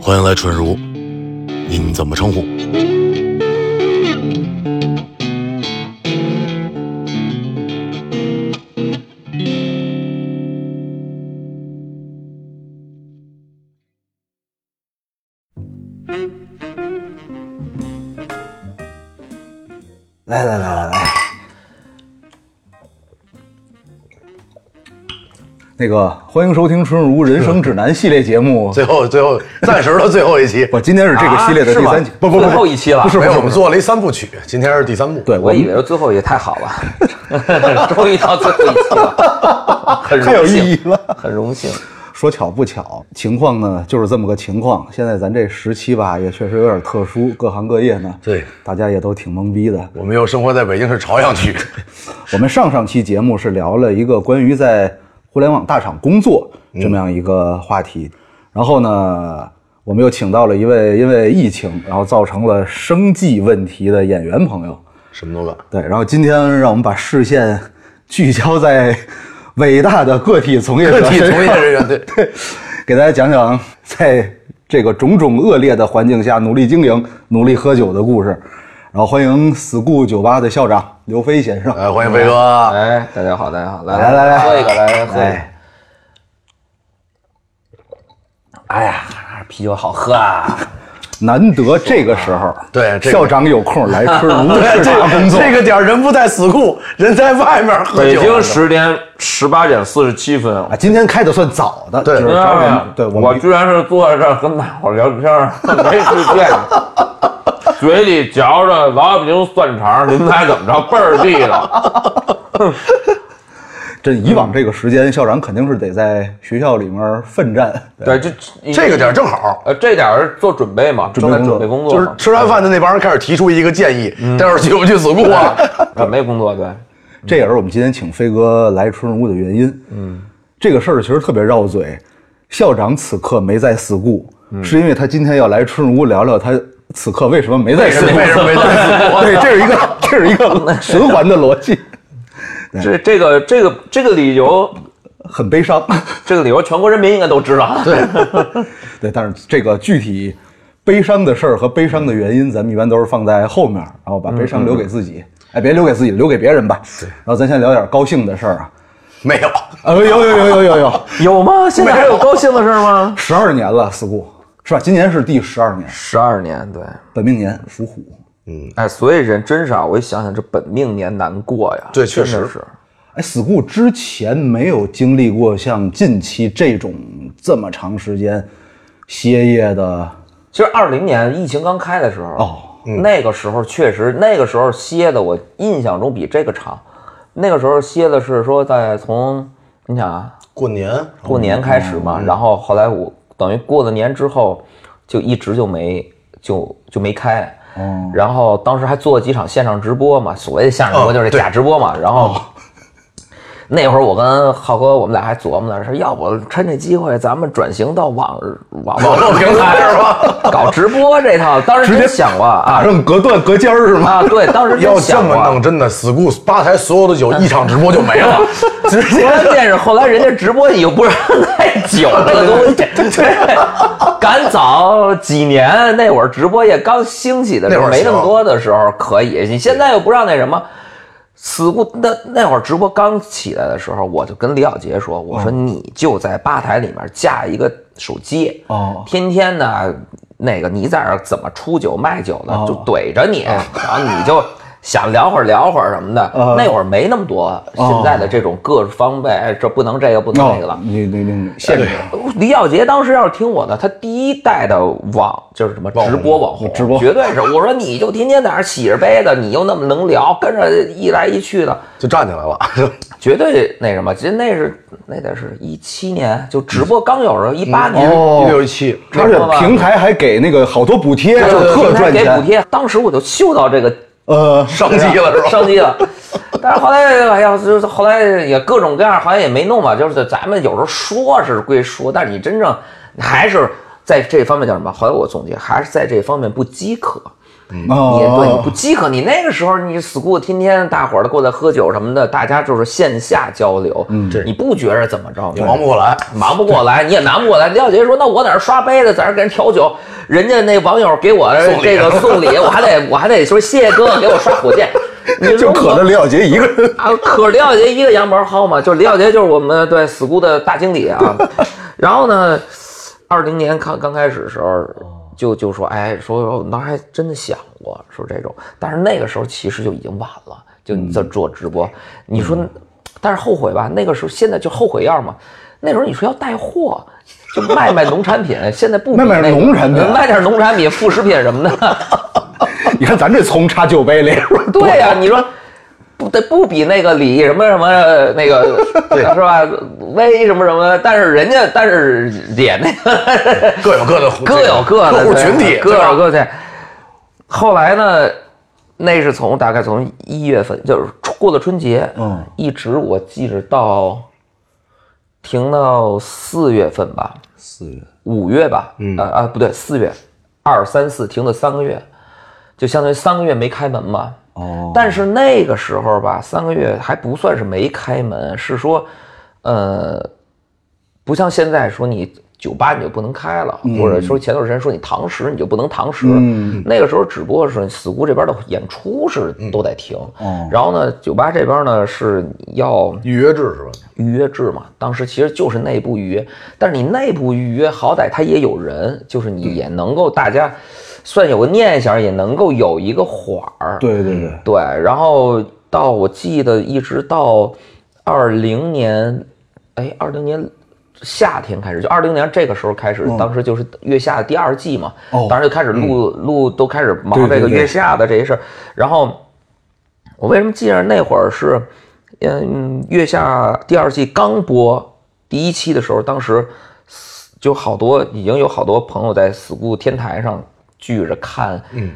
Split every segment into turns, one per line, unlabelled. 欢迎来春如，您怎么称呼？
来来来来来，那个欢迎收听《春如人生指南》系列节目。
最后，最 后，暂时的最后一期，
我今天是这个系列的第三
啊是
期，
吗
不不不，
最后一期了
不是不
没
是
有，我
不
们
是
做了一三部曲，今天是第三部，
对，
我
我
以为最后也太好 了，终于到最后一期了，很
太有
荣
意义
幸，
了。
很荣幸。
说巧不巧，情况呢就是这么个情况。现在咱这时期吧，也确实有点特殊，各行各业呢，
对
大家也都挺懵逼的。
我们又生活在北京市朝阳区，
我们上上期节目是聊了一个关于在互联网大厂工作这么样一个话题，然后呢，我们又请到了一位因为疫情然后造成了生计问题的演员朋友，
什么都干。
对，然后今天让我们把视线聚焦在伟大的个体从业
个
者
体
身
从
上
业人员，对，
给大家讲讲在这个种种恶劣的环境下努力经营、努力喝酒的故事。然后欢迎 school 酒吧的校长刘飞先生，
哎，欢迎飞哥，
哎，大家好，大家好，来
来来来
喝一个，来来喝一
哎
个。哎呀，啤酒好喝 啊！
难得这个时候，
啊对这个
校长有空来春 如市场工作，
这个点儿人不在死库，人在外面喝
北
酒。
京时间十八点四十七分，哎
啊，今天开的算早的，
对
就是招
啊
人，对我
我
们
居然是坐在这儿跟大伙儿聊天 儿，没时间，嘴里嚼着老北京蒜肠，您猜怎么着？倍儿 地道。
这以
嗯
往这个时间，校长肯定是得在学校里面奋战，
对，这
这个点儿正好，
呃，这点儿是做准备嘛，正在准备工作
就是
嘛，
吃完饭的那帮人开始提出一个建议，待会儿去不去死库 啊？
准备工作，对，
这也是我们今天请飞哥来春如的原因。嗯，这个事儿其实特别绕嘴，校长此刻没在四顾，
嗯
是因为他今天要来春如聊聊他。此刻为什么没在四顾？
为什么没在死库？
对，这是一个，这是一个循环的逻辑，
这这个这个这个理由，
很悲伤。
这个理由全国人民应该都知道。对，
对，但是这个具体悲伤的事儿和悲伤的原因，咱们一般都是放在后面儿，然后把悲伤留给自
嗯
己，哎，别留给自己，留给别人吧。对，然后咱先聊点高兴的事儿啊。
没有，
呃，有有有有有有，
有吗？现在还有高兴的事儿吗？
十二年了，四顾是吧？今年是第十二年，
十二年，对，
本命年属虎。
哎，所以人真是啊，我一想想，这本命年难过呀。
对确
真的
实
是。
哎，死固之前没有经历过像近期这种这么长时间歇业的，
其实二零年疫情刚开的时候，
哦
那个时候确实，那个时候歇的，我印象中比这个长。那个时候歇的是说在从你想啊，
过年
过年
哦
开始嘛，
嗯
然后后来我等于过了年之后，就一直就没就就没开。
哦
然后当时还做了几场线上直播嘛，所谓的线上直播
哦
就是
对哦
假直播嘛。然后 那会儿我跟浩哥，我们俩还琢磨呢，说要不趁这机会咱们转型到网网
网络平台是吧？
搞直播这套，当时真想过
打
啊
上隔断隔间儿是吗？
啊，对，当时
要
真
这
想
么
过啊
弄，。真的死库吧台所有的酒一场直播就没了， 直接
关键是后来人家直播你又不让太久了，东西，对，赶早几年那会儿直播业刚兴起的时
那
候，
会儿
没
行
那么多的时候可以，你现在又不让那什么。死固那那会儿直播刚起来的时候，我就跟李小杰说：“我说
嗯
你就在吧台里面架一个手机，
哦
天天呢那个你在这儿怎么出酒卖酒的，
哦
就怼着你，然后你就想聊会儿聊会儿什么的。
哦
那会儿没那么多现在的这种各方位，哎这不能这个不能那个了。哎
你你你限制
李小杰当时要是听我的，他第一代的网就是什么
网红
直播网红，
直播
绝对是。我说你就天天在那儿洗着杯子，你又那么能聊，跟着一来一去的，
就站起来了。
绝对那什么。其实那是那得是一七年，就直播刚有时候一八年，
一
哦，
六一七，
而且平台还给那个好多补贴，就
就是
特
平台
赚
给补
钱。
贴。当时我就嗅到这 个啊
呃，
上机了是吧？
上机了。但是后来，哎呀，就是后来也各种各样，好像也没弄吧。就是咱们有时候说是归说，但是你真正还是在这方面叫什么？后来我总结，还是在这方面不饥渴。
哦
你嗯也对你不饥渴。你那个时候你 school 天天大伙儿的过来喝酒什么的，大家就是线下交流，
对
你不觉着怎么着？
也忙不过来。
忙不过来，你也忙不过来。李小杰说：“那我在这刷杯子，在这给人调酒，人家那网友给我这个送礼，我还得我还得说谢谢哥给我刷火箭。”你说
就
我
可着李小杰一个人，
啊，可是李小杰一个羊毛薅嘛，就李小杰就是我们对 school 的大经理啊。 然后呢，二零年刚刚开始的时候，
哦
就就说，哎，说我当时还真的想过说这种，但是那个时候其实就已经晚了，就
嗯
你在做直播，你说，但是后悔吧，那个时候现在就后悔药嘛。那时候你说要带货，就卖卖农产品，现在不比
卖卖
那个
农产品
卖点农产品、副食品什么的。
你看咱这葱插酒杯里，
对呀、你说不得不比那个李什么什么 那个是吧？威什么什么，但是人家但是也那 个
各有各的
各有各的
客户
对
群体，
各
对吧
有各的。后来呢，那是从大概从一月份，就是过了春节，
嗯，
一直我记着到停到四月份吧，
四月
五月吧，嗯啊啊不对，四月，二三四停了三个月，就相当于三个月没开门嘛。
哦，
但是那个时候吧，三个月还不算是没开门，是说，呃，不像现在说你酒吧你就不能开了，或者说前段时间说你堂食你就不能堂食。
嗯
那个时候只不过是 school 这边的演出是都得停，
哦
然后呢，酒吧这边呢是要
预约制是吧？
预约制嘛，当时其实就是内部预约，但是你内部预约好歹它也有人，就是你也能够大家算有个念想，也能够有一个缓儿。
对对对，
对，然后到我记得一直到二零年，哎，二零年夏天开始，就二零年这个时候开始，当时就是月下的第二季嘛，
嗯哦
当时就开始录、录都开始忙
对对
这个
对
月下的这些事儿。然后我为什么记着那会儿是，嗯，月下第二季刚播第一期的时候，当时就好多已经有好多朋友在 school 天台上聚着看，嗯，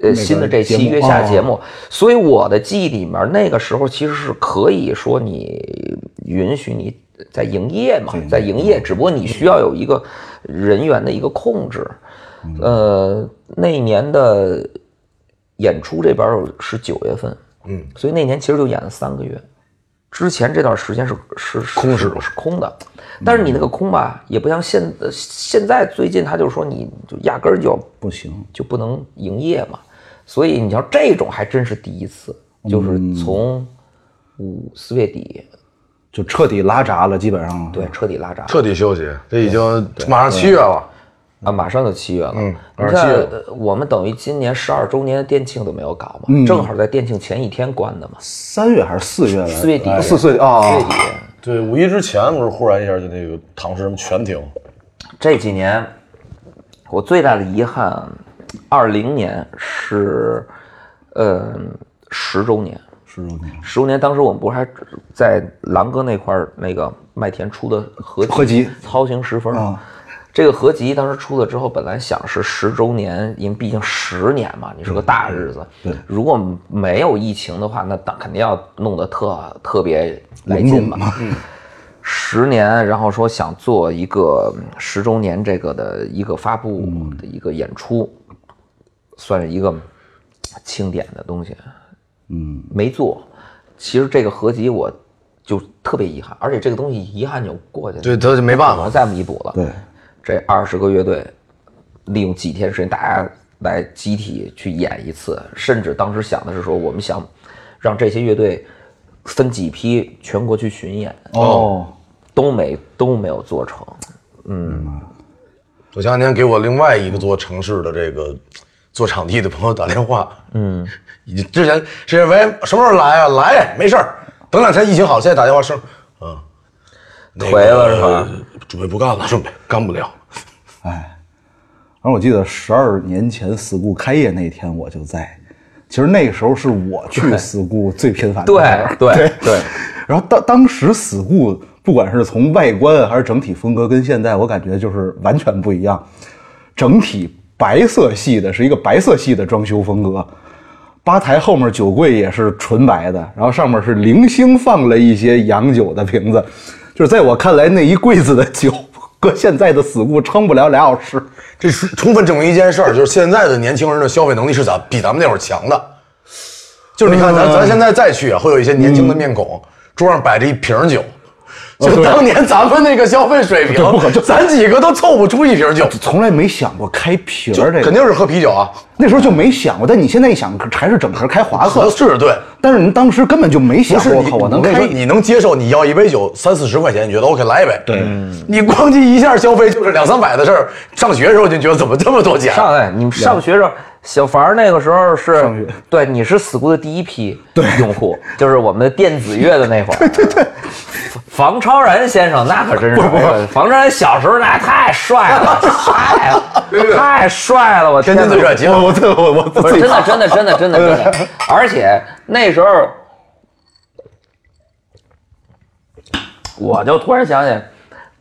呃，
个
新的这
节
期
目
月下
哦
节目，所以我的记忆里面，那个时候其实是可以说你允许你在营业嗯嘛，在营业，只不过你需要有一个人员的一个控制。呃，那一年的演出这边是九月份，
嗯，
所以那年其实就演了三个月。之前这段时间是是是
空
是嗯
是
是空的，但是你那个空吧，也不像现呃现在最近他就说你就压根儿就
不行，
就不能营业嘛。所以你要这种还真是第一次，
嗯
就是从五四月底
就彻底拉闸了，基本上
对彻底拉闸
彻底休息，这已经马上七月了，
啊，马上就七月了。
嗯
你
马上
看
七月
呃我们等于今年十二周年的店庆都没有搞
嗯
嘛，正好在店庆前一天关的嘛，
三月还是四月来着？
四月底
哎四四月啊，
四月底。
对，五一之前不是忽然一下就那个堂食什么全停，
这几年我最大的遗憾，二零年是，呃，十周年。
十周年
十周年，当时我们不是还在狼哥那块儿那个麦田出的合
合集
操行十分儿
啊
这个合集当时出了之后，本来想是十周年，因为毕竟十年嘛，你是个大日子。对，如果没有疫情的话，那当肯定要弄得特特别来劲嘛。嗯十年，然后说想做一个嗯十周年这个的一个发布的一个演出，算是一个庆典的东西。嗯，没做。其实这个合集我就特别遗憾，而且这个东西遗憾就过去了，
对，他就没
不
办
能
法，
再弥补了。
对，
这二十个乐队利用几天时间，大家来集体去演一次，甚至当时想的是说，我们想让这些乐队分几批全国去巡演，
哦，
都没都没有做成。
我前两天给我另外一个做城市的这个做场地的朋友打电话，嗯， 你之前之前喂什么时候来啊？来呀，没事儿，等两天疫情好，现在打电话声，嗯，那
颓了是吧
吧？准备不干了，准备干不了。
而我记得十二年前 school 开业那天我就在，其实那个时候是我去 school 最频繁的
对
时候
对对，
然后当当时 school 不管是从外观还是整体风格，跟现在我感觉就是完全不一样。整体白色系的是一个白色系的装修风格，吧台后面酒柜也是纯白的，然后上面是零星放了一些洋酒的瓶子，就是在我看来那一柜子的酒搁现在的死固撑不了俩小时。
这是充分证明一件事儿，就是现在的年轻人的消费能力是咱比咱们那会儿强的。就是你看
嗯
咱、咱现在再去啊，会有一些年轻的面孔，桌上摆着一瓶酒，
哦
就当年咱们那个消费水平，咱几个都凑不出一瓶酒，
从来没想过开瓶
就
儿这个，
肯定是喝啤酒啊，
那时候就没想过。但你现在一想，还是整盒开华
合
克。
适对。
但是您当时根本就没
啊不
想
是
过，我
你
靠，我能
跟你
开
说，你能接受你要一杯酒三四十块钱，你觉得 OK 来一杯。对，嗯你咣叽一下消费就是两三百的事儿。上学的时候就觉得怎么这么多钱？啊
上哎，你们上学时候，小凡儿那个时候是，对，你是 school 的第一批用户，就是我们的电子乐的那会儿。对对对，房超然先生那可真是，哎房超然小时候那太 帅了，太太帅 了，我
天
天
津
哪
最！帅气，我我我我
不是真的，真的，真的，真的，真的，而且那时候，我就突然想起，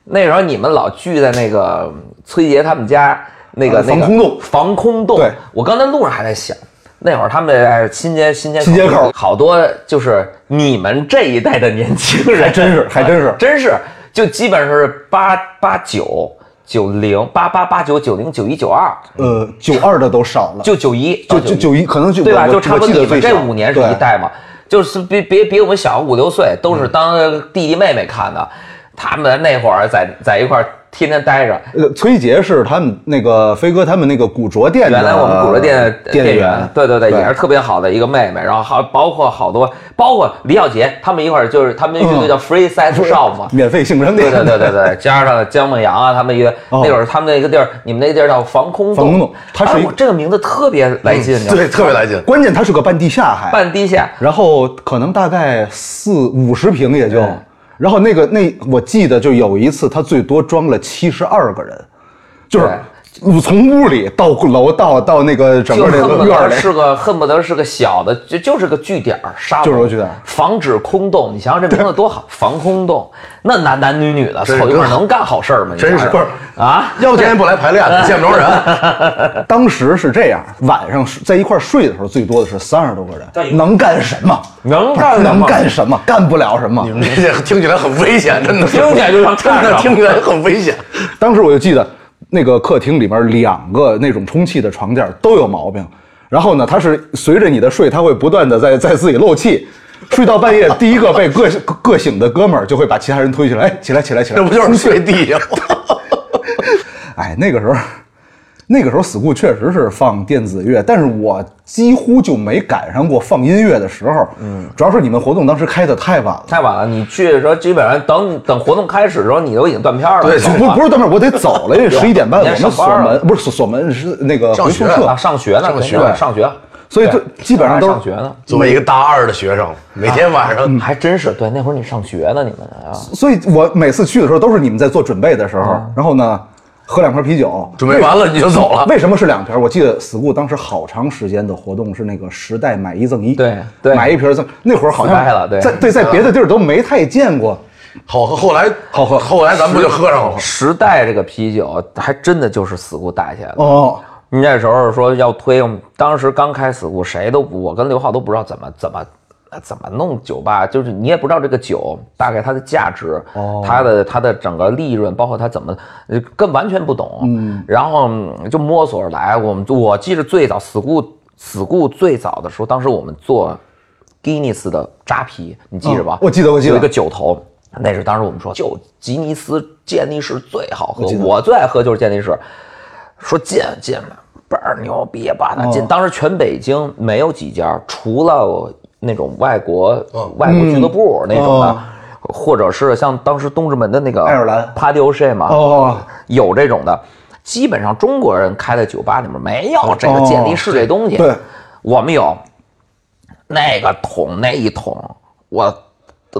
那时候你们老聚在那个崔杰他们家那个
呃
那
防
个
空洞
防空洞。
对，
我刚才路上还在想，那会儿他们哎新街新街
新街口
好多就是你们这一代的年轻人，
还真是还真是
真是，就基本上是八八九九零八八八九九零九一九二，
呃，九二的都少了，
就九一
就就九一，可能就
对吧？
我
就差不
我
多
记
你
得
们
最
这
少
五年是
对嗯
一代嘛，就是别别比我们小五六岁，都是当弟弟妹妹看的。他们那会儿在在一块儿天天待着，
呃，崔杰是他们那个飞哥他们那个古着店的
原来我们古着店的
呃店
员
员，，
对对对，
对
也是特别好的一个妹妹。然后好，包括好多，包括李小杰他们一块儿，就是他们乐
嗯
队叫 Free Sex Shop 嘛。
免费性商
对
店，
对对对对，加上姜梦阳啊，他们一个
哦
那会儿他们那个地儿，你们那地儿叫防空洞。
防空洞它是
哎
一
我这个名字特别来劲，你知道吗
对，特别来劲。
关键它是个半地下还，
半地下。
然后可能大概四五十平也就，然后那个那我记得就有一次他最多装了七十二个人，就是从屋里到楼道到那个整
就
个
恨
那
不
个院儿里，
得是个恨不得是个小的，就就是个据点儿，沙漠
就是个据点儿
防止空洞。你想想这名字多好，防空洞，那男男女女的
真是
凑一块儿
真好
能干好事儿吗？你
真
想
是
想
不是
啊，
要不天天不来排练，见不着人。
当时是这样，晚上在一块儿睡的时候，最多的是三十多个人，能干什么？
能干什么
能干什么？干不了什么
你。们这些听起来很危险，真的。
听起来就像
真
看
的
着
听起来很危险。
当时我就记得那个客厅里面两个那种充气的床垫都有毛病，然后呢，它是随着你的睡，它会不断的在 在自己漏气。睡到半夜，第一个被硌硌醒的哥们儿就会把其他人推起来，哎，起来，起来，起来
这。不就是睡地下吗？
哎，那个时候，那个时候 school 确实是放电子乐，但是我几乎就没赶上过放音乐的时候。嗯，主要是你们活动当时开的太晚了。
太晚了，你去的时候基本上等等活动开始的时候，你都已经断片儿了。
对
走了
不不是，等会儿我得走了，因为十一点半我
啊你
们
还上
锁
班
门
了，
不是锁锁门是那个
上
回
学
宿
啊，
舍，
上学呢，
上学
肯定上学，
所以就
对
基本上啊都
上学呢。
作为一个大二的学生，每天晚上
还真是对，那会儿你上学呢，你们啊，
所以我每次去的时候都是你们在做准备的时候，然后呢喝两瓶啤酒，
准备完了你就走了。
为什么是两瓶？我记得 school 当时好长时间的活动是那个时代买一赠一，
对对
买一瓶赠。那会儿好像
时代了对
在对在别的地儿都没太见过。
好喝，后来
好喝
后来咱们不就喝上了吗？
时代这个啤酒还真的就是死固带起来的。
哦，
你那时候说要推，当时刚开始我谁都不，我跟刘浩都不知道怎么怎么怎么弄酒吧，就是你也不知道这个酒大概它的价值，
哦
它的它的整个利润，包括它怎么，呃更完全不懂。嗯，然后嗯就摸索着来。我们我记得最早死固死固最早的时候，当时我们做 Guinness 的扎啤，你记着吧？
嗯我记得我记得
有一个酒头。那是当时我们说，就吉尼斯健力士最好喝
我记，得
我最爱喝就是健力士。说进进吧，倍儿牛逼吧，
哦
那进。当时全北京没有几家，除了那种外国、外国俱乐部那种的，
哦
或者是像当时东直门的那个
爱尔兰
Party o s h e 嘛，
哦
有这种的。基本上中国人开的酒吧里面没有这个健力士这东西，
哦对
我们有那个桶那一桶，我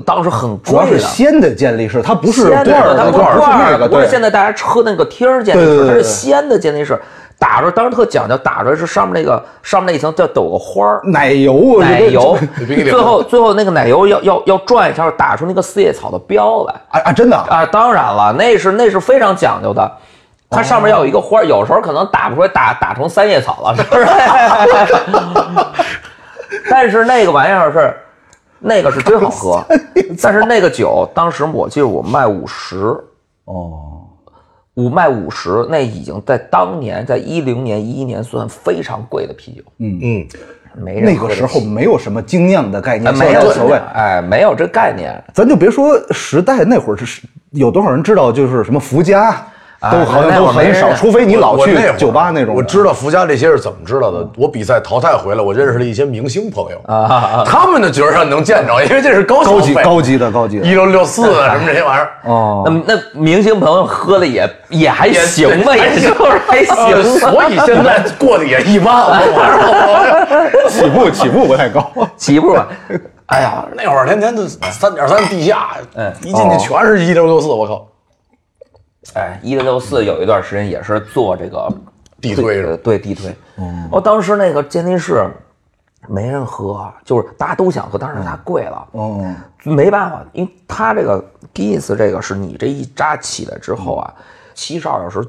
当时很贵
主要是
的
鲜的健力士，它不是
鲜
罐儿
的，它
的
不是
罐儿，
罐
是那
儿
个
的，不是
对。
现在大家喝那个听儿健力
对对
士，
对
它
对
是鲜的健力士，打出当时特讲究，打出来是上面那个上面那一层叫抖个花儿。
奶油，
奶油，
冰凉
最后最后那个奶油要要要转一下，打出那个四叶草的标来
啊啊，真的啊，
啊！当然了，那是那是非常讲究的，它上面要有一个
哦
花儿，有时候可能打不出来，打打成三叶草了，是不 是？但是那个玩意儿是，那个是真好喝，但是那个酒当时我记得我卖五十，
哦，
五卖五十，那已经在当年，在一零年、一一年算非常贵的啤酒，
嗯，
没人
那
喝
个
得
时
起
候没有什么经验的概
哎
念，
没
现在
有
无所谓。
哎，没有这概念，
咱就别说时代那会儿是有多少人知道，就是什么福家，都好像
啊那
都
会儿没
很
人
少，除非你老
我
去
那会儿
酒吧那种的。
我知道福家这些是怎么知道的。我比赛淘汰回来，我认识了一些明星朋友啊，他们的角儿上能见着，因为这是高
高
消
级
费，
高级的高级
一
的
六六四 啊什么这些玩意儿。
哦，
那那明星朋友喝的也也还行吧，也 就是还
呃
行 吧，
所以现在过得也一般。我玩儿我 玩儿
起步 起步不太高。
起步吧。哎呀，
那会儿天天就三点三地下，
哎
一进去
哦
全是一六六四，我靠，
哎，一六六四有一段时间也是做这个
地推是吧
呃对地推。哦，当时那个健力士没人喝，就是大家都想喝，但是它贵了，
哦，
没办法，因为它这个 Guinness 这个是你这一扎起来之后啊，七十二小时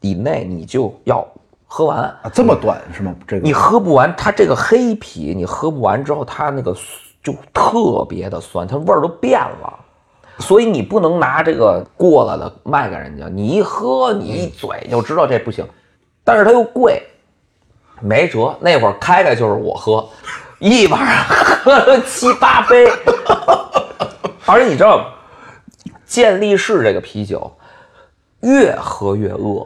以内你就要喝完。
啊这么短是吗？这个
你喝不完，它这个黑啤你喝不完之后，它那个就特别的酸，它味儿都变了。所以你不能拿这个过了的卖给人家，你一喝你一嘴就知道这不行，但是它又贵，没辙。那会儿开开就是我喝，一晚上喝了七八杯，而且你知道，健力士这个啤酒越喝越饿，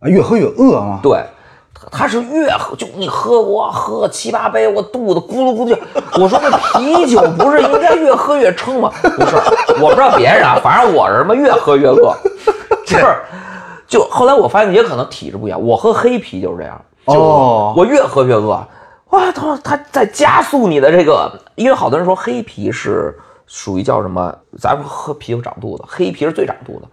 啊越喝越饿啊。
对，他他是越喝就你喝我喝七八杯，我肚子咕噜咕噜叫。我说这啤酒不是应该越喝越撑吗？不是，我不知道别人啊，反正我是他妈越喝越饿， 就是就后来我发现也可能体质不一样，我喝黑啤就是这样，
哦，
我越喝越饿。哇，他他在加速你的这个，因为好多人说黑啤是属于叫什么？咱们喝啤酒长肚子，黑啤是最长肚子。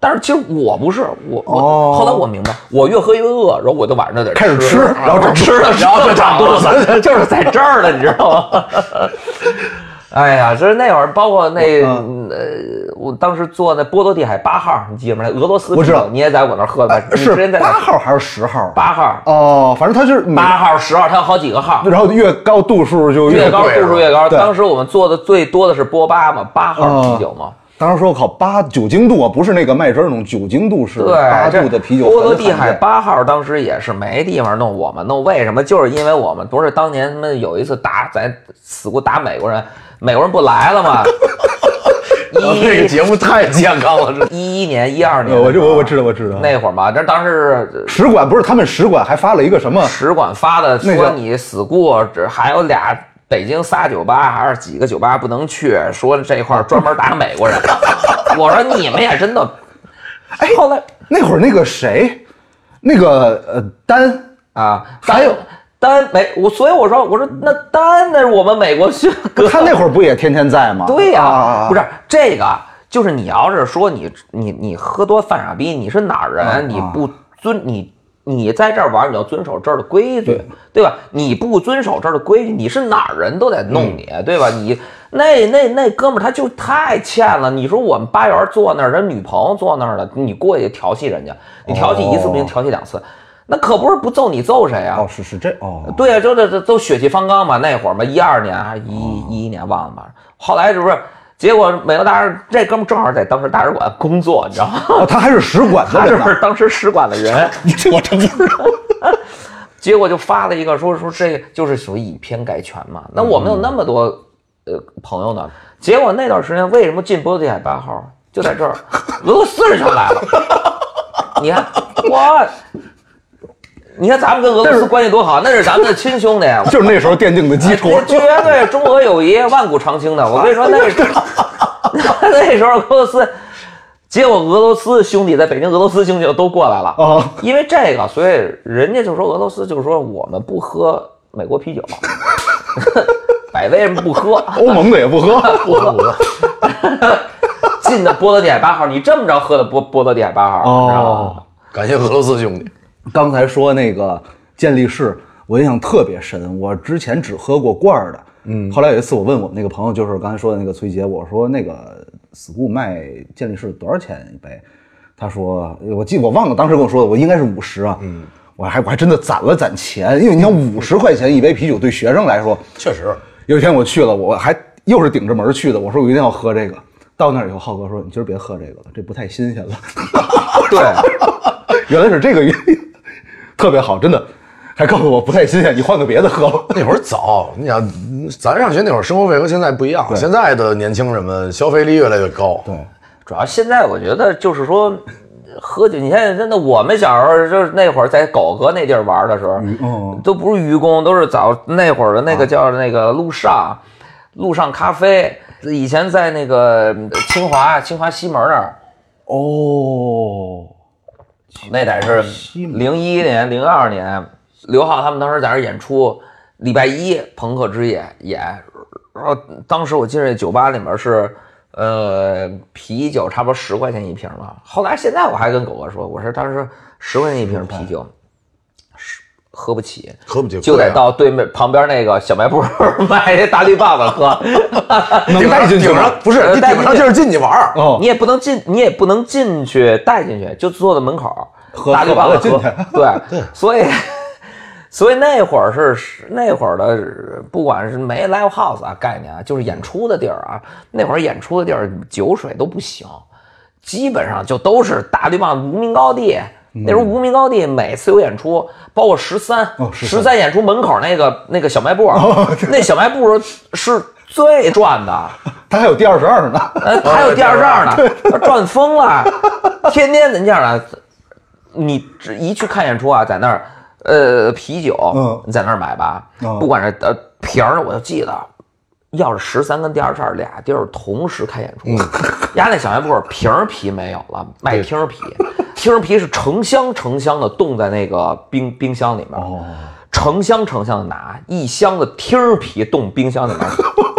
但是其实我不是，我我、
哦
后来我明白，我越喝越饿，然后我就晚上就得
开始吃然后
然后
长
吃了，啊然后就长肚 子，就是在这儿了，你知道吗？ 哎呀，就是那会儿，包括那
嗯
呃，我当时坐那波罗的海八号，你记得吗？那俄罗斯
我知道
啤酒你也在我那儿喝的吧？你之
啊是
前在哪
八
儿
号还是十号？啊
八号，
哦，反正它是每，
八号、十号，它有好几个号，
然后越高度数就
越高
贵
度数越高。
对嗯
当时我们做的最多的是波八嘛，八号啤酒嘛。
当时说我靠八酒精度啊，不是那个麦汁儿那种酒精度是
对，
八度
这
的啤酒
波罗
很
的海
罕见。
八号当时也是没地方弄，我们弄为什么？就是因为我们不是当年他们有一次打咱死过打美国人，美国人不来 了吗？
这个
一
节目太健康 了，这
一一年、一二年的时
呃
候，
我知我我知道我知道
那会儿嘛，这当时
使馆不是他们使馆还发了一个什么？
使馆发的
那个
说你死过，这还有俩北京仨酒吧还是几个酒吧不能去，说这块儿专门打美国人。 我说你们也真的，
哎
后来
那会儿那个谁，那个呃丹
啊，
还 有
丹没我，所以我说我说那丹那是我们美国去哥，
他那会儿不也天天在吗？
对呀、
啊
不是这个，就是你要是说你你你喝多犯傻逼，你是哪儿人？
嗯
你不遵你你在这儿玩，你要遵守这儿的规矩，对吧？你不遵守这儿的规矩，你是哪儿人都得弄你，
嗯
对吧？你那那那哥们儿他就太欠了。你说我们八元坐那儿，人女朋友坐那儿了，你过去调戏人家，你调戏一次不行，
哦
调戏两次，那可不是不揍你揍谁啊？
哦是是这哦
对呀、就这这都血气方刚嘛，那会儿嘛，一二年还是一一一年忘了吧。后来这不是，结果美国大使这哥们儿正好在当时大使馆工作，你知道吗？
哦他还是使馆的
他
人
就
呢
是当时使馆的人，
这我真不知道。
结果就发了一个说说这就是属于以偏概全嘛。那我们有那么多呃朋友呢，结果那段时间为什么进波罗的海八号就在这儿，俄罗斯人就来了。你看我，你看咱们跟俄罗斯关系多好，那是咱们的亲兄弟。
就是那时候奠定的 基础。
绝对中俄友谊万古长青的。我跟你说，那时候 那时候俄罗斯，结果俄罗斯兄弟在北京，俄罗斯兄弟就都过来了。
哦
因为这个，所以人家就说俄罗斯就是说我们不喝美国啤酒， 百威人不喝，
欧盟的也不喝，
进的波罗的海八号，你这么着喝的波波罗的海八号，你知道吗？
感谢俄罗斯兄弟。
哦刚才说那个健力士，我印象特别深。我之前只喝过罐儿的，嗯。后来有一次我问我们那个朋友，就是刚才说的那个崔杰，我说那个 school 卖健力士多少钱一杯？他说，我记我忘了当时跟我说的，我应该是五十啊。嗯。我还我还真的攒了攒钱，因为你想五十块钱一杯啤酒对学生来说，
确实，
有一天我去了，我还又是顶着门儿去的。我说我一定要喝这个。到那儿以后，浩哥说：“你今儿别喝这个了，这不太新鲜了。”
对，
原来是这个原因，特别好，真的。还告诉我不太新鲜，你换个别的喝吧。
那会儿早，你想，咱上学那会儿生活费和现在不一样，现在的年轻人们消费力越来越高。对，
主要现在我觉得就是说，喝酒，你现在真的，我们小时候就是那会儿在狗哥那地儿玩的时候，
嗯
都不是愚公，都是早那会儿的那个叫那个路上，路上咖啡。以前在那个清华清华西门那儿，
哦，
那得是
西门
零一年、零二年，刘浩他们当时在那儿演出，礼拜一朋克之夜演，然后当时我记得那酒吧里面是，呃，啤酒差不多十块钱一瓶吧。后来现在我还跟狗哥说，我说当时十块钱一瓶啤酒，是喝不起，
喝不起
就
贵
得
啊
到对面旁边那个小 卖部买一大绿棒子 喝。
能带进去
顶
吗
上不是
呃
你
带
顶
进
上
去
劲儿进去玩儿，
哦
你，也不能进，你也不能进去带进去，就坐在门口，
喝
大绿
喝完
棒
了
子
进
喝
去。
对，所以 所以那会儿是那会儿的，不管是没 live house 啊概念啊，就是演出的地儿啊，那会儿演出的地儿酒水都不行，基本上就都是大绿棒无名高地。
嗯
那时候无名高地每次有演出，包括十三、
哦
十
13
三演出门口那个那个小卖部，那小卖部是最赚的。
他还有第二十二呢。
呃， 还有第二仗呢，赚疯了，天天人家呢，啊你只一去看演出啊，在那儿，呃，啤酒，
嗯
你在那儿买吧，
嗯
不管是呃瓶儿，我就记得，要是十三跟第二仗俩地儿同时开演出，
嗯
压那小卖部瓶儿啤没有了，卖听儿啤，听儿啤是成箱成箱的冻在那个冰冰箱里面，
哦
成箱成箱的拿，一箱子听儿啤冻冰箱里面，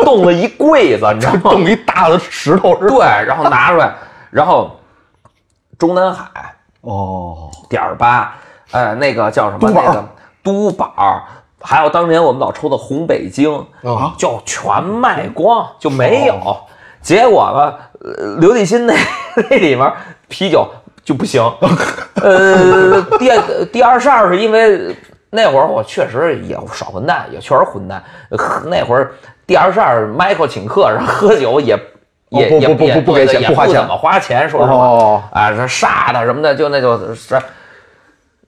冻了一柜子，你知道吗？
哦
冻一大的石头是吧？
对，然后拿出来，然后中南海
哦，
点儿八，呃，那个叫什么？
都宝
那个都宝儿，还有当年我们老抽的红北京，
啊
就全卖光，就没
哦
有。结果吧，呃刘立新那 那里面啤酒就 不行。呃，第第二十二是因为那会儿我确实也耍混蛋，也确实混蛋。呃那会儿第二十二 Michael 请客，然后喝酒也。
哦
也
不
也
不不
也
不不给钱
也
不花钱
怎么花钱，说实话，
哦
啊，这煞的什么的，就那就是，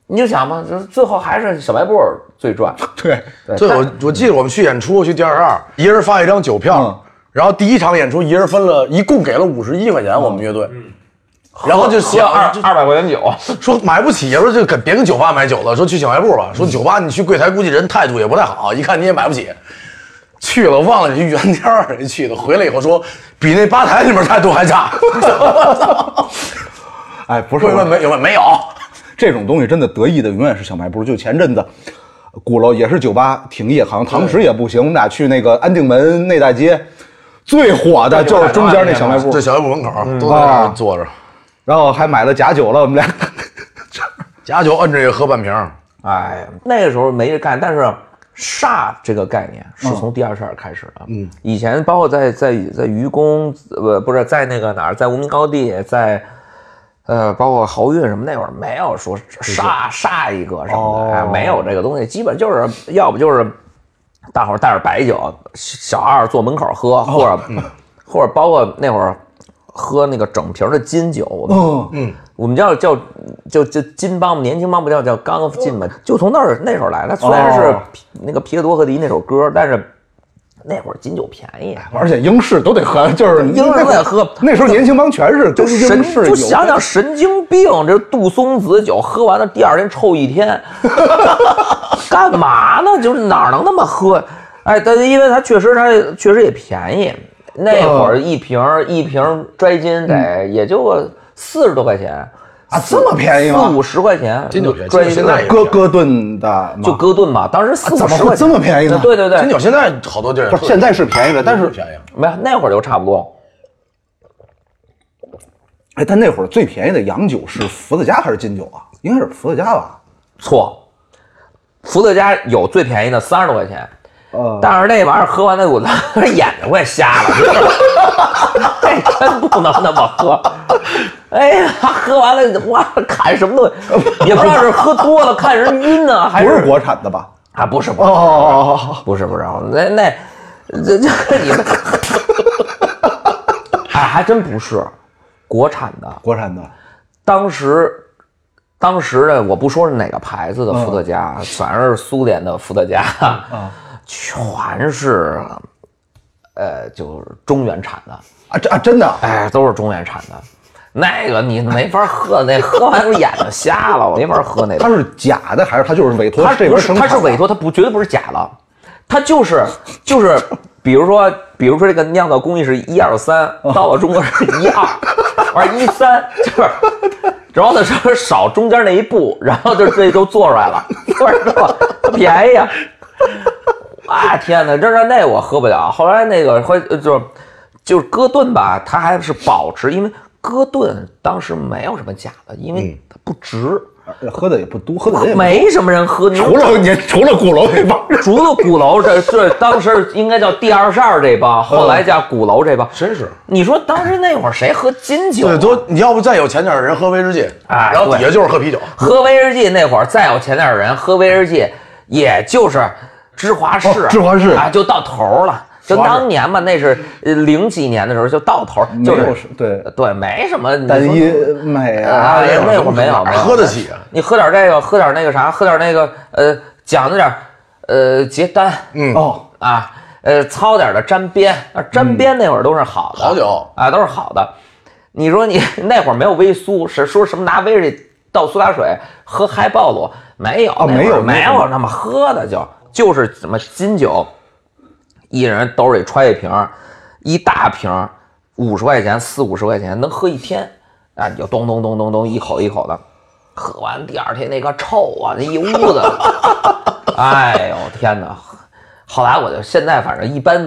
你就想吧，就是最后还是小卖部儿最赚。
对，
对，我我记得我们去演出去第二十二，一人发一张酒票
嗯，
然后第一场演出一人分了一共给了五十一块钱，我们乐队，
嗯
然后就
喝
想
二
就
二百块钱酒，
说买不起，说就跟别跟酒吧买酒了，说去小卖部吧。说
嗯
酒吧你去柜台，估计人态度也不太好，一看你也买不起。去了忘了人原天儿人去的，回来以后说比那吧台里面态度还差。
哎，不是
会问没有问没有？
这种东西真的得意的永远是小卖部。就前阵子，鼓楼也是酒吧停业，好像堂食也不行。我们俩去那个安定门内大街，最火的就是中间那小卖部
这，小卖部嗯啊门口都在那儿坐着，
然后还买了假酒了。我们俩
假酒摁着也喝半瓶儿。
哎，那个时候没人干，但是煞这个概念是从第二十二开始的。嗯，以前包括在在在愚公，呃，不是在那个哪儿，在无名高地，在。呃，包括豪运什么那会儿没有说煞煞一个什么的，哎，没有这个东西，基本就是要不就是大伙儿带着白酒，小二坐门口喝，或者、或者包括那会儿喝那个整瓶的金酒，我们
嗯，
我们叫叫就就金帮嘛，年轻帮不叫叫刚进嘛，就从那儿那时候来的。虽然是
哦
皮那个皮克多和迪那首歌，但是那会儿金酒便宜，啊
而且英式都得喝，就是
英式都得喝
那时候年轻帮全是跟
神
英式
就
有
想想神经病，这杜松子酒喝完了第二天臭 一天，干嘛呢？就是哪能那么喝？哎，但是因为它确实它确实也便宜，那会儿一瓶儿
哦
一瓶儿拽金得也就个四十多块钱。
嗯啊这么便宜吗
四五十块钱，
金酒便宜
拽
金酒
金
现在
得
也
哥哥顿的吗，
就哥顿嘛，当时四
啊
五
怎么
十
会
块钱
这么便宜呢
对对
金
对，
酒现在好多地儿
不是现在是便宜了，但是
便宜。
没有那会儿就差不多。
哎，但那会儿最便宜的洋酒是伏特加还是金酒啊？应该是伏特加吧？
错，伏特加有最便宜的三十多块钱，
呃，
但是那玩意儿喝完了，我当时 眼睛快瞎了， 这真不能那么喝。哎呀，喝完了哇，砍什么东西，也不知道是喝多了看人晕呢，还
不是
是
国产的吧？
啊不是不
哦
是
哦哦哦哦，
不是不是，那那这这你们， 哎还真不是国产的。
国产的
当时，当时的我不说是哪个牌子的伏特加，反正是苏联的伏特加， 全是，呃，就是中原产的，
啊，这啊真的啊，
哎，都是中原产的。那个你没法喝，那喝完眼睛瞎了，我没法喝那个。
它是假的还是它就是委托
他
这
不
边
是
生
他
产的？
是委托，他不绝对不是假的，他就是就是，比如说比如说这个酿造工艺是一二三，到了中国是一二，完一三就是。然后呢，说少中间那一步，然后就这都做出来了，做出来了，它便宜啊！啊天哪，这这那我喝不了。后来那个会就是就是哥顿吧，它还是保持，因为哥顿当时没有什么假的，因为它不值，
呃喝的也不多，喝的人也不多
没什么人喝。你
除了你，除了鼓楼那帮人，
除了鼓楼这这当时应该叫第二十二这帮，后来叫鼓楼这帮。
真是。
你说当时那会儿谁喝金酒啊？
对，都你要不再有钱点儿人喝威士忌，
哎
然后
对
底下就是喝啤酒，
喝威士忌那会儿，再有钱点儿人喝威士忌，也就是芝华士，
哦芝华士
啊，就到头了。就
华士
当年嘛，那是呃零几年的时候就到头，就
没有
是
是对
对，没什么你说
单一美啊，
啊，
那会儿
那会儿没有，
哪
没
儿
有
喝得起啊？
你喝点这个，喝点那个啥，喝点那个呃，讲究点儿呃节单，嗯
哦，
啊，呃，糙点儿的沾边，啊，沾边那会儿都是好的，
好酒
啊，都是好的。你说你 那会儿没有微苏，是说什么拿威士忌倒苏打水喝嗨暴露，没有，那会儿
没有
没
那会
有那么喝的就就是什么金酒，一人兜里揣一瓶儿，一大瓶儿，五十块钱四五十块钱能喝一天，啊，你就咚咚咚咚咚一口一口的。喝完第二天那个臭啊，那一屋子，哎呦天哪！后来我就现在反正一般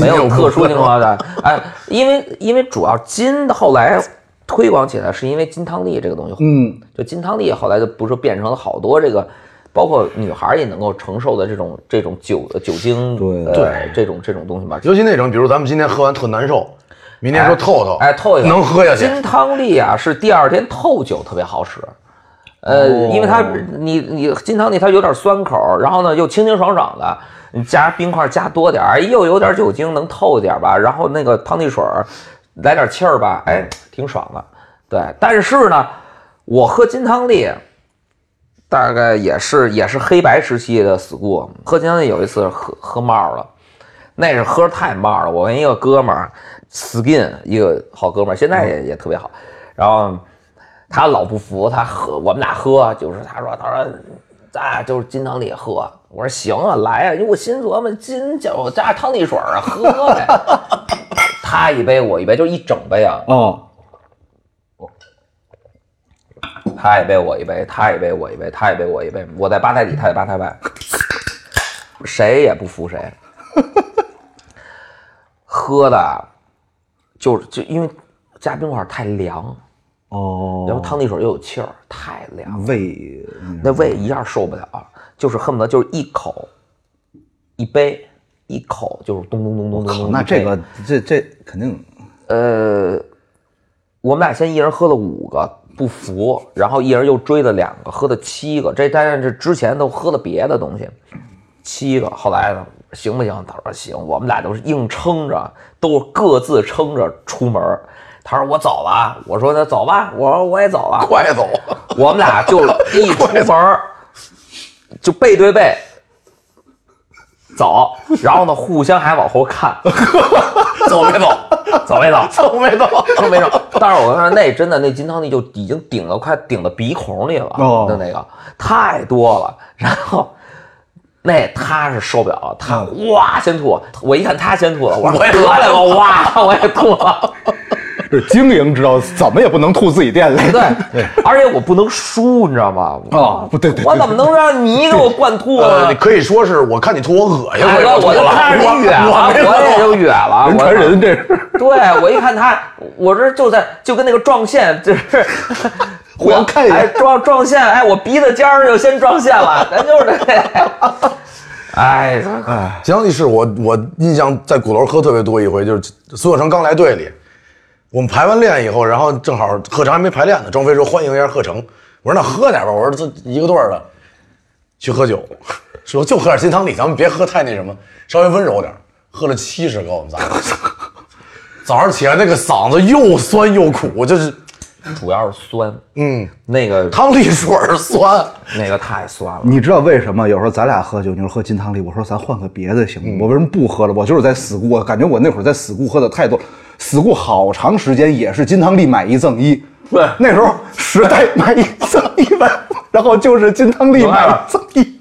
没有特殊情况下，哎，因为因为主要金后来推广起来是因为金汤力这个东西，
嗯，
就金汤力后来就不是变成了好多这个，包括女孩也能够承受的这种这种酒酒精
对
呃
对
这种这种东西嘛，
尤其那种，比如咱们今天喝完特难受，明天说透透，
哎，透一透
能喝下去。
金汤力啊，是第二天透酒特别好使，呃，
哦
因为它你你金汤力它有点酸口，然后呢又清清爽爽的，你加冰块加多点儿，哎又有点酒精能透点儿吧，然后那个汤力水儿来点气儿吧，哎，挺爽的。对，但是呢，我喝金汤力。大概也是也是黑白时期的 school，喝金汤力有一次喝喝冒了，那是喝太冒了。我跟一个哥们儿，skin 一个好哥们儿，现在也也特别好。然后他老不服，他喝我们俩喝，就是他说他说咱俩就是金汤力喝。我说行啊，来啊，因为我心琢磨金酒加汤力水儿啊，喝呗。他一杯我一杯，就一整杯啊。
哦，
他一杯我一杯，他一杯我一杯，他一杯我一杯，我在吧台里，他在吧台外，谁也不服谁。喝的，就是就因为加冰块太凉，
哦，
然后汤力水又有气儿，太凉，
胃
那胃一下受不了，啊就是恨不得就是一口，一杯，一口就是咚咚咚咚咚
靠，
咚。
那
一杯
这个这这肯定
呃，我们俩先一人喝了五个，不服，然后一人又追了两个，喝了七个。这但是之前都喝了别的东西，七个。后来呢，行不行？他说行，我们俩都是硬撑着，都各自撑着出门儿。他说我走了啊，我说那走吧，我说我也走了，
快走！
我们俩就一出门儿就背对背走，然后呢互相还往后看，走没走？走没走？
走没走？
都没整。但是我跟你说，那真的那金汤力就已经顶到快顶到鼻孔里了，
哦
就那个太多了。然后那他是受不了了，他哇先吐，我一看他先吐了，我说得了吧，哇我也吐了。
是经营之道，怎么也不能吐自己店里。
对，而且我不能输，你知道吗？
哦不对对对
我怎么能让你给我灌吐
呃，
呢
你？可以说是我看你吐，我恶心，
大哥，
我就
我就
吐了
看着你远了，
我没
我也
走
就远了，
人
我
传人这是。
对我一看他，我这就在就跟那个撞线，就是
互相
我
看一眼
哎，撞撞线，哎，我鼻子尖儿就先撞线了，咱就是这样。 哎，
金汤力是我我印象在鼓楼喝特别多一回，就是苏有成刚来队里，我们排完练以后，然后正好贺成还没排练呢，张飞说欢迎一下贺成，我说那喝点吧，我说这一个队儿的去喝酒， 说就喝点金汤力，咱们别喝太那什么，稍微温柔点儿，喝了七十个我们仨人，早上起来那个嗓子又酸又苦，就是
主要是酸，
嗯，
那个
汤里水儿酸，
那个太酸了。
你知道为什么有时候咱俩喝酒，你说喝金汤力，我说咱换个别的行吗？
嗯
我为什么不喝了？我就是在死固，我感觉我那会儿在死固喝的太多，死固好长时间也是金汤力买一赠一，
对
那时候时代买一赠一买，然后就是金汤
啊
力买一赠一，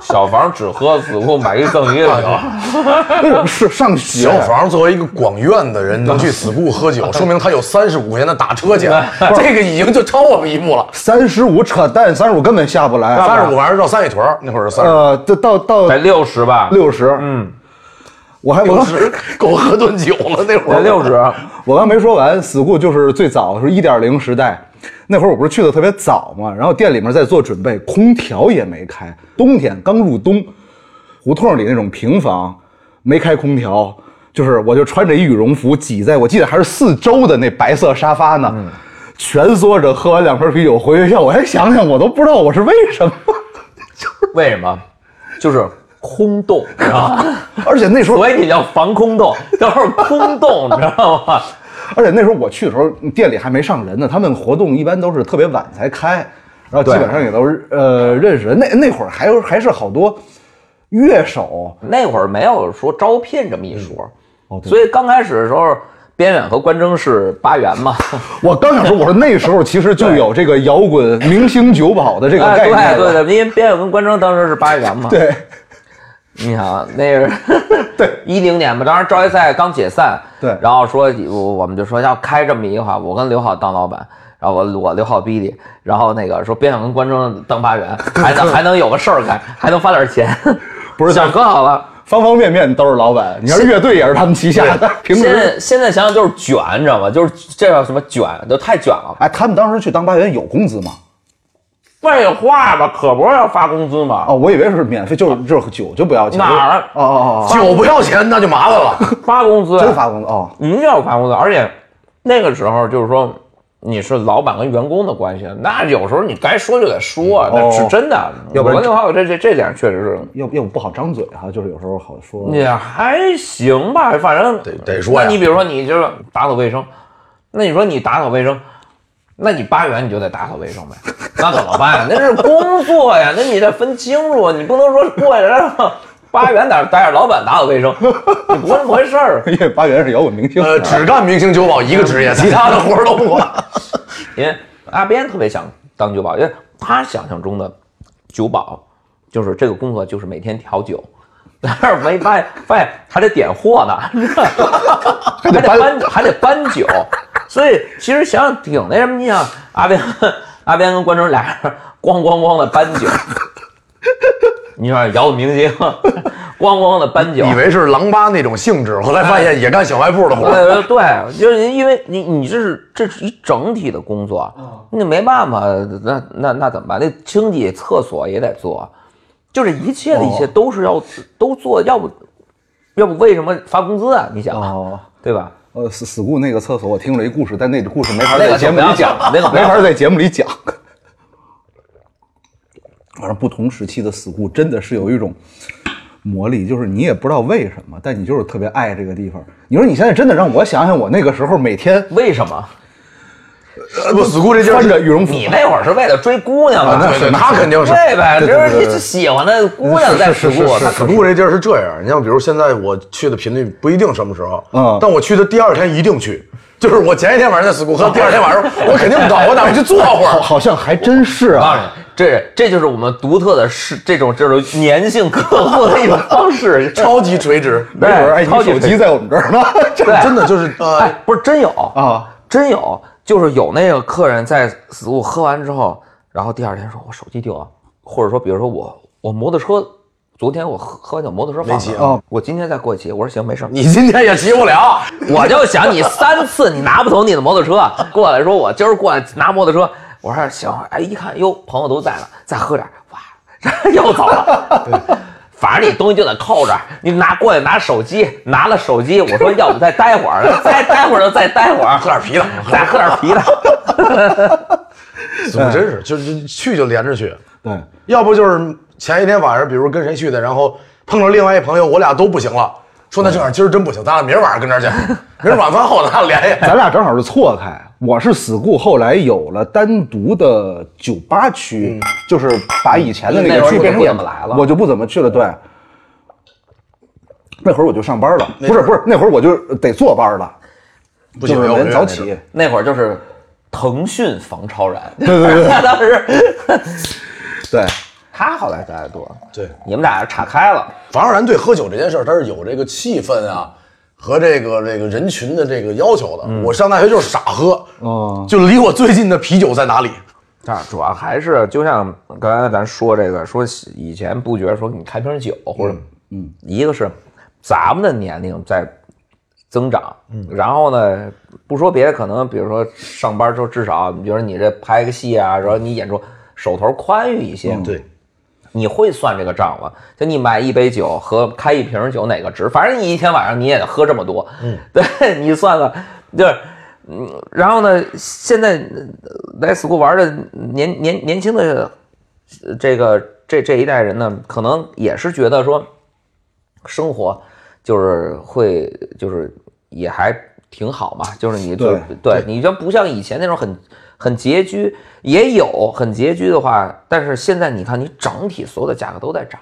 小房只喝死库买一赠一的酒，
哎是上学
小房作为一个广院的人，能去死固喝 酒，说明他有三十五块钱的打车钱，这个已经就超我们一步了。
三十五扯淡，三十五根本下不来，
三十五还是绕三里屯儿那会儿是三十
呃，到到到
才六十吧，
六十，嗯，我还我
五
刚
十，够喝顿酒了那会
才
儿。
六十。
我刚没说完，school 就是最早是一点零时代，那会儿我不是去的特别早嘛，然后店里面在做准备，空调也没开，冬天刚入冬，胡同里那种平房没开空调，就是我就穿着一羽绒服挤在我记得还是四周的那白色沙发呢，蜷缩着喝完两瓶啤酒回学校，我还想想我都不知道我是为什么，
为什么？就是空洞，你知道吗？
而且那时候
所以你叫防空洞，就是空洞，你知道吗？
而且那时候我去的时候，店里还没上人呢，他们活动一般都是特别晚才开，然后基本上也都是呃认识人。那那会儿还有还是好多乐手，
那会儿没有说招聘这么一说，
嗯哦
所以刚开始的时候，边远和关征是八元嘛，
我刚想说，我说那时候其实就有这个摇滚明星酒保的这个概念
哎，
了
对对对，因为边远跟关征当时是八元嘛，
对
你想那 是对 一零年嘛，当时招业赛刚解散，
对
然后说我我们就说要开这么一个话，我跟刘浩当老板，然后我我刘浩逼的，然后那个说边想跟观众当八元，还能还能有个事儿干，还能发点钱，
不 是
想可好了。
方方面面都是老板。你要是乐队也是他们旗下的，平
现
时
在现在想想就是卷，你知道吗？就是这叫什么卷，都太卷了。
哎，他们当时去当八元有工资吗？
废话吧，可不是要发工资嘛，
哦，我以为是免费，就是就是酒就不要钱。
哪儿啊
哦哦哦
酒不要钱，那就麻烦 了。
发工资啊
哦，真发工资哦，
一定嗯要发工资，而且那个时候就是说你是老板跟员工的关系，那有时候你该说就得说，
哦
那是真的。
要不然
我跟浩这这这点确实是，
要不要不不好张嘴哈、就是有时候好说。
也还行吧，反正
得得说呀
那你比如说你就是打扫卫生，那你说你打扫卫生。那你八元你就得打扫卫生呗， 那怎么办？那是工作呀， 那你得分清楚，你不能说过来让八元打带着老板打扫卫生，你不是那么回事儿。
因为八元是摇滚明星。
呃，只干明星酒
嗯
保一个职业，其他的活儿都不管。
因为阿边特别想当酒保，因为他想象中的酒保就是这个工作就是每天调酒， 但是没发现发现还得点货呢， 还得搬还得搬酒，所以其实想想挺那什么，你想阿边 阿边跟关中俩人咣咣咣的搬酒。你想摇滚明星， 咣咣的搬酒，
以为是狼吧那种性质，后来发
哎
现也干小卖部的活儿。
对呃对，就是因为你你这是这是一整体的工作，
嗯
那没办法，那那那怎么办？那清洁厕所也得做，就是一切的一
哦
切都是要、都做，要不要不为什么发工资啊？你想，
哦，
对吧？
呃，死死固那个厕所，我听了一故事，但那个故事没法
那
在
个就
节目
不要
里讲，
讲那个不
没
要
法在节目里讲。反正不同时期的死固真的是有一种魔力，就是你也不知道为什么，但你就是特别爱这个地方。你说你现在真的让我想想，我那个时候每天
为什么？
不死固这劲
穿着
儿，
羽绒服，
你那会儿是为了追姑娘
啊
吧？
对 对，他肯定是。
对呗，
对
就
对对对
是喜欢的姑娘在服务，
他死固这劲儿是这样，你像比如现在我去的频率不一定什么时候，
嗯
但我去的第二天一定去，就是我前一天晚上在死固喝，第二天晚上我肯定不到，我哪怕去坐会
好
儿。。
好像还真是
我告
啊。
诉你，这这就是我们独特的是这种这种粘性客 户的一种方式
超级垂直，
没准儿哎，你
超级
手机在我们这儿呢， 这
对，
真的 就是呃
哎，，不是真有
啊，
真有，就是有那个客人在死物喝完之后，然后第二天说我手机丢了，或者说比如说我我摩托车，昨天我喝喝完酒摩托车放
骑
那儿
啊
我今天再过去骑，我说行没事儿，
你 今天也骑不了，
我就想你三次你拿不走你的摩托车，过来说我今儿过来拿摩托车，我说行，哎一看哟朋友都在了，再喝点儿，哇又走了。反正你东西就得扣着，你拿过来拿手机，拿了手机，我说要不再待会儿，再待会儿就再待会儿，
喝点啤的，
再喝点啤的。
死固哎真是就是去就连着去，
对，
要不就是前一天晚上，比如跟谁去的，然后碰着另外一朋友，我俩都不行了，说那这样今儿真不行，咱俩明儿晚上跟这儿去，明儿晚饭后咱俩联系。
咱俩正好是错开。我是死固，后来有了单独的酒吧区，就是把以前的那
嗯那会
个
儿
区
就
变成
不
演
怎么来了
我就不怎么去了。对，那会儿我就上班了，不是不是，那会儿我就得坐班了，
不
就
行，
是
没有
人早起。。
那会儿就是腾讯房超然，
对对对
他当时
对，
他后来待的多，
对，
你们俩岔开了，
房若然对喝酒这件事儿，他是有这个气氛啊和这个这个人群的这个要求的。
嗯
我上大学就是傻喝，
哦
就离我最近的啤酒在哪里？
但是主要还是就像刚才咱说这个，说以前不觉得说你开瓶酒或者，嗯，一个是咱们的年龄在增长，嗯，然后呢，不说别的，可能比如说上班之后，至少你比如说你这拍个戏啊，然后你演出手头宽裕一些，
对，
你会算这个账了。就你买一杯酒和开一瓶酒哪个值？反正你一天晚上你也得喝这么多，嗯， 对你算算，就是。嗯，然后呢？现在呃来 school 玩的年年年轻的呃这个这这一代人呢，可能也是觉得说，生活就是会就是也还挺好嘛，就是你就
对
对，你就不像以前那种很很拮据，也有很拮据的话，但是现在你看，你整体所有的价格都在涨。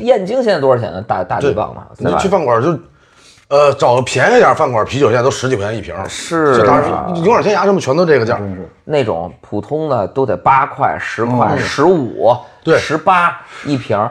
燕京现在多少钱呢？大大
对
地棒嘛，
你
对吧
去？饭馆就，呃，找个便宜点儿饭馆，啤酒现在都十几块钱一瓶儿。
是
就当
啊
然，永远天涯什么全都这个价儿。
那种普通的都得八块、十块、十五、
嗯对
十八一瓶儿。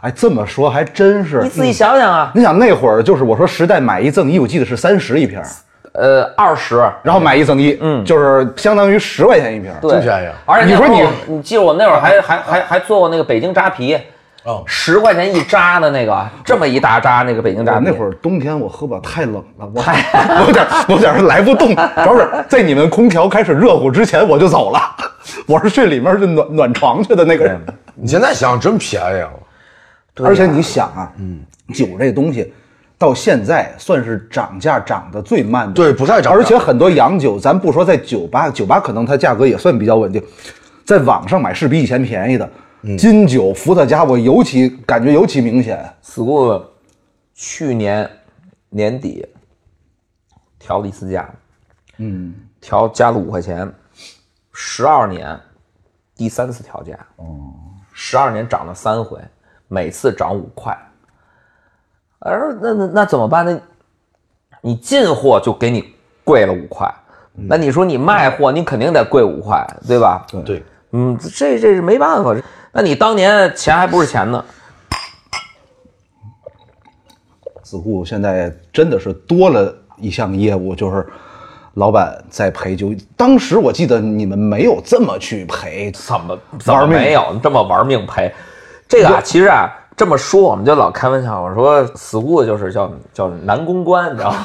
哎，这么说还真
嗯
是。嗯
你自己想想啊，
你想那会儿就是我说时代买一赠一，我记得是三十一瓶儿，
呃，二十，
然后买一赠一，嗯，就是相当于十块钱一瓶儿。
对，
真便宜啊
而且那
你说
会儿
你嗯
我，你记得我们那会儿还还还还做过那个北京扎啤，
哦
十块钱一扎的那个，这么一大扎那个北京扎
我
啤。
啊那会儿冬天我喝不了，太冷了，我 我有点我有点来不 动。主要是在你们空调开始热乎之前我就走了，我是睡里面是暖暖床去的那个人。
你现在想，真便宜啊！
对 呀
而且你想啊，嗯，酒这东西到现在算是涨价涨得最慢的，
对不太涨价
而且很多洋酒，咱不说在酒吧，酒吧可能它价格也算比较稳定，在网上买是比以前便宜的。
嗯
金酒、伏特加，我尤其感觉尤其明显。
school 去年年底调了一次价，嗯，调加了五块钱，十二年第三次调价，哦，十二年涨了三回，每次涨五块，而那那那怎么办呢？你进货就给你贵了五块，那你说你卖货，你肯定得贵五块，对吧？嗯对
对，
嗯，这这是没办法。那你当年钱还不是钱呢？
子固现在真的是多了一项业务，就是老板在陪酒。当时我记得你们没有这么去陪，
怎么怎么
玩命
没有这么玩命赔？这个啊，其实啊，这么说我们就老开玩笑，我说死固就是叫叫男公关，你知道 吗？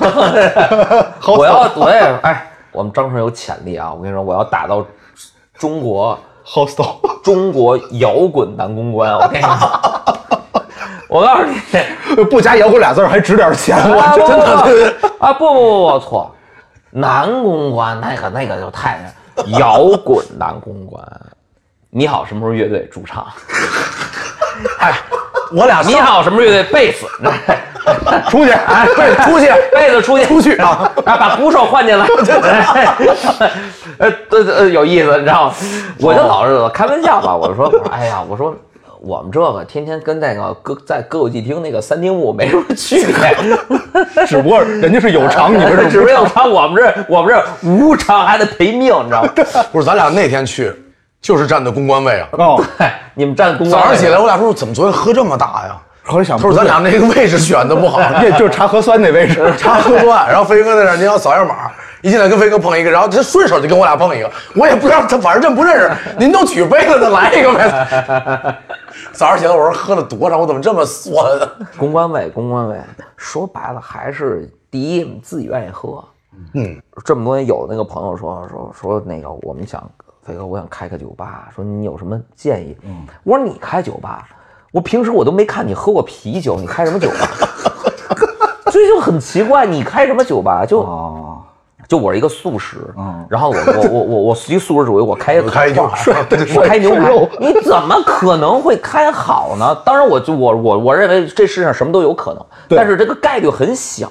我要我也哎，我们张顺有潜力啊！我跟你说，我要打到中国
hostel
中国摇滚男公关，我跟你说，我告诉你，
不加摇滚俩字儿还值点钱， 我
啊
真的
的啊！不不不不，错，男公关那个那个就太摇滚男公关。你好，什么时候乐队主唱？哎，
我俩
你好，什么时候乐队贝斯？嗯
出去，哎，对，出去。
贝斯出去，出去啊！啊，把鼓手换进来。呃，对对，呃有意思，你知道吗？我就老是开玩笑吧，我说， 我说哎呀，我说。我们这个天天跟那个歌在歌舞伎厅那个三丁目没什么区别，
只不过人家是有偿，你们是无偿
只不过他我们这我们这无偿还得赔命，你知道吗？
不是咱俩那天去，就是站的公关位啊。
哦。
哎，你们站公
早上起来，
了，
我俩说怎么昨天喝这么大呀？
啊
后来想，
他说咱俩那个位置选的不 好，
也就是查核酸那位置，
他喝乱， 然后飞哥在那儿，你要扫一下码，一进来跟飞哥碰一个，然后他顺手就跟我俩碰一个，我也不知道他，反正真不认 识。您都举杯了，再来一个呗。 早上起来我说喝了多少，我怎么这么酸啊？
公关位，公关位，说白了还是第一你自己愿意喝。嗯，这么多年有那个朋友说说说那个我们想飞哥，我想开个酒吧，说你有什么建议？嗯，我说你开酒吧，我平时我都没看你喝过啤酒，你 开什么酒吧？所以就很奇怪，你开什么酒吧？就
哦，
就我是一个素食，
嗯
然后我我我我我一素食主义，我开一个
我开
烤
牛
串
排
儿
对
我
对
开牛排
涮肉，
你怎么可能会开好呢？当然我，就我我我认为这世上什么都有可能，
对
但是这个概率很小，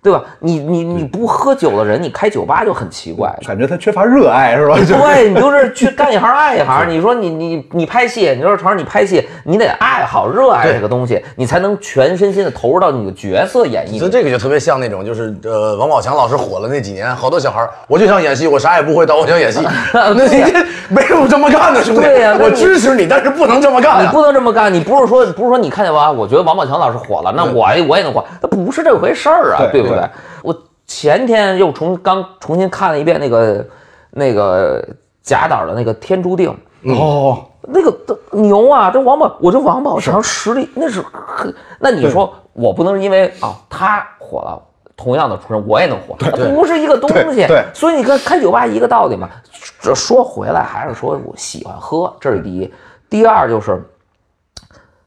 对吧？你你你不喝酒的人，你开酒吧就很奇怪，
感觉他缺乏热爱是吧？就是
对，你就是去干一行爱一行。你说你你你拍戏，你说床上你拍戏，你得爱好、热爱这个东西，你才能全身心的投入到你的角色演绎
所以
里。
这个就特别像那种，就是呃，王宝强老师火了那几年，好多小孩儿我就想演戏，我啥也不会，但我想 演戏。那你这没有这么干的，兄弟。
啊对呀那
我
你
支持你，但是不能这么干、啊。
你不能这么干，你不是说不是说你看见王，我觉得王宝强老师火了，那我我也能火，那不是这回事儿啊，
对
不对
对？
我前天又重刚重新看了一遍那个那个贾导的那个《天注定》，
哦，
那个的牛啊，这王宝，我这王宝强实力那是很，那你说我不能因为啊他火了。同样的出身，我也能火，那不是一个东西。
对对
所以你看开酒吧一个道理嘛。这说回来，还是说我喜欢喝，这是第一。第二就是，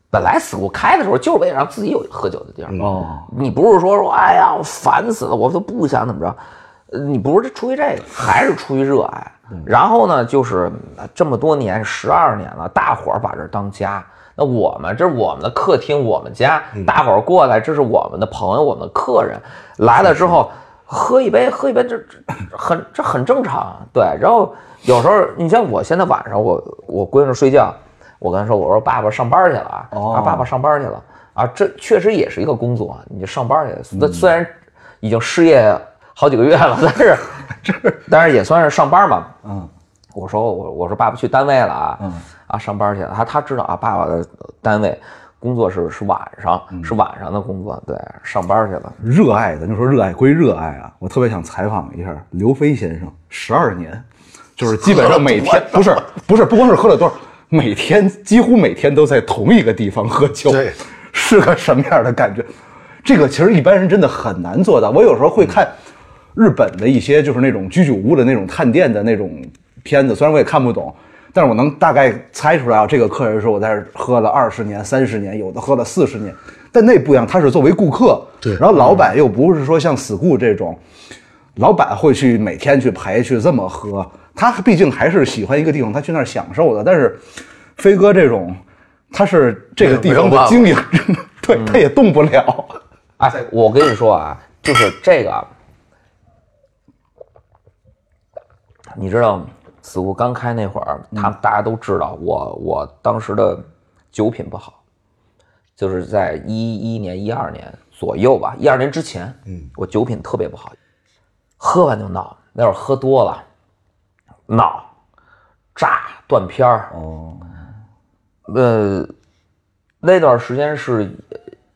本来死路开的时候，就是为了让自己有喝酒的地儿。
哦，
你不是说说，哎呀，我烦死了，我都不想怎么着。呃你不是出于这个，还是出于热爱。然后呢，就是呃这么多年，十二年了，大伙儿把这儿当家。那我们这是我们的客厅，我们家，大伙儿过来，这是我们的朋友，我们的客人来了之后，喝一杯，喝一杯，这这这很这很正常。对，然后有时候你像我现在晚上，我我闺女睡觉，我跟她说，我说爸爸上班去了啊，
哦
啊爸爸上班去了啊，这确实也是一个工作，啊你上班去，
嗯
那虽然已经失业好几个月了，但 是但是也算是上班嘛。
嗯，
我说我我说爸爸去单位了啊，啊上班去了，他他知道啊爸爸的单位工作是是晚上、
嗯
是晚上的工作，对，上班去了。
热爱，咱就说热爱归热爱啊，我特别想采访一下刘飞先生，十二年，就是基本上每天 不是不是，不光是喝了多少，每天几乎每天都在同一个地方喝酒，
对，
是个什么样的感觉？这个其实一般人真的很难做到。我有时候会看日本的一些就是那种居酒屋的那种探店的那种片子，虽然我也看不懂。但是我能大概猜出来啊，这个客人是我在这儿喝了二十年、三十年，有的喝了四十年，但那不一样，他是作为顾客，对，然后老板又不是说像死顾这种，老板会去每天去陪去这么喝，他毕竟还是喜欢一个地方，他去那儿享受的。但是飞哥这种，他是这个地方的经营， 对，
嗯
他也动不了。
哎，我跟你说啊，就是这个啊，你知道，死物刚开那会儿，他们大家都知道我我当时的酒品不好，就是在一一年、一二年左右吧，一二年之前，嗯，我酒品特别不好，喝完就闹，那会儿喝多了，闹，炸断片儿，
哦，
呃，那段时间是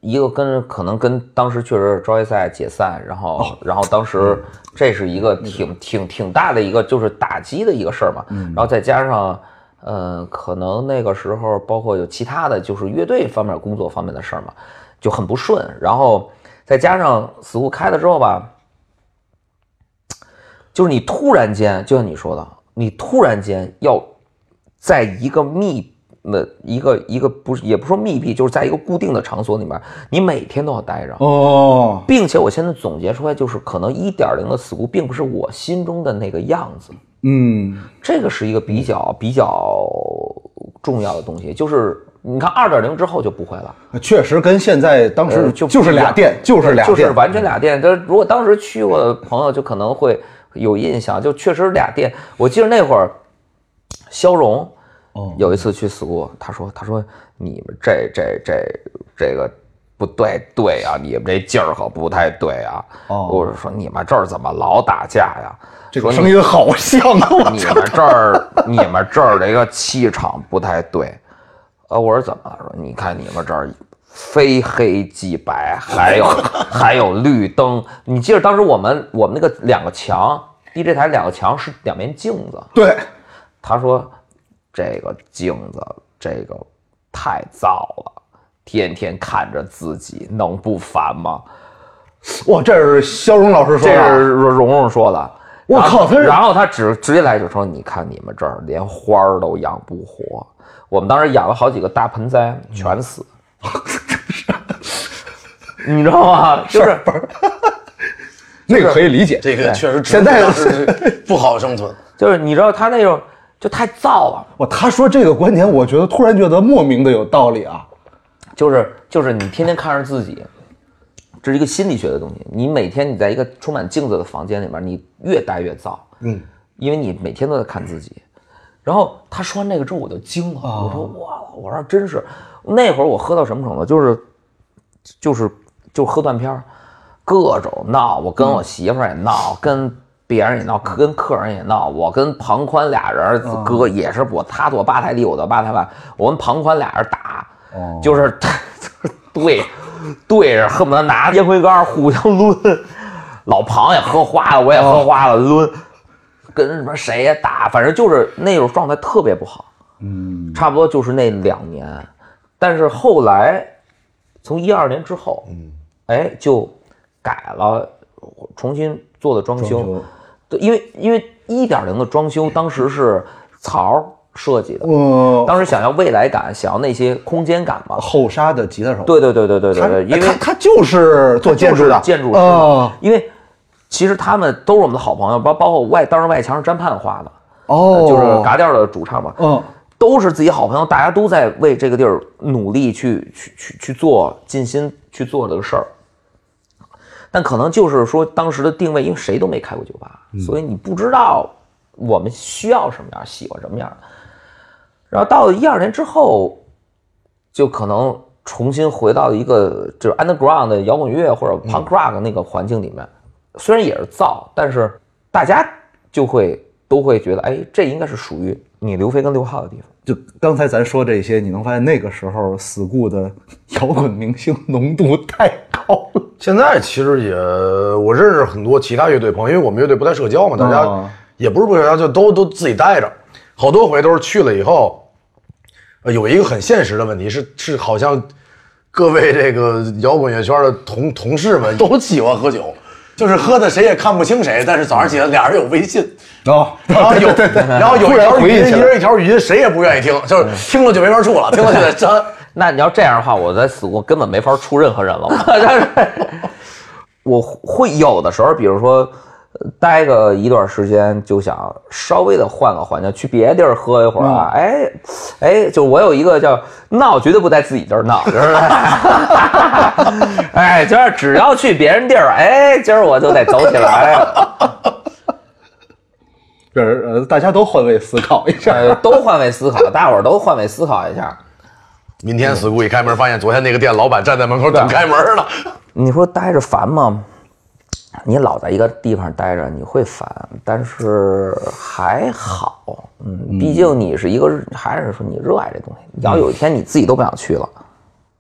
一个跟可能跟当时确实职业赛解散，然后、然后当时这是一个挺、挺挺大的一个就是打击的一个事儿嘛，然后再加上呃可能那个时候包括有其他的就是乐队方面工作方面的事儿嘛，就很不顺，然后再加上死库开了之后吧，就是你突然间，就像你说的，你突然间要在一个密那一个一个不是也不说密闭，就是在一个固定的场所里面，你每天都要待着。
哦，
并且我现在总结出来，就是可能一点零的 school 并不是我心中的那个样子，
嗯，
这个是一个比较比较重要的东西。就是你看二点零之后就不会了，
确实跟现在当时
呃就
就是
不一
俩
样
店，就是俩
就
店
是，完全俩店。这如果当时去过的朋友，就可能会有印象，就确实俩店。我记得那会儿，肖荣
哦
有一次去 school，他说：“他说你们这这这这个不对对啊，你们这劲儿可不太对啊。”
哦
我就说：“你们这儿怎么老打架呀？”
这
说
个
你
声音好像啊，我
你
操！
们这儿，你们这儿这个气场不太对。呃，我说怎么了？说你看你们这儿非黑即白，还有还有绿灯。你记得当时我们我们那个两个墙，DJ 台两个墙是两面镜子。
对，
他说这个镜子这个太燥了，天天看着自己能不烦吗？
哇，这是肖荣老师说
这是
的，
蓉蓉蓉说的。
我靠
然后
他是
然后他直直接来就说：“你看你们这儿连花儿都养不活，我们当时养了好几个大盆栽，全死，你知道吗？就是，
那个可以理解。
这个确实
现在
当时不好生存。
就是你知道他那种就太燥了，
哇，他说这个观点，我觉得突然觉得莫名的有道理啊。
就是就是你天天看着自己，这是一个心理学的东西。你每天你在一个充满镜子的房间里面，你越待越燥，嗯，因为你每天都在看自己。然后他说完那个之后，我就惊了，我说哇，我说真是，那会儿我喝到什么程度？就是就是就喝断片儿，各种闹，我跟我媳妇儿也闹，跟。别人也闹，跟客人也闹，我跟庞宽俩人哥也是我，他坐吧台里，我坐吧台外，我跟庞宽俩人打，
哦
就是对对着，恨不得拿烟灰缸互相抡。老庞也喝花了，我也喝花了，抡，跟什么谁也打，反正就是那种状态特别不好。嗯，差不多就是那两年，但是后来从一二年之后，嗯，哎，就改了，重新做的装修。
装修
对，因为因为一点零的装修当时是曹儿设计的，
呃，
当时想要未来感，想要那些空间感嘛。
后沙的吉他手，
对对对对对
哦他
对对，因为
他他就是做建筑的，
建筑师，
哦
因为其实他们都是我们的好朋友，包包括外当时外墙是詹盼画的，
哦，
就是嘎调的主唱嘛，
嗯，
都是自己好朋友，大家都在为这个地儿努力去去去去做，尽心去做这个事儿。但可能就是说当时的定位，因为谁都没开过酒吧，所以你不知道我们需要什么样，喜欢什么样。然后到了一二年之后，就可能重新回到一个就是 underground 的摇滚乐或者 punk rock 那个环境里面，虽然也是造，但是大家就会都会觉得，哎，这应该是属于你刘飞跟刘浩的地方。
就刚才咱说这些，你能发现那个时候死固的 摇滚明星浓度太高了。
现在其实也，我认识很多其他乐队朋友，因为我们乐队不太社交嘛，大
哦
家也不是不社交，就都都自己待着。好多回都是去了以后，呃有一个很现实的问题是，是好像各位这个摇滚乐圈的同 同事们都喜欢喝酒，就是喝的谁也看不清谁，但是早上起来俩人有微信，
哦，
然后有，然后有一条
突然
语
回忆
音，
起
一
来嗯
人一条语音，谁也不愿意听，就是听了就没法处了，听了就得删。
那你要这样的话，我在死我根本没法出任何人了。我 但是我会有的时候，比如说呃待个一段时间，就想稍微的换个环境，去别地儿喝一会儿啊。哎，哎，就我有一个叫闹，绝对不在自己这儿闹，就是 哎，就是只要去别人地儿，哎，今儿我就得走起来。
这是呃，大家都换位思考一下。
呃，都换位思考，大伙儿都换位思考一下。
明天死故一开门，发现昨天那个店老板站在门口等开门了。
你说待着烦吗？你老在一个地方待着，你会烦，但是还好，嗯，毕竟你是一个，还是说你热爱这东西。你要有一天你自己都不想去了，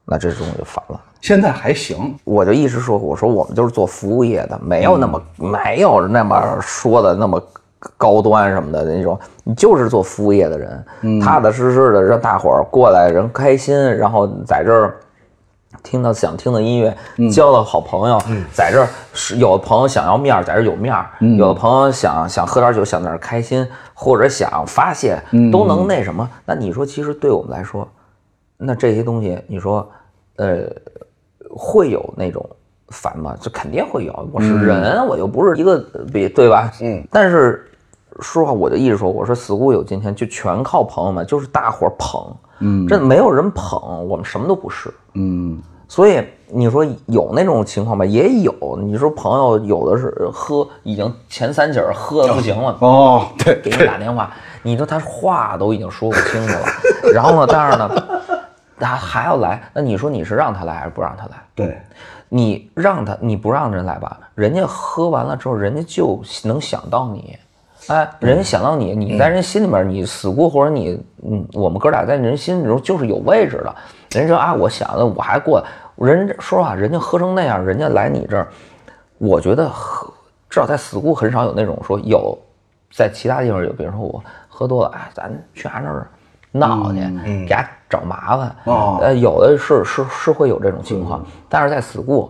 那这东西就烦了。
现在还行，
我就一直说，我说我们就是做服务业的，没有那么、没有那么说的那么高端什么的那种，你就是做服务业的人，踏踏实实的让大伙儿过来人开心，然后在这儿。听到想听的音乐，交到好朋友，在这儿是有的朋友想要面儿，在这儿有面儿；有的朋友想想喝点酒，想在这儿开心，或者想发泄，都能那什么。那你说，其实对我们来说，那这些东西，你说，呃，会有那种烦吗？这肯定会有。我是人，我又不是一个比对吧？嗯。但是说实话，我就一直说，我说 school 有今天就全靠朋友们，就是大伙儿捧。嗯，这没有人捧，我们什么都不是。
嗯，
所以你说有那种情况吧，也有。你说朋友有的是喝已经前三节儿喝的不行了，
哦，对
给你打电话，你说他话都已经说不清楚了，然后呢，但是呢，他还要来，那你说你是让他来还是不让他来？
对，
你让他，你不让人来吧，人家喝完了之后，人家就能想到你，哎，人家想到你，你在人心里面，你死过或者你，嗯，我们哥俩在人心里头就是有位置的。人家说啊，我想的我还过来，人家说实话，人家喝成那样，人家来你这儿，我觉得喝至少在死过很少有那种说有，在其他地方有，比如说我喝多了，哎，咱去他那儿闹去，给他找麻烦，
哦
呃，有的是是是会有这种情况，但是在 school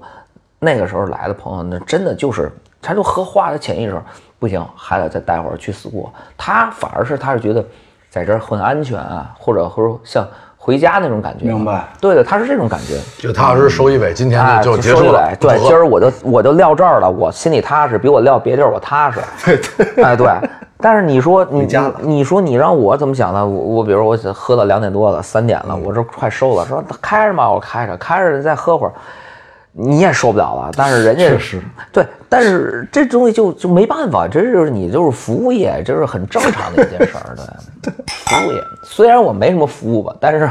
那个时候来的朋友，那真的就是他就喝化的潜意识，不行，还得再待会儿去 school。他反而是他是觉得在这儿很安全啊，或者或者像回家那种感觉。
明白？
对的，他是这种感觉。
就踏踏实实收一尾，今天
哎，
就就结
收
束
起
了
来。对，
不
今
喝
儿我就我就撂这儿了，我心里踏实，比我撂别地儿我踏 实。对对，哎对。但是你说你
家了
你说你让我怎么想呢？我我比如我喝到两点多了，三点
嗯
了，我这快收了，说开着嘛，我开着，开着再喝会儿，你也受不了了。但是人家确实对，但是这东西就就没办法，这就是你就是服务业，这是很正常的一件事儿。 对，服务业虽然我没什么服务吧，但是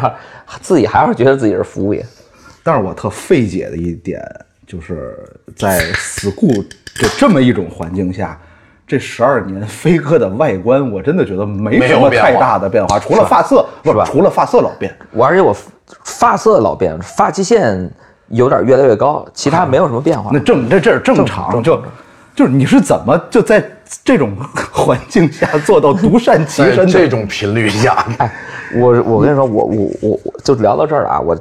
自己还是觉得自己是服务业。
但是我特费解的一点就是在 school 这这么一种环境下，这十二年飞哥的外观，我真的觉得没
没有
什么
变
太
化
大的变化，除了发色，不是除了发色老变。
我而且我发发色老变，发际线有点越来越高，其他没有什么变化
那。正这这是啊正常，就就是你是怎么就在这种 环境下做到独善其
在
身
这
的？
种频率下，
哎，我我跟你说，我我我我就聊到这儿啊，我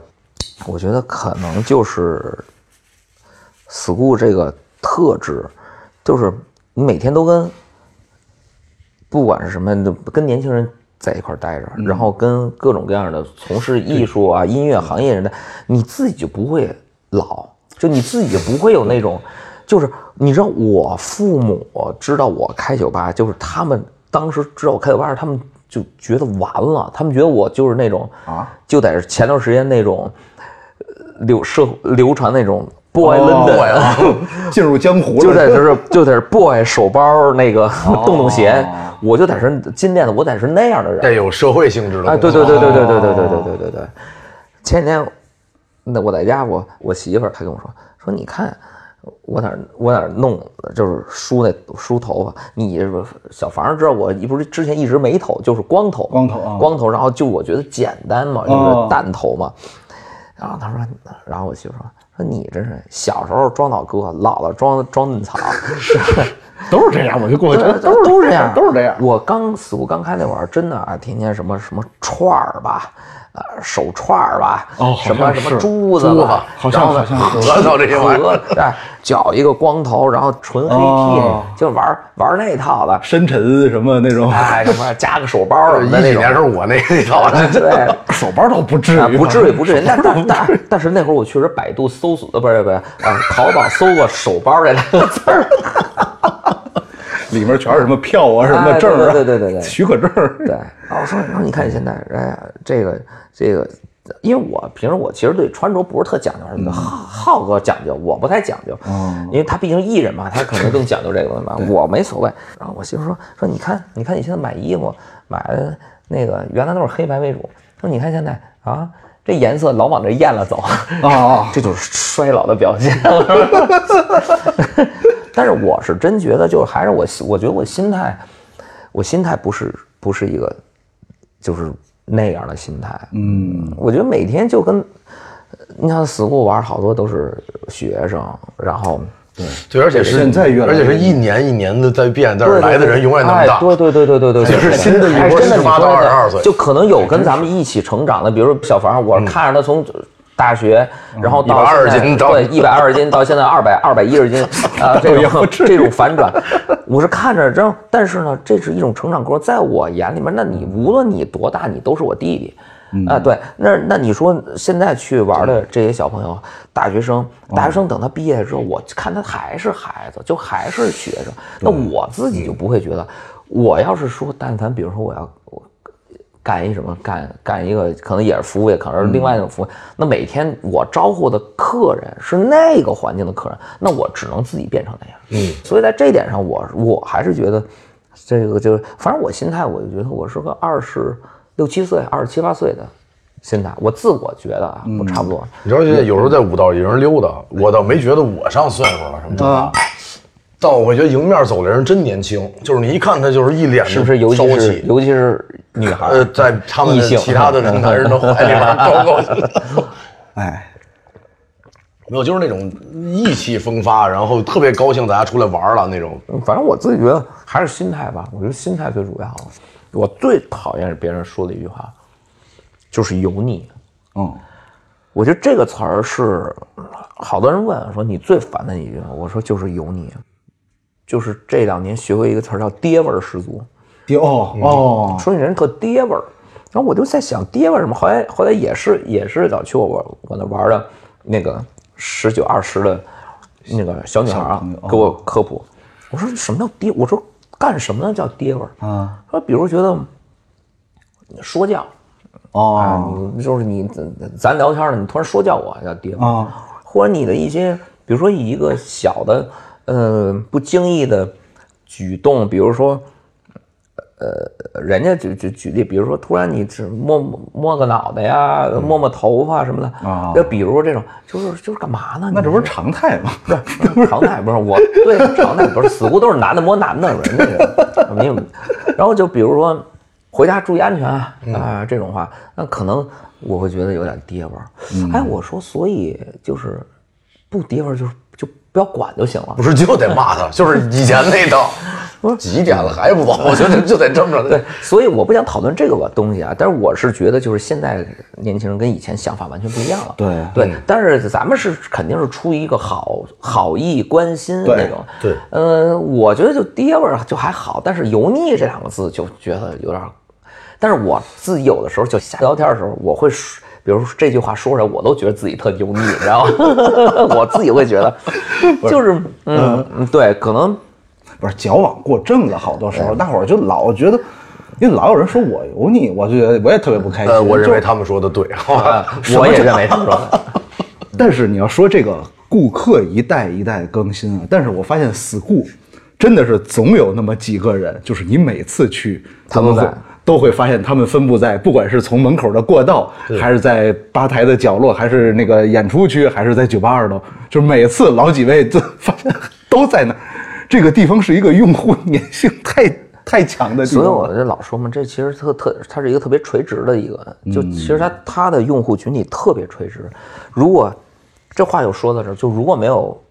我觉得可能就是 school 这个特质，就是你每天都跟不管是什么，跟年轻人在一块儿待着，然后跟各种各样的从事艺术啊、音乐行业人的，你自己就不会老，就你自己就不会有那种，就是你知道我父母知道我开酒吧，就是他们当时知道我开酒吧，他们就觉得完了，他们觉得我就是那种
啊，
就在前段时间那种呃流社流传那种 boy
哦
London、
进入江湖了，
就在这儿就在这儿 boy 手包那个 洞洞鞋，我就得是金链子，我得是那样的人。
带有社会性质的。
哎，对对对对对对对对对对对对。前几天，那我在家，我我媳妇儿她跟我说说，你看我哪儿我哪儿弄就是梳那梳头发，你这不小房知道我不是之前一直没头，就是光头，
光头啊哦
光头，然后就我觉得简单嘛，就是淡头嘛。然后他说，然后我媳妇说说你真是小时候装老哥，老了装装嫩 草。
都是这样，我就过去
对
都
都
是
是这样，
都是这样。
我刚死我刚开那会儿，真的啊，天天什么什么串儿吧，呃，手串儿吧，
哦好
什么
像
什
是
么珠子
珠子
吧，
好像
然后呢
好像
对，核桃这些 玩意儿，
和哎，绞一个光头，然后纯黑 T，、
哦
就玩儿玩儿那套的，
深沉什么那种，
哎，什么加个手包什么的
一
那
几
种
年，时候我那那套，
啊
对。
手包倒不至
啊，
于，
不至于，不至于。但但但但是那会儿我确实百度搜索，呃，不是不是，啊，淘宝搜过“手包”这两个字儿。
里面全是什么票啊，什么
哎
证啊，
对对对对对
许可证儿，
对，然后我说，然后你看现在，哎呀，这个这个，因为我平时我其实对穿着不是特讲究什么的，浩浩哥讲究，我不太讲究，因为他毕竟艺人嘛，他可能更讲究这个东西吧，我没所谓。然后我媳妇说说，你看你看你现在买衣服买的那个原来都是黑白为主，说你看现在啊。这颜色老往这艳了走，
哦
这就是衰老的表现。 但是我是真觉得，就是还是我心，我觉得我心态，我心态不是不是一个，就是那样的心态。嗯，我觉得每天就跟，你像死库玩好多都是学生，然后
对，而且是
现在越来越
而且是一年一年的在变，但是
对对
来的人永远那么
哎
大。
对对对对对对，对
就是新的一
还
波
真的
18到
你说的
22岁
就可能有跟咱们一起成长的，比如小房，我看着他从。大学，
嗯
然后到
120
现在
斤到
对一百二十斤，到现在二百二百一十斤，啊，这种这种反转，我是看着，然后但是呢，这是一种成长过程，在我眼里面，那你无论你多大，你都是我弟弟，啊、对，那那你说现在去玩的这些小朋友，大学生，大学生等他毕业之后，我看他还是孩子，就还是学生。那我自己就不会觉得，我要是说，但凡比如说我要我干一什么，干干一个可能也是服务业，可能是另外一种服务业，那每天我招呼的客人是那个环境的客人，那我只能自己变成那样。嗯，所以在这一点上我，我还是觉得这个就是，反正我心态，我就觉得我是个二十六七岁、二十七八岁的心态，我自我觉得啊，我差不多。
你知道现在有时候在五道营溜达，我倒没觉得我上岁数了什么的，
嗯
啊，
但我会觉得迎面走的人真年轻，就是你一看他就是一脸的
是不是？尤
朝
其是
气。
尤其是女孩
呃
儿，，
在他们
异
的
性
其他的男人的怀里 边飘过去，
哎，
没有，就是那种意气风发，然后特别高兴，大家出来玩了那种。
反正我自己觉得还是心态吧，我觉得心态最主要。我最讨厌是别人说的一句话，就是油腻。
嗯，
我觉得这个词儿是好多人问啊说你最烦的一句话，我说就是油腻，啊就是这两年学会一个词儿叫爹味儿十足，
第哦哦，
说你人特爹味儿，然后我就在想，爹为什么后来后来也是也是老去我我我那玩的那个十九二十的那个小女孩啊，给我科普，我说什么叫爹？我说干什么叫爹味儿？
啊，
说比如觉得说教啊，
哦，
你就是你咱咱聊天呢，你突然说教我叫爹味儿
啊，
或者你的一些，比如说一个小的，呃，不经意的举动，比如说，呃，人家举举举例，比如说突然你只摸摸个脑袋呀，摸摸头发什么的，
啊
就比如说这种，就是就是干嘛呢？
那这
你
不是常态吗？
常态不是我对常态不是死活都是男的摸男的，人家是没有。然后就比如说回家注意安全啊、啊这种话，那可能我会觉得有点爹味儿。哎，我说所以就是不爹味儿就是就不要管就行了
不。是就得骂他，就是以前那套，几点了还不走？我觉得就得这么着。
对，所以我不想讨论这个吧东西啊，但是我是觉得就是现在年轻人跟以前想法完全不一样了。
对
对，但是咱们是肯定是出于一个好好意关心
对
那种。
对
呃，我觉得就爹味儿就还好，但是油腻这两个字就觉得有点儿。但是我自己有的时候就瞎聊天的时候，我会说，比如说这句话说出来，我都觉得自己特油腻，你知道吗？ 我自己会觉得，就是嗯嗯，对，可能
不是矫枉过正了，好多时候大伙儿就老觉得，因为老有人说我油腻，我就觉得我也特别不开心。
呃，我认为
就，
他们说的对，好 吧？
啊，我也认为是说。
但是你要说这个顾客一代一代更新啊，但是我发现死顾真的是总有那么几个人，就是你每次去
他都在
会都会发现他们分布在，不管是从门口的过道，还是在吧台的角落，还是那个演出区，还是在酒吧二楼，就是每次老几位就发现都在那儿。这个地方是一个用户粘性太太强的地
所以我
方，
就老说嘛，这其实特特，它是一个特别垂直的一个，就
嗯
其实它它的用户群体特别垂直。如果这话又说到这儿，就如果没有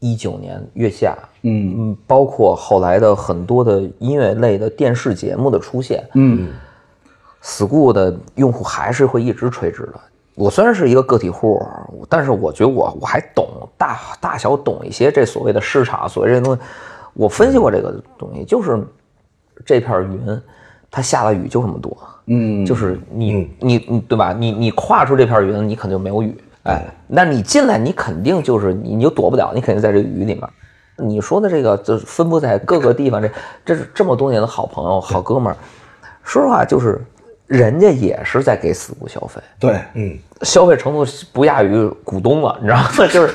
一九年月下，嗯嗯，包括后来的很多的音乐类的电视节目的出现，
嗯
，School 的用户还是会一直垂直的。我虽然是一个个体户，但是我觉得我我还懂大大小懂一些这所谓的市场，所谓这些东西。我分析过这个东西，就是这片云，它下了雨就这么多，
嗯，
就是你你你对吧？你你跨出这片云，你肯定没有雨，哎，那你进来你肯定就是你你就躲不了，你肯定在这个雨里面。你说的这个就是分布在各个地方，这这是这么多年的好朋友、好哥们儿，说实话就是人家也是在给死不消费，
对，
嗯消费程度不亚于股东了，你知道吗？ 就是，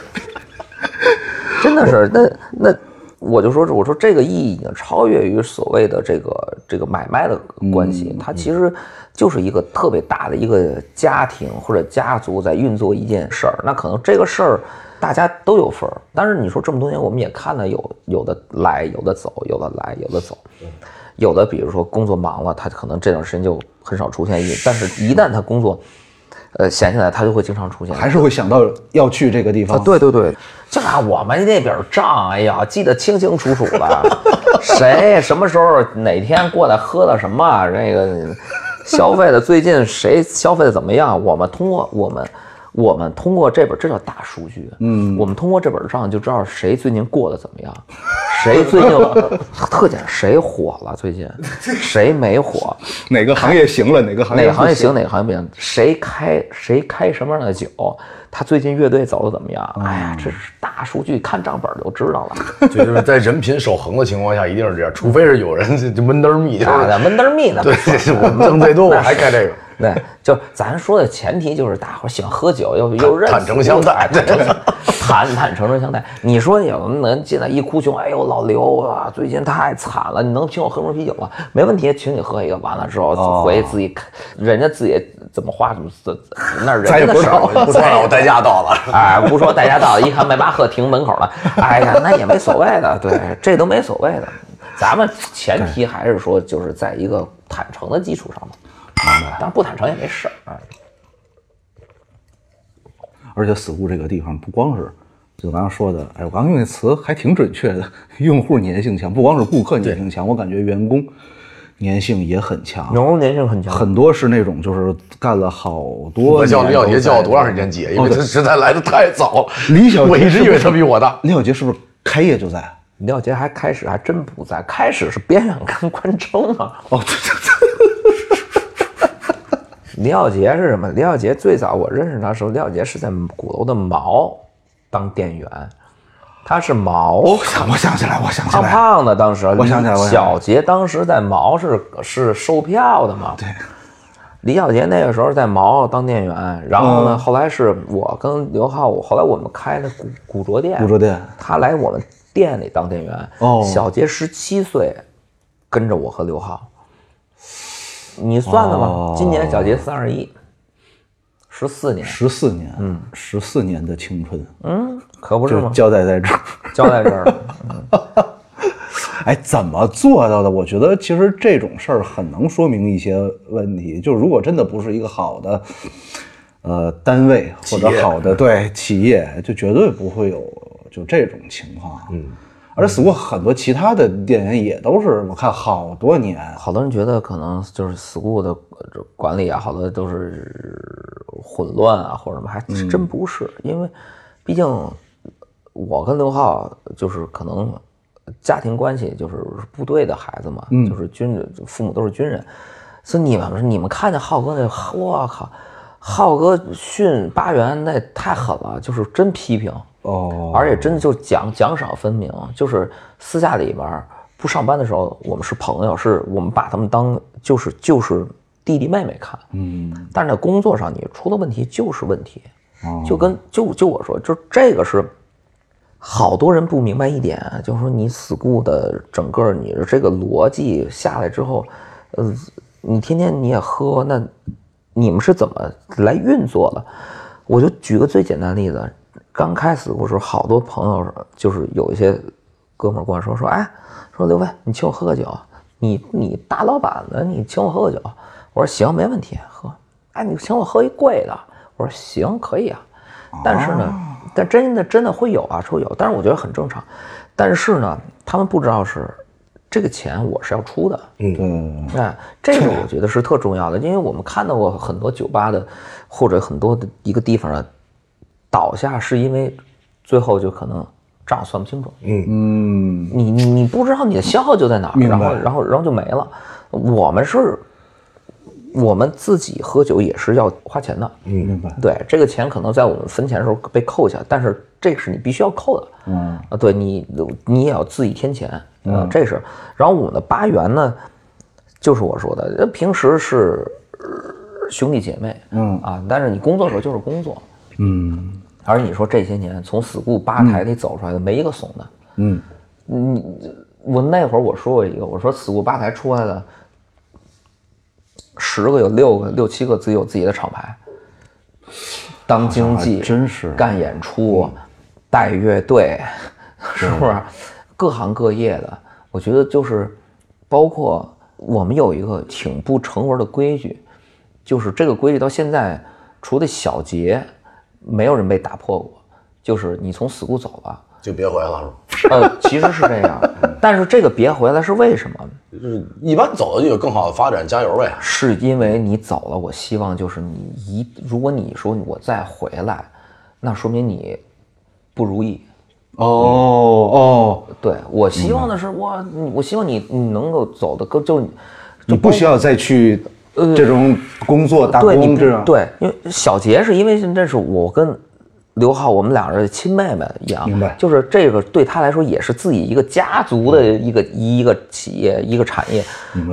真的是那那，我就说，我说这个意义已经超越于所谓的这个这个买卖的关系，它其实就是一个特别大的一个家庭或者家族在运作一件事儿。那可能这个事儿大家都有份儿，但是你说这么多年，我们也看了有有的来，有的走，有的来，有的走。有的比如说工作忙了，他可能这段时间就很少出现，也但是一旦他工作，呃，闲下来他就会经常出现。
还是会想到要去这个地方。
啊，对对对，就拿我们那本账，哎呀，记得清清楚楚的， 谁什么时候哪天过来喝的什么，这个消费的最近谁消费的怎么样？我们通过我们我们通过这本，这叫大数据，嗯，我们通过这本账就知道谁最近过得怎么样，谁最近 特点谁火了最近，谁没火，
哪个行业行了，哪个行业
哪个
不
行业行，哪个行业不行？谁开谁开什么样的酒？他最近乐队走的怎么样？
嗯
哎呀，这是大数据，看账本就知道 了。
对，就是在人品守恒的情况下，一定是这样，除非是有人就就闷得儿密，就
啊，
是
咱闷得密呢。
对，我们挣最多，我还干这个，
对，就是咱说的前提就是大伙儿喜欢喝酒，又又认
坦诚相待
对， 坦坦诚诚相待。你说有能进来一哭穷，哎呦老刘啊，最近太惨了，你能请我喝瓶啤酒吗？没问题，请你喝一个。完了之
哦
后回去自己，看，人家自己怎么花怎么怎那是
咱也
人家
不
的事
说
儿，
了，不说了，我代驾到了。
哎，不说大家到，一看迈巴赫停门口了，哎呀，那也没所谓的，对，这都没所谓的。咱们前提还是说，就是在一个坦诚的基础上嘛。明白。但不坦诚也没事儿啊。
而且死户这个地方不光是，就刚刚说的，哎，我刚刚用那词还挺准确的，用户粘性强，不光是顾客粘性强，我感觉员工粘性也很强，
员工粘性很强，
很多是那种就是干了好多
我
年
叫
都在。
李小杰叫我多长时间姐，因为他实在来的太 早了。
李小杰
我一直
是不
以为
是
他比我大。
李小杰是不是开业就在？
廖杰还开始还真不在，开始是边远跟关征啊。
哦，对对对
李小杰是什么？李小杰最早我认识他的时候，李小杰是在鼓楼的毛当店员，他是毛
我想，我想起来，我想起
胖
来，
胖的，当时
哦我想起来我想起来
小杰当时在毛是是售票的嘛，
对，
李小杰那个时候在毛当店员，然后呢，
嗯
后来是我跟刘浩，我后来我们开的古古着店，
古着店
他来我们店里当店员，
哦
小杰十七岁，跟着我和刘浩，你算了吧，
哦
今年小杰三十一，十四年，
十四年，嗯，十四年的青春，
嗯，可不是
就
吗？
交代在这儿。
交在这儿了，
哎，怎么做到的？我觉得其实这种事儿很能说明一些问题。就如果真的不是一个好的，呃，单位或
企业
者好的对企业，就绝对不会有就这种情况。嗯，而 s w 很多其他的店员也都是，我看好多年，
好多人觉得可能就是 school 的呃这管理啊，好多都是混乱啊或者什么，还真不是，因为毕竟我跟刘浩就是可能家庭关系就是部队的孩子嘛，就是军人，父母都是军人，所以你们你们看见浩哥那，我靠，浩哥训八元那太狠了，就是真批评。
哦，
而且真的就奖奖赏分明，就是私下里面儿不上班的时候，我们是朋友，是我们把他们当就是就是弟弟妹妹看，
嗯，
但是在工作上你出了问题就是问题，就跟就就我说，就这个是好多人不明白一点，就是说你 school 的整个你的这个逻辑下来之后，呃，你天天你也喝，那你们是怎么来运作的？我就举个最简单的例子，刚开始我时候，好多朋友就是有一些哥们儿跟我说说，哎，说刘飞，你请我喝个酒，你你大老板了，你请我喝个酒，我说行，没问题，喝。哎，你请我喝一贵的，我说行，可以啊。但是
哦
呢，但真的真的会有啊，说有，但是我觉得很正常。但是呢，他们不知道是这个钱我是要出的，
对，
哎，这个我觉得是特重要的，因为我们看到过很多酒吧的，或者很多的一个地方啊，倒下是因为最后就可能账算不清楚，
嗯，
你你你不知道你的消耗就在哪儿，
明白
然后然后然后就没了。我们是，我们自己喝酒也是要花钱的，
明白，
对，这个钱可能在我们分钱的时候被扣下，但是这个是你必须要扣的。
嗯，
啊，对你你也要自己添钱，啊，这是。然后我们的八元呢，就是我说的，呃平时是呃兄弟姐妹，
嗯
啊，但是你工作的时候就是工作，
嗯，
而你说这些年从死固吧台里走出来的，没一个怂的。
嗯，
你我那会儿我说过一个，我说死固吧台出来的十个有六个六七个自己有自己的厂牌，当经
好像
济
还啊真是
干演出、带乐队， 是不是？各行各业的，我觉得就是包括我们有一个挺不成文的规矩，就是这个规矩到现在除了小节，没有人被打破过。就是你从死路走了，
就别回来了，是吧？
呃，其实是这样，但是这个别回来是为什么？
就是一般走的就有更好的发展，加油呗。
是因为你走了，我希望就是你一，如果你说我再回来，那说明你不如意。
哦哦，
对我希望的是我，我希望你你能够走的更就
你不需要再去这种工作打
呃对你
工
不
这样，
对，因为小杰是因为这是我跟刘浩我们俩是亲妹妹一样，
明白
就是这个对他来说也是自己一个家族的一个、一个企业一个产业，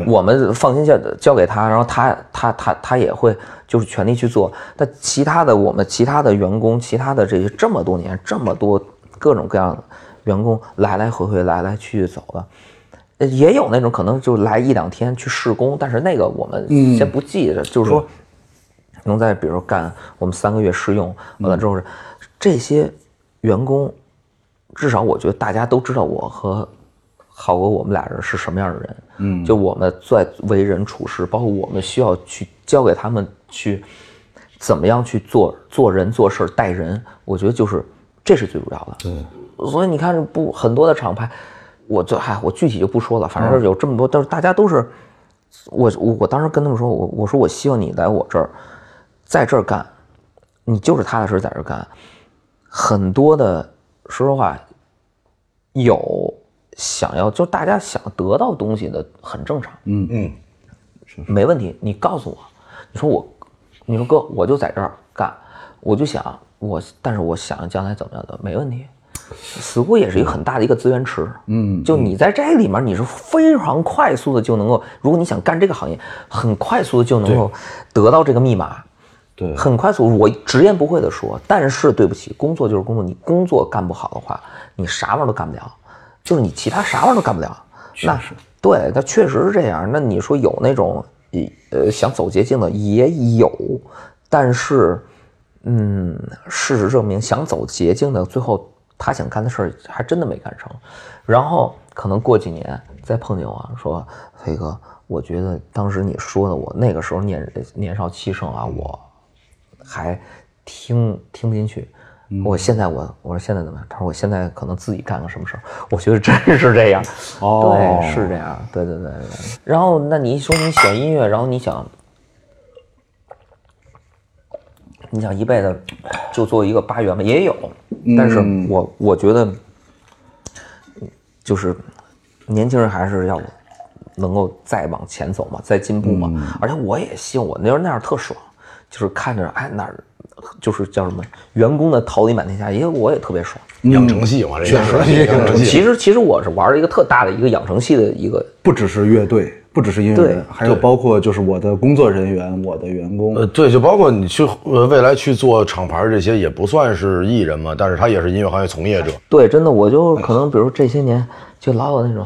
我们放心交交给他，然后他他他他也会就是全力去做。但其他的我们其他的员工，其他的这些这么多年这么多各种各样的员工来来回回来来去去走的。呃也有那种可能就来一两天去试工，但是那个我们先不记着，就是说能在比如干我们三个月试用，完了之后是这些员工，至少我觉得大家都知道我和浩哥我们俩人是什么样的人，嗯，就我们在为人处事，包括我们需要去教给他们去怎么样去做做人做事儿待人，我觉得就是这是最主要的，对，所以你看不很多的厂牌，我就哎嗨，我具体就不说了，反正有这么多，但是大家都是。我我我当时跟他们说，我我说我希望你来我这儿，在这儿干，你就是踏踏实实在这儿干。很多的，说实话，有想要就大家想得到东西的很正常，
嗯，
没问题。你告诉我，你说我你说哥，我就在这儿干，我就想我，但是我想将来怎么样的，没问题。死谷也是一个很大的一个资源池，嗯，就你在这里面，你是非常快速的就能够，如果你想干这个行业，很快速的就能够得到这个密码，
对
很快速。我直言不讳的说，但是对不起，工作就是工作，你工作干不好的话，你啥玩意儿都干不了，就是你其他啥玩意儿都干不了。那是对，那确实是这样。那你说有那种呃想走捷径的也有，但是嗯，事实证明，想走捷径的最后他想干的事儿还真的没干成。然后可能过几年再碰见我啊说，飞哥，我觉得当时你说的我那个时候年年少气盛啊，我还听听不进去。我现在我我说现在怎么样？他说我现在可能自己干个什么事儿，我觉得真是这样。
哦
对，是这样。对对对对。对然后那你说你喜欢音乐，然后你想你想一辈子就做一个八元吧，也有，但是我我觉得，就是年轻人还是要能够再往前走嘛，再进步嘛。而且我也希望我那时候那样特爽，就是看着哎哪儿就是叫什么员工的桃李满天下，因为我也特别爽。
养成系嘛，这嗯确实养成系。
其实其实我是玩了一个特大的一个养成系的一个
不只是乐队，不只是音乐
对
人，还有包括就是我的工作人员、我的员工。
呃，对，就包括你去呃未来去做厂牌这些，也不算是艺人嘛，但是他也是音乐行业从业者。
对，真的，我就
哎
可能，比如这些年，就老有那种，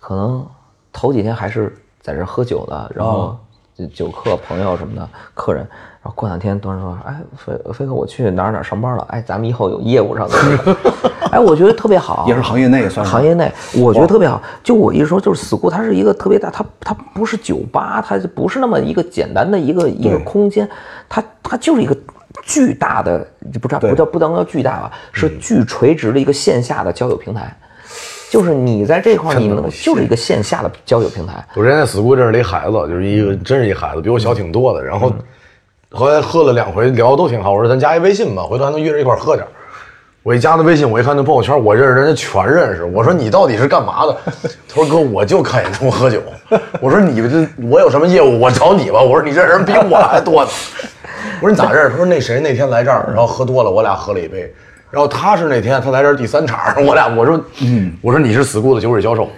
可能头几天还是在这儿喝酒的，然
哦
后就酒客、朋友什么的，客人，然后过两天突然说，哎，飞飞哥，我去哪儿哪儿上班了，哎，咱们以后有业务上的这个， 哎，我觉得特别好，
也是行业内也算是哦
行业内，我觉得特别好。就我一说，就是 school，它是一个特别大，它它不是酒吧，它就不是那么一个简单的一个一个空间，它它就是一个巨大的，不叫
对
啊不叫不能叫巨大吧，是巨垂直的一个线下的交友平台。就是你在这块儿，你能够就是一个线下的交友平台，
我之前在 school 认识了一孩子，就是一个真是一孩子，比我小挺多的。然后后来喝了两回，聊得都挺好。我说咱加一微信吧，回头还能约着一块儿喝点儿。我一加他微信，我一看那朋友圈，我认识人家全认识。我说你到底是干嘛的？他说哥，我就看演出喝酒。我说你这我有什么业务？我找你吧。我说你这人比我还多呢。我说你咋认识？他说那谁那天来这儿，然后喝多了，我俩喝了一杯。然后他是那天他来这儿第三场，我俩我说嗯，我说你是 school 的酒水销售。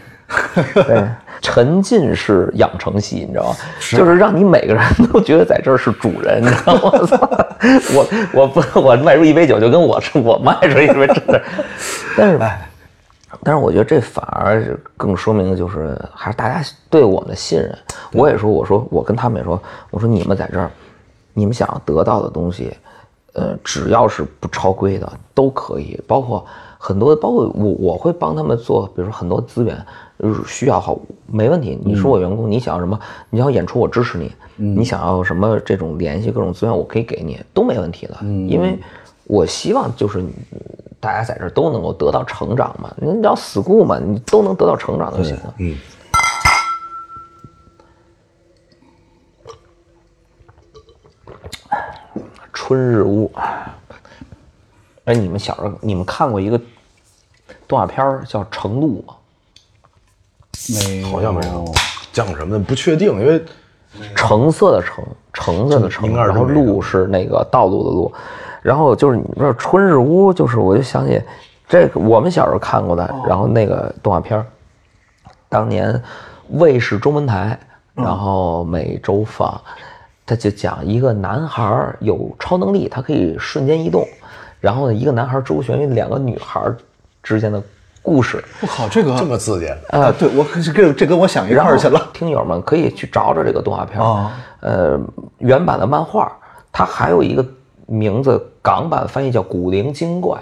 对，沉浸式养成系，你知道吗？就是让你每个人都觉得在这儿是主人，你知道吗？ 我操我我不我卖出一杯酒，就跟我是我卖出一杯真的。但是，但是我觉得这反而是更说明的就是，还是大家对我们的信任。我也说，我说我跟他们也说，我说你们在这儿，你们想要得到的东西，呃，只要是不超规的都可以，包括很多，包括我我会帮他们做，比如说很多资源呃需要好，没问题。你是我员工，你想要什么，你要演出我支持你，你想要什么这种联系各种资源我可以给你，都没问题的，因为。我希望就是你大家在这儿都能够得到成长嘛，你只要 school 嘛，你都能得到成长就行了。嗯。春日屋。哎，你们小时候你们看过一个动画片儿叫《成露》吗？
没有
好像没有讲什么的，不确定，因为
橙色的橙，橙色的橙，
应该是
然后
这么一个
路是那个道路的路，然后就是你知道春日屋，就是我就想起这个我们小时候看过
哦
的，然后那个动画片儿，当年卫视中文台，
嗯
然后每周放，他就讲一个男孩儿有超能力，他可以瞬间移动，然后呢，一个男孩儿周旋于两个女孩儿之间的故事，
我靠，这个
这么刺激。
呃
啊，对我这跟这跟我想一块
然后
儿去了。
听友们可以去找找这个动画片儿
啊
呃，原版的漫画，它还有一个名字，港版翻译叫《古灵精怪》。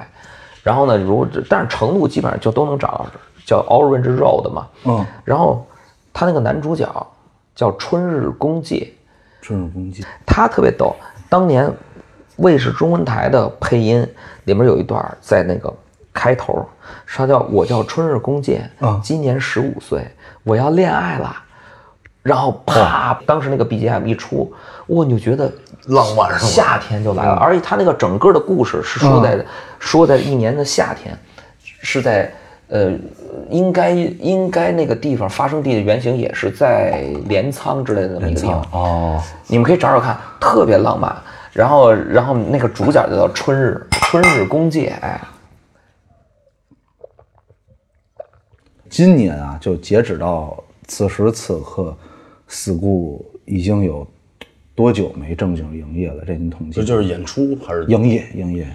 然后呢，如但是程度基本上就都能找到，叫 Orange Road 嘛。
嗯，
然后他那个男主角叫春日公介，
这种攻击，
他特别逗。当年卫视中文台的配音里面有一段儿在那个开头，是他叫我叫春日公介，
啊
今年十五岁，我要恋爱了。然后啪，当时那个 BGM 一出，哇，你就觉得
浪漫是吗嗯
夏天就来了，而且他那个整个的故事是说在、说在一年的夏天，是在呃，应该应该那个地方发生地的原型也是在镰仓之类的那么一个地方。
哦，
你们可以找找看，特别浪漫。然后然后那个主角就叫春日，春日公介，哎，
今年啊，就截止到此时此刻，死故已经有多久没正经营业了？这您统计
这？呃就是演出还是
营业，营业，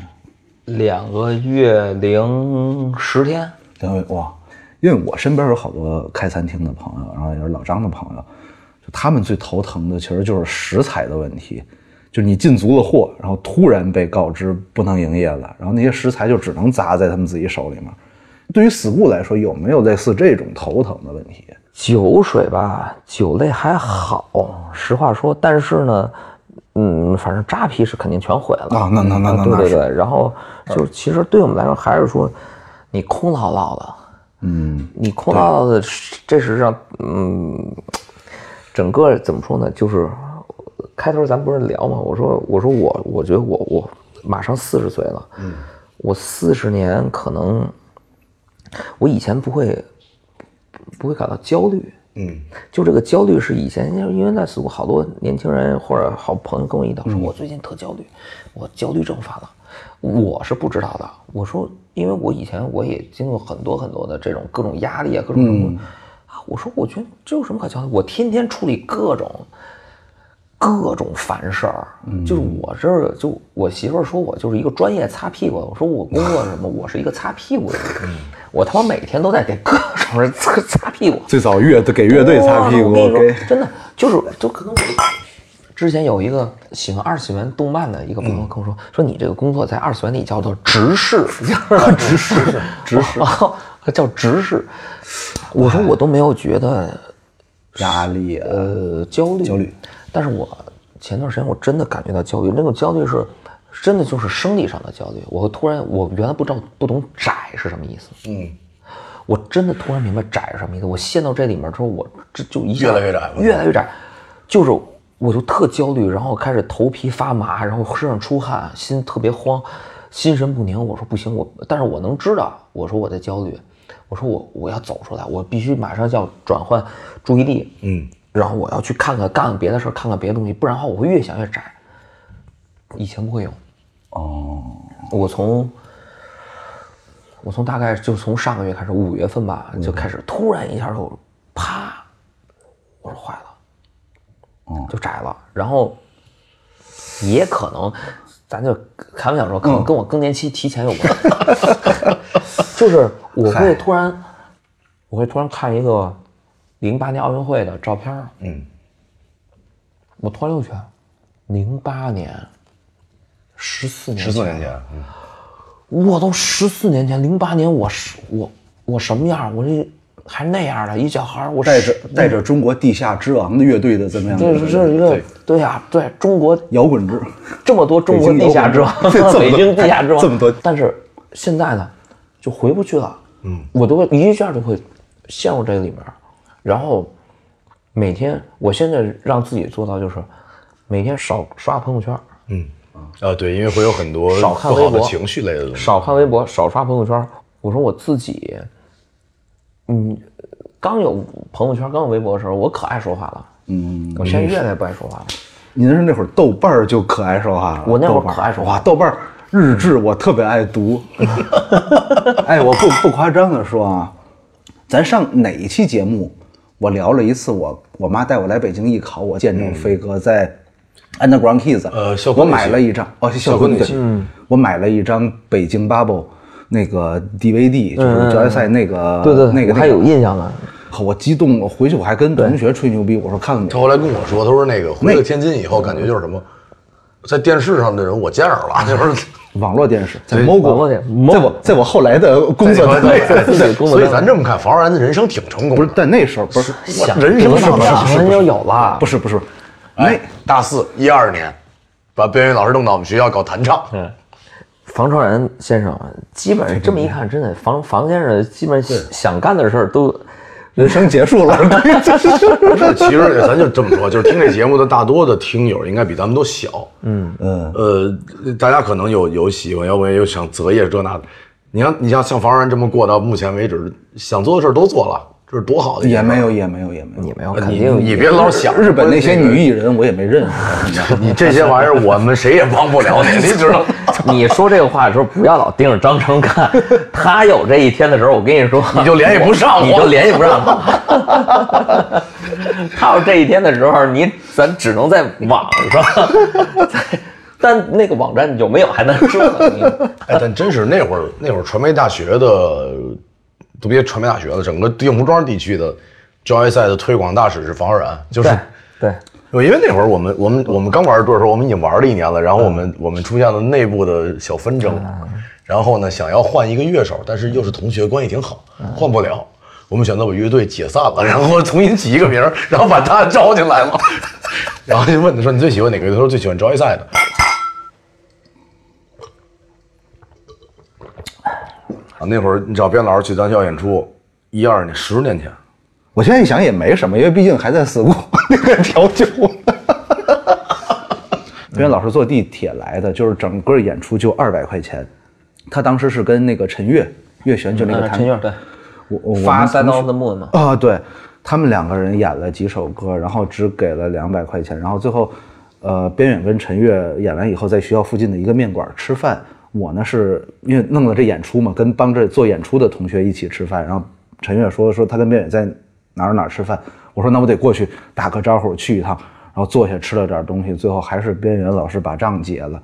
两个月零十天，
两位哇！因为我身边有好多开餐厅的朋友，然后也是老张的朋友，就他们最头疼的其实就是食材的问题，就是你进足了货，然后突然被告知不能营业了，然后那些食材就只能砸在他们自己手里面。对于死固来说，有没有类似这种头疼的问题？啊
酒水吧，酒类还好，实话说，但是呢，嗯，反正扎啤是肯定全毁了
啊那那那那
对
那
对
是
对，然后就是其实对我们来说还是说，你空落落的，
嗯，
你空落落的，这实际上，嗯，整个怎么说呢，就是开头咱不是聊嘛，我说我说我我觉得我我马上四十岁了，嗯，我四十年可能，我以前不会不会感到焦虑，
嗯
就这个焦虑是以前，因为因为在死谷好多年轻人或者好朋友跟我一道说，我最近特焦虑，我焦虑症犯了。我是不知道的，我说，因为我以前我也经过很多很多的这种各种压力啊，各种什么、啊，我说我觉得这有什么可焦虑？我天天处理各种各种烦事儿，就是我这儿就我媳妇儿说我就是一个专业擦屁股的，我说我工作是什么，我是一个擦屁股的人，我他妈每天都在给各种人擦擦屁股。
最早乐队给乐队擦屁股，
哇我跟你
给
说，真的就是就可能我之前有一个喜欢二次元动漫的一个朋友跟我说，说你这个工作在二次元里叫做直视，就是直视，直视，叫直视。我说我都没有觉得
压力啊，
呃焦虑，焦虑。但是我前段时间我真的感觉到焦虑，那种焦虑是真的就是生理上的焦虑。我突然我原来不知道不懂窄是什么意思，
嗯，
我真的突然明白窄是什么意思。我陷到这里面之后，我这就一下
越来越窄了
越来越窄，就是我就特焦虑，然后开始头皮发麻，然后身上出汗，心特别慌，心神不宁。我说不行，我但是我能知道，我说我在焦虑，我说我我要走出来，我必须马上要转换注意力，
嗯，
然后我要去看看干看别的事儿，看看别的东西，不然的话我会越想越窄。以前不会有，我从我从大概就从上个月开始，五月份吧，
嗯
就开始突然一下就啪，我说坏了，
哦
就窄了。然后也可能，咱就开玩笑说，可
嗯
能跟我更年期提前有关， 就是我会突然，我会突然看一个零八年奥运会的照片儿，
嗯，
我突然就觉得，零八年，十四年，
十四年前，嗯
我都十四年前，零八年我是我我什么样？我这还那样的一小孩儿，我
带
是
着嗯带着中国地下之王的乐队的怎么样？
这是这是一个对呀、对中国
摇滚之，
这么多中国地下之王
北京摇滚，
北京地下之王
这么多
但是现在呢，就回不去了。嗯，我都会一下就会陷入这里面儿，然后每天我现在让自己做到就是每天少刷朋友圈儿，
嗯啊，对，因为会有很多
少
不
看微
好的
博，
情绪类的东西。
少看微博，少刷朋友圈。我说我自己，嗯，刚有朋友圈，刚有微博的时候，我可爱说话了。嗯，我现在越来越不爱说话了。
您是那会儿豆瓣儿就可爱说话了，
我那会儿
豆瓣
可爱说话
哇豆瓣儿日志我特别爱 读。哎，我不不夸张的说啊，咱上哪一期节目我聊了一次我我妈带我来北京艺考，我见证飞
嗯
哥在 Underground Kids，
呃校
我
规那
买
期
了一张哦校
规
规
那
对，我买了一张北京 Bubble 那个 DVD，就是
嗯
决赛那个那个
我还有印象啊呢。
我激动，我回去我还跟同学吹牛逼，我说看看
他后来跟我说，他说那个回了天津以后，感觉就是什么，在电视上的人我见着了，那时候
网络电视，在 MOGO，
网络电
在我在我后来的工作单位，
对
自己工作
所以
单位
咱这么看，房然的人生挺成功的。
不是，但那时候不是
想
人生
得
是
到
不是
早
不是
晨就有了，
不是不是，
哎，大四一二年，把边云老师弄到我们学校搞弹 唱，
房超然先生，啊基本上这么一看，真的房房先生基本上想干的事儿都，
人生结束了，
不是，其实咱就这么说，就是听这节目的大多的听友应该比咱们都小，嗯 嗯，呃，大家可能有有喜欢摇滚乐，有想择业这那的。你看，你像像房然这么过到目前为止，想做的事儿都做了，这是多好的一
也
件事儿
没有，也没有，也没有。
你没有，
呃
肯
你
定
你别老想
日本那些
那个
女艺人我也没认识，
你这些玩意儿，我们谁也帮不了你， 你知道吗？
你说这个话的时候，不要老盯着张成看。他有这一天的时候，我跟你说，
你就联系不上我
你就联系不上他。 他有这一天的时候，你咱只能在网上，在但那个网站有没有还难说呢。 你
哎，但真是那会儿那会儿传媒大学的，都别传媒大学了，整个应湖庄地区的专业赛的推广大使是房浩然，就是
对对，
因为那会儿我们我们我们刚玩队的时候，我们已经玩了一年了，然后我们我们出现了内部的小纷争，然后呢想要换一个乐手，但是又是同学关系挺好，换不了。我们选择把乐队解散了，然后重新起一个名儿，然后把他招进来了， 然后就问他说你最喜欢哪个乐队？他说最喜欢招一赛的。啊，那会儿你找边老师去咱学校演出，一二年十年前，
我现在一想也没什么，因为毕竟还在四姑 那个调酒。 因为老师坐地铁来的，就是整个演出就二百块钱。他当时是跟那个陈悦，岳璇就那个弹
陈悦嗯对，
我我我
发
们
三
同
刀
时
的 moon 嘛，
啊，对他们两个人演了几首歌，然后只给了两百块钱，然后最后，呃，边远跟陈悦演完以后，在学校附近的一个面馆吃饭。我呢是因为弄了这演出嘛，跟帮着做演出的同学一起吃饭，然后陈悦说说他跟边远在哪儿哪儿吃饭，我说那我得过去打个招呼去一趟，然后坐下吃了点东西，最后还是边远老师把账结了。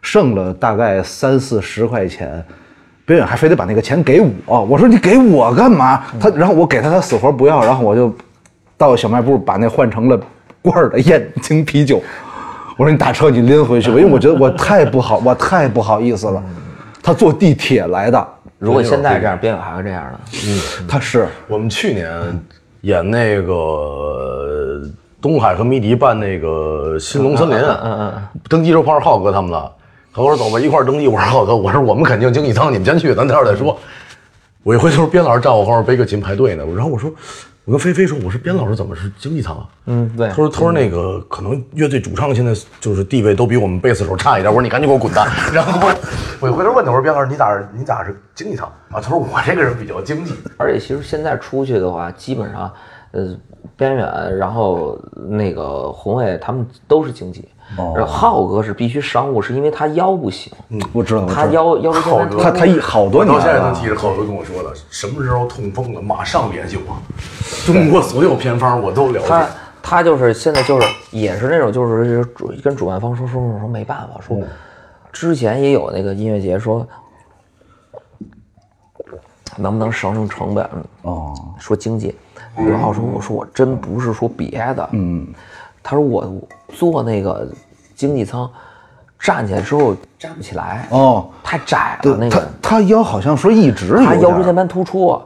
剩了大概三四十块钱，边远还非得把那个钱给我。我说你给我干嘛？他然后我给他，他死活不要，然后我就到小卖部把那换成了罐儿的燕京啤酒。我说你打车你拎回去 吧，因为我觉得我太不好，我太不好意思了。他坐地铁来的，
如果现在这样，边远还会这样的。
他是
我们去年演那个呃东海和迷笛办那个新龙森林，嗯嗯，登记时候碰上浩哥他们了。浩哥说：“走吧，一块儿登记。”我说：“浩哥，我说我们肯定经济舱，你们先去，咱待会儿再说。”我一回头，边老师站我后面背个琴排队呢。然后我说：“我跟菲菲说，我说边老师怎么是经济舱啊？”
嗯，对
他。说：“他说那个可能乐队主唱现在就是地位都比我们贝斯手差一点。”我说：“你赶紧给我滚蛋！”然后我我一回头问他：“我说边老师，你咋是你咋是经济舱啊？”他说：“我这个人比较经济。”
而且其实现在出去的话，基本上，呃，边远，然后那个宏伟他们都是经济，然后浩哥是必须商务，是因为他腰不行，
我知道，我知
他
道
腰腰椎间
浩
盘
哥
突出
他他一好多
我
年
到现在
了
能，记着浩哥跟我说的，什么时候痛风了，马上联系我。中国所有偏方我都了
他
解。
他就是现在就是也是那种就是主跟主办方说说说说没办法说，之前也有那个音乐节说，能不能省省成本？
哦，
说经济，然后说我说我真不是说别的，嗯，他说我坐那个经济舱，站起来之后站不起来，
哦，
太窄
对
了那
他
个，
他腰好像说一直
他
有
腰
点
椎
儿
间盘突出，啊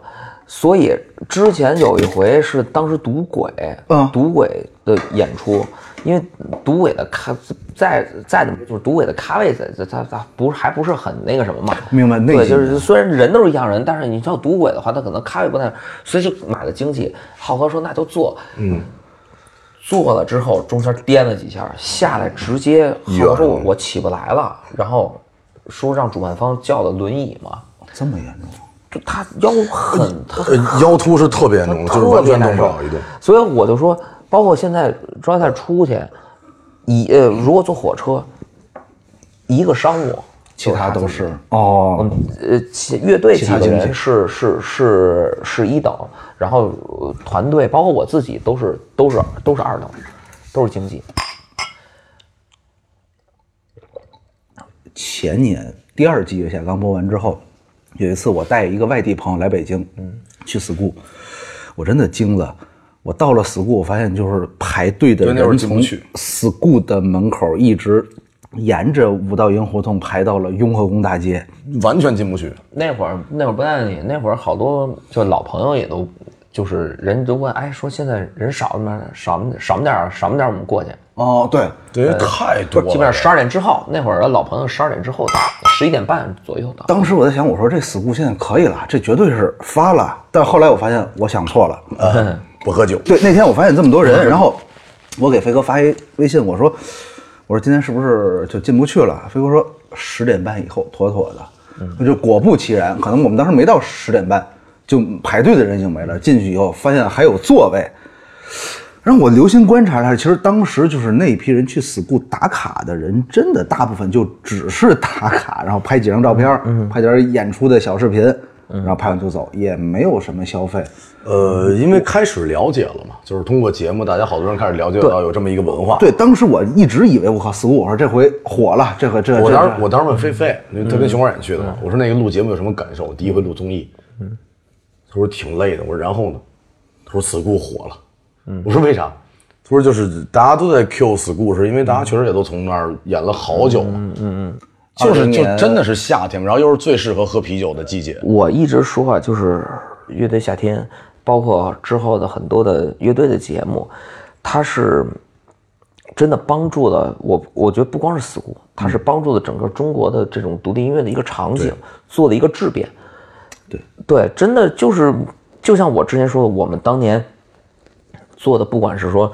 所以之前有一回是当时赌鬼，
嗯
赌鬼的演出，因为赌鬼的咖再再怎么就是赌鬼的咖位在在他他不是还不是很那个什么嘛，
明白内
对，
心
就是虽然人都是一样人，但是你知道赌鬼的话，他可能咖位不太，所以就买了经济。浩哥说那就坐，嗯。坐了之后，中间颠了几下，下来直接浩哥说我我起不来了，然后说让主办方叫的轮椅嘛，
这么严重。
就他腰很，他
呃，腰突是特别严重的，就是
特
完
别
全动
难
不
受
了一动。。
所以我就说，包括现在专赛出去，一呃，如果坐火车，一个商务，
其他都是哦，
呃，其乐队
其
几
他
个
经济
人是是是是一等，然后呃团队包括我自己都是都是都是二等，都是经济。
前年第二季《月下刚播完之后，有一次我带一个外地朋友来北京，嗯，去 school，我真的惊了。我到了 school，我发现就是排队的
对那会儿
人
进不
从
去
school 的门口一直沿着五道营胡同排到了雍和宫大街。
完全进不去，
那会儿那会儿不带你，那会儿好多就老朋友也都就是人都问，哎，说现在人少吗？少少么点儿少么点儿，我们过去。
哦，对，
对，因为太
不
多
是，
了。
基本上十二点之后，那会儿的老朋友十二点之后到，十一点半左右到。
当时我在想，我说这 school 现在可以了，这绝对是发了。但后来我发现我想错了。
不呃喝酒，
对，那天我发现这么多人，然后我给飞哥发一微信，我说我说今天是不是就进不去了？飞哥说嗯十点半以后妥妥的，那就果不其然，可能我们当时没到十点半，就排队的人已经没了，进去以后发现还有座位。让我留心观察了一下，其实当时就是那一批人去死库打卡的人，真的大部分就只是打卡，然后拍几张照片，拍点演出的小视频，然后拍完就走，也没有什么消费。
呃，因为开始了解了嘛，就是通过节目，大家好多人开始了解到有这么一个文化。
对，当时我一直以为我靠死库，我说这回火了，这回这
我
这
当时我当时问菲菲，因为她跟熊二眼去的嘛，我说那个录节目有什么感受？我第一回录综艺，嗯，她说挺累的。我说然后呢？她说 school 火了，嗯，我说为啥？她说就是大家都在 Q school，是因为大家确实也都从那儿演了好久嘛，嗯嗯，就是
20
就
年
真的是夏天嘛，然后又是最适合喝啤酒的季节，
我一直说啊，就是乐队夏天，包括之后的很多的乐队的节目，它是真的帮助了我。我觉得不光是 school，它是帮助了整个中国的这种独立音乐的一个场景，做了一个质变。对对，真的就是就像我之前说的，我们当年做的，不管是说。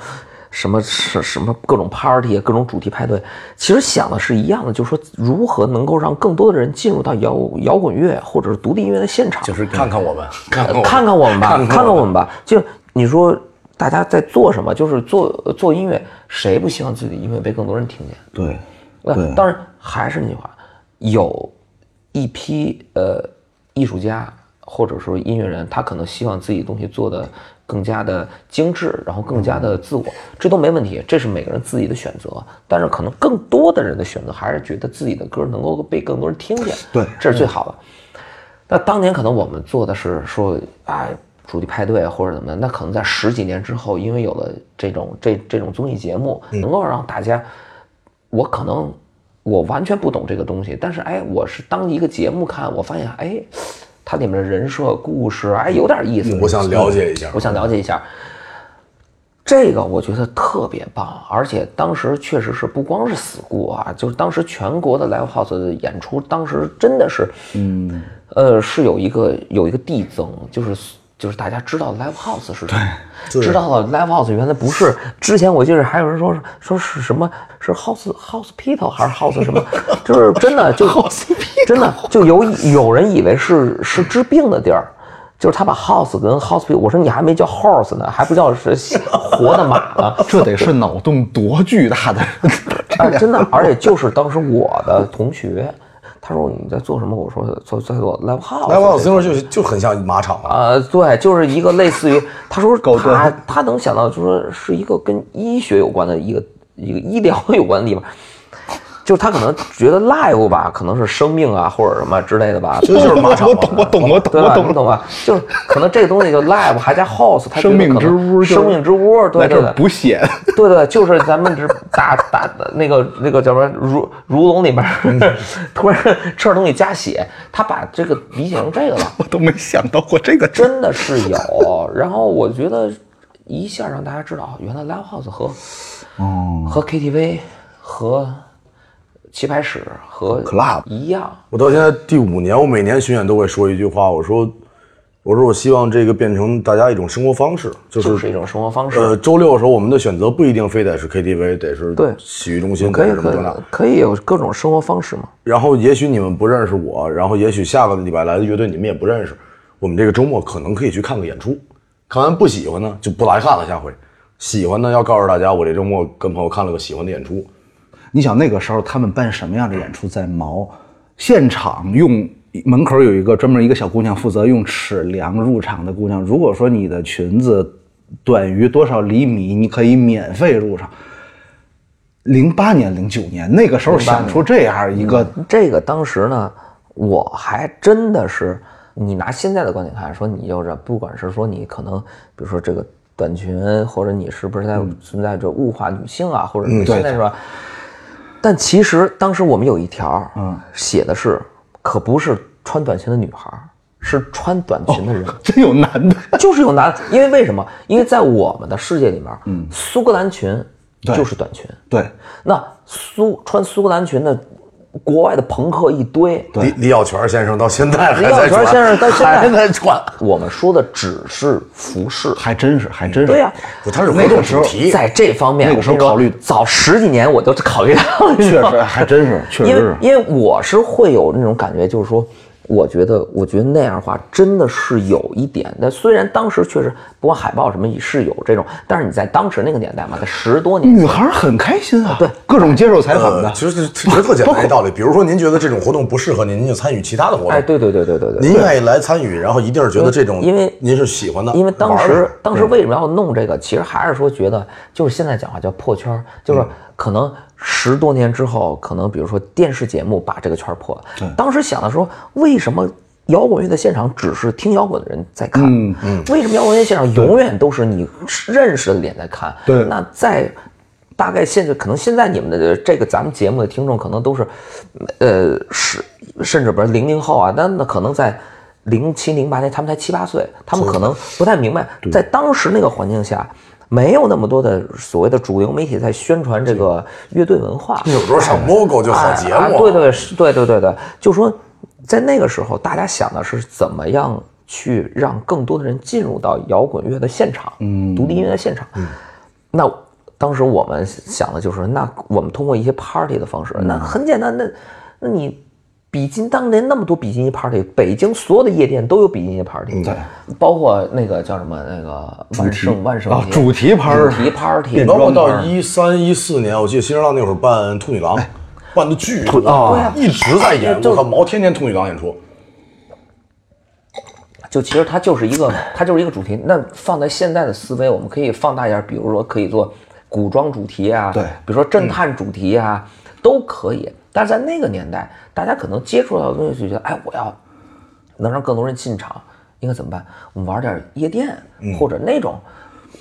什么什什么各种 party 啊，各种主题派对，其实想的是一样的，就是说如何能够让更多的人进入到摇摇滚乐或者是独立音乐的现场，
就是看看我们， 看看我们
看看我们吧，
看
看
看
看我们吧。就你说大家在做什么？就是做做音乐，谁不希望自己的音乐被更多人听见？
对
那当然还呃是那句话，有一批呃艺术家或者说音乐人，他可能希望自己东西做的更加的精致，然后更加
嗯
的自我，这都没问题，这是每个人自己的选择。但是可能更多的人的选择还是觉得自己的歌能够被更多人听见，
对
这是最好的。那当年可能我们做的是说，哎，主题派对或者怎么的，那可能在十几年之后，因为有了这种这这种综艺节目，
嗯
能够让大家，我可能我完全不懂这个东西，但是哎，我是当一个节目看，我发现哎，它里面的人设、故事，哎，有点意思，
嗯我想了解一下
我想了解一下。这个我觉得特别棒，而且当时确实是不光是死固啊，就是当时全国的 live house 的演出，当时真的是，嗯，呃，是有一个有一个递增，就是就是大家知道 live house 是什么，知道了 live house 原来不是之前我记得还有人说说是什么是 house house people 还是 house 什么，就是真的就真的就有有人以为是是治病的地儿。就是他把 house 跟 hospital，我说你还没叫 horse 呢，还不叫是活 的马呢，
啊这得是脑洞多巨大的人，
哎，真的，而且就是当时我的同学，他说你在做什么？我说做在做 live house。
来，王老师听说就就很像马场啊，
啊、对，就是一个类似于，他说
高
他
端
他能想到，就是说是一个跟医学有关的一个一个医疗有关的地方，就是他可能觉得 live 吧，可能是生命啊或者什么之类的吧，
这就是马场 嘛。
我懂， 我懂，
对
我
吧？
懂
你。懂吧？就是可能这个东西就 live 还加 house，他觉得
生命
可
之
能
屋就是
生命之屋，对
在这
对
儿
对，
补血，
对对，就是咱们这打打那个那个叫什么如如龙里边
嗯
儿， 突然吃点东西加血，他把这个理解成这个了，
我都没想到过这个真
真的是有。然后我觉得一下让大家知道，原来 live house 和
哦
和 KTV 和棋牌室和
Club
一样，
我到现在第五年，我每年巡演都会说一句话，我说，我说我希望这个变成大家一种生活方式，就是、
就是一种生活方式。
呃，周六的时候我们的选择不一定非得是 KTV，得是
对
洗浴中心，
可
得
以
是什么
可
这
以
那。
可以有各种生活方式嘛？
然后也许你们不认识我，然后也许下个礼拜来的乐队你们也不认识，我们这个周末可能可以去看个演出，看完不喜欢呢就不来看了，下回喜欢呢要告诉大家我这周末跟朋友看了个喜欢的演出，
你想那个时候他们办什么样的演出在毛？现场用门口有一个专门一个小姑娘负责用尺量入场的姑娘。如果说你的裙子短于多少厘米，你可以免费入场。零八年、零九年那个时候想出这样
嗯
一个，
这个当时呢，我还真的是，你拿现在的观点看，说你就是不管是说你可能，比如说这个短裙，或者你是不是在存在着物化女性啊，或者你现在是吧？但其实当时我们有一条，嗯，写的是可不是穿短裙的女孩儿，是穿短裙的人。
真有男的。
就是有男，因为为什么？因为在我们的世界里面，嗯，苏格兰裙就是短裙，
对，
那苏穿苏格兰裙的国外的朋克一堆，
李李小泉先生到现在还
李小
在
泉
传，
先生到现在
还在传，
我们说的只是服饰。
还真是，还真是。
对啊呀、
不，他是
那
活
个
动
时
主
候
题，
在这方面
那个时候
我跟你说
考虑的
早十几年我就考虑到了，
确实还真是，确实
因为
是。
因为我是会有那种感觉，就是说我觉得，我觉得那样的话真的是有一点。但虽然当时确实，不管海报什么也是有这种，但是你在当时那个年代嘛，在十多年
女
前，
孩很开心啊，对，各种接受采访的
呃，，其实其实特简单一道 理，比如说您觉得这种活动不适合您，您就参与其他的活
哎，
动。
对对对对对对，
您愿意来参与，然后一定是觉得这种，
因为
您是喜欢的，
因为当
玩
时
的
当时为什么要弄这个？其实还是说觉得，就是现在讲话叫破圈儿，就是可能十多年之后，可能比如说电视节目把这个圈儿破了。当时想的时候，为什么？摇滚乐的现场只是听摇滚的人在看，
嗯
为什么摇滚乐现场永远都是你认识的脸在看？
对
那在大概现在可能现在你们的这个咱们节目的听众可能都是，呃，是甚至不是零零后啊，那那可能在零七零八年他们才七八岁，他们可能不太明白，在当时那个环境下。没有那么多的所谓的主流媒体在宣传这个乐队文化，
有时候上 MOGO 就好节目
哎啊，对对是对对对对，就说在那个时候，大家想的是怎么样去让更多的人进入到摇滚乐的现场，嗯，独立音乐的现场。那当时我们想的就是，那我们通过一些 party 的方式，
嗯
那很简单，那那你。比基尼当年那么多比基尼 party，北京所有的夜店都有比基尼
嗯
party，、对，包括那个叫什么那个万圣呃万圣
啊
节
主题 party
主题 party，
变
包括
装
到一三一四年，我记得新生浪那会儿办兔女郎，
哎
办的巨多，
啊
哦
一直在演。我靠，毛天天兔女郎演出，
就其实它就是一个，它就是一个主题。那放在现在的思维，我们可以放大一点，比如说可以做古装主题啊，
对
比如说侦探主题啊，都可以。但是在那个年代，大家可能接触到的东西就觉得，哎，我要能让更多人进场，应该怎么办？我们玩点夜店、或者那种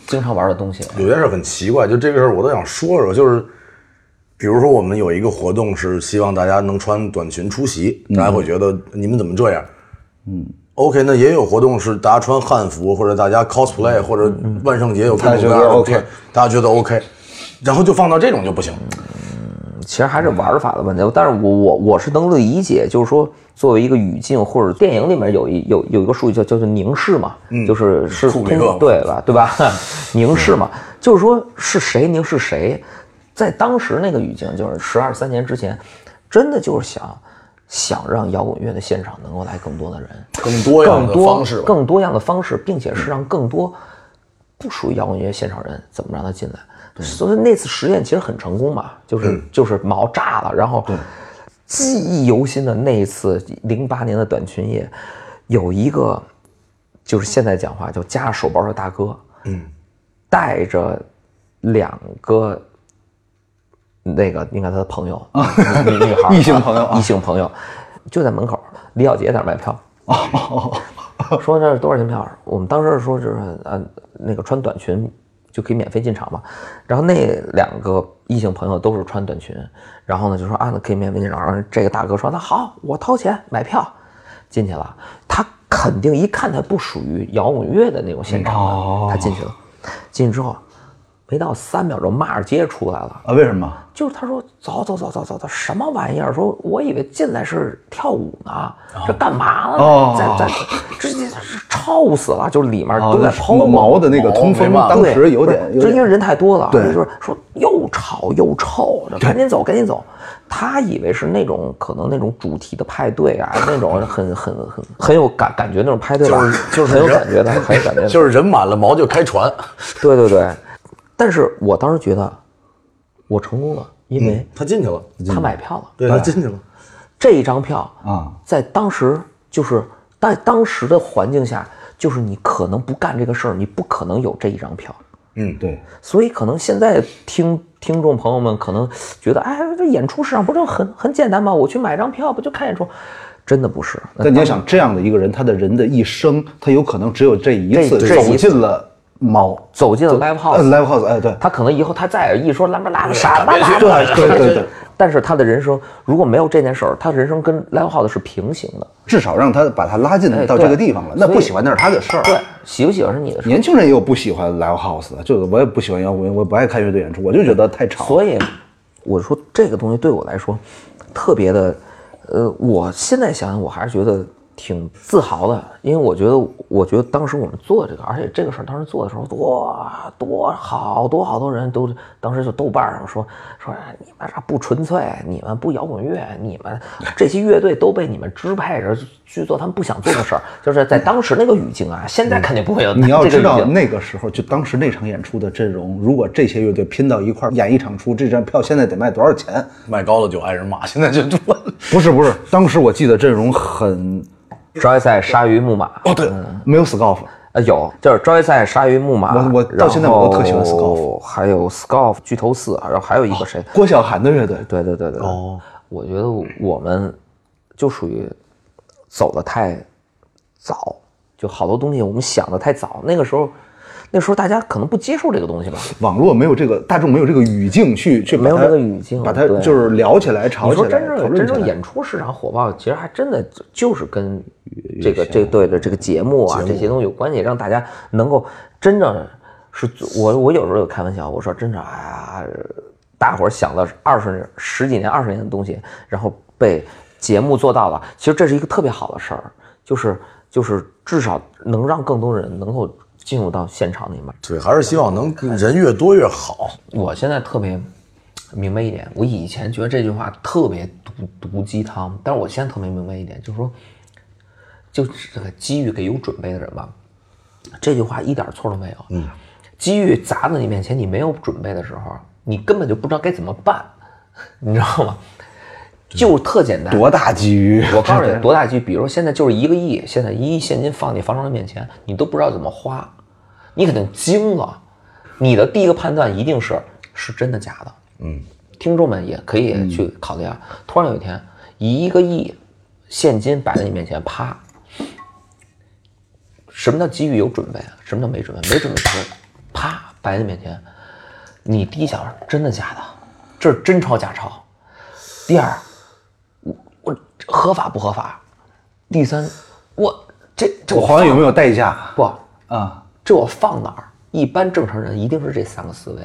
经常玩的东西。
有件事很奇怪，就这个事儿我都想说说，就是比如说我们有一个活动是希望大家能穿短裙出席，大家
嗯
会觉得你们怎么这样？嗯，OK，那也有活动是大家穿汉服或者大家 cosplay 或者万圣节有各
大家
种
觉
各
得
样的
OK
对大家觉得 OK，然后就放到这种就不行。
其实还是玩法的问题。但是我我我是能理解，就是说作为一个语境或者电影里面有一有有一个术语叫叫做凝视嘛，就是嗯是
库
通
里克
对吧 对吧？凝视嘛，就是说是谁凝视谁，在当时那个语境，就是十二三年之前，真的就是想想让摇滚乐的现场能够来更多的人，
更多样
更
的
多
方式吧，
更多样的方式，并且是让更多不属于摇滚乐现场人怎么让他进来。所以那次实验其实很成功嘛，就是、
嗯
就是毛炸了，然后记忆犹新的那一次零八年的短裙夜，有一个就是现在讲话叫夹着手包的大哥，嗯，带着两个那个应该他的朋友，
啊
女 女孩儿
异性朋友啊
异性朋友就在门口，李小杰在那儿卖票。
哦
说这是多少钱票？我们当时说就是呃那个穿短裙就可以免费进场嘛。然后那两个异性朋友都是穿短裙，然后呢就说啊那可以免费进场。然后这个大哥说那好，我掏钱买票进去了。他肯定一看他不属于摇滚乐的那种现场的，
哦
他进去了。进去之后没到三秒钟，骂着街出来了。
啊，为什么？
就是他说走走走走走走，什么玩意儿？说我以为进来是跳舞呢，这干嘛呢？
哦
在在直接臭死了，就是里面
哦
都在
那
抛哦
毛毛的那个通风
对
当时有点
不
有
是就
点
因为人太多了，啊
对
就是说又吵又臭，就赶紧走赶紧走。他以为是那种可能那种主题的派对啊，那种很很很很有感感觉那种派对吧，
就是就是
很有
人
感觉的，很有感觉的。
就是人满了毛就开船，
对对对，但是我当时觉得我成功了，因
哎
为
他进去了，
嗯
他买票了。
对他进去了。
这一张票
啊，
在当时就是在当时的环境下，就是你可能不干这个事儿，你不可能有这一张票。
对，
所以可能现在听听众朋友们可能觉得，哎，这演出市场不就很很简单吗？我去买张票不就看演出？真的不是，
但你要想这样的一个人，他的人的一生，他有可能只有这一次
这这一哦
走进了猫
走进了
呃
live house，
live house，哎，对，
他可能以后他再一说拉巴拉啥拉
对对对对对，
但是他的人生如果没有这件事儿，他的人生跟 live house 是平行的。
至少让他把他拉进
哎
到
对
这个地方了。那
所以
不喜欢那是他的事儿。
对，，喜不喜欢是你的事儿。
年轻人也有不喜欢 live house 的，就是我也不喜欢摇滚，我也不爱看乐队演出，我就觉得太吵。
所以我说这个东西对我来说特别的，呃，我现在想想，我还是觉得挺自豪的，因为我觉得，我觉得当时我们做这个，而且这个事儿当时做的时候，哇，多好多好多人都当时就豆瓣上说说哎你们啥不纯粹，你们不摇滚乐，你们这些乐队都被你们支配着去做他们不想做的事儿，就是在当时那个语境啊，现在肯定不会有
嗯你要
这个
知
语
道
境。
那个时候，就当时那场演出的阵容，如果这些乐队拼到一块儿演一场出，这张票现在得卖多少钱？
卖高了就挨人骂，现在就 多了。
不是不是，当时我记得阵容很
专业赛鲨鱼木马，
哦，对，
没有 scoff，
呃，有，就是专业赛鲨鱼木马，
我我到
然
现在我都特喜欢
后
Scoff 哦
还有 scoff 巨头四，然后还有一个谁？
郭晓涵的乐队，
对对对对。哦，我觉得我们就属于走的太早，就好多东西我们想的太早。那个时候，那时候大家可能不接受这个东西吧。
网络没有这个大众没有这个语境去去把
没有
它
这个语境
把它
对
就是聊起来、吵
你
起
说
来、讨
真正真
论起
正
来。
演出市场火爆，其实还真的就就是跟这个这对的这个节目啊这些东西有关系，让大家能够真正是我我有时候有开玩笑，我说真的哎呀，大伙儿想了二十十几年二十年的东西，然后被节目做到了，其实这是一个特别好的事儿，就是就是至少能让更多人能够进入到现场里面。
对，还是希望能人越多越好。
我现在特别明白一点，我以前觉得这句话特别毒毒鸡汤，但是我现在特别明白一点，就是说，就是这个机遇给有准备的人吧，这句话一点错都没有。嗯，机遇砸在你面前，你没有准备的时候，你根本就不知道该怎么办，你知道吗？就特简单，
多大机遇？
我告诉你多大机，比如现在就是一个亿，现在一亿现金放你房东的面前，你都不知道怎么花，你肯定惊了。你的第一个判断一定是是真的假的。嗯，听众们也可以去考虑啊。突然有一天，一个亿现金摆在你面前，啪，什么叫机遇有准备？啊什么叫没准备？没准备就是啪摆在你面前，你第一想是真的假的，这是真钞假钞。第二，我我合法不合法？第三，我这这
我
我
好像有没
有
有代价
不？
啊？
这我放哪儿？一般正常人一定是这三个思维，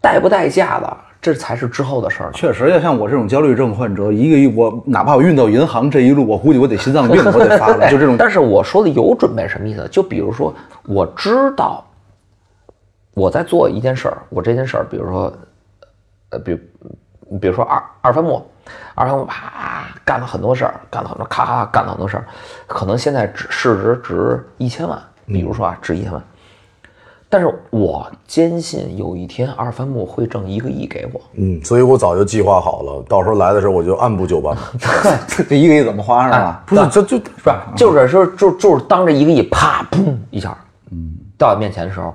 带不带价的，这才是之后的事儿呢。
确实，要像我这种焦虑症患者，一个一我哪怕我运到银行这一路，我估计我得心脏病我得发 了，就这种。
但是我说的有准备是什么意思？就比如说，我知道我在做一件事儿，我这件事儿，比如说，呃，比如比如说二二番木，二番木啪干了很多事儿，干了很多，咔咔咔干了很多事儿，可能现在只市值值一千万，比如说啊，值一千万。但是我坚信有一天二番木会挣一个亿给我，
嗯，所以我早就计划好了，到时候来的时候我就按部就 班。
这一个亿怎么花是吧？
哎
不是，这就是
吧？就是说，就就是当着一个亿，啪，砰一下，嗯，到你面前的时候，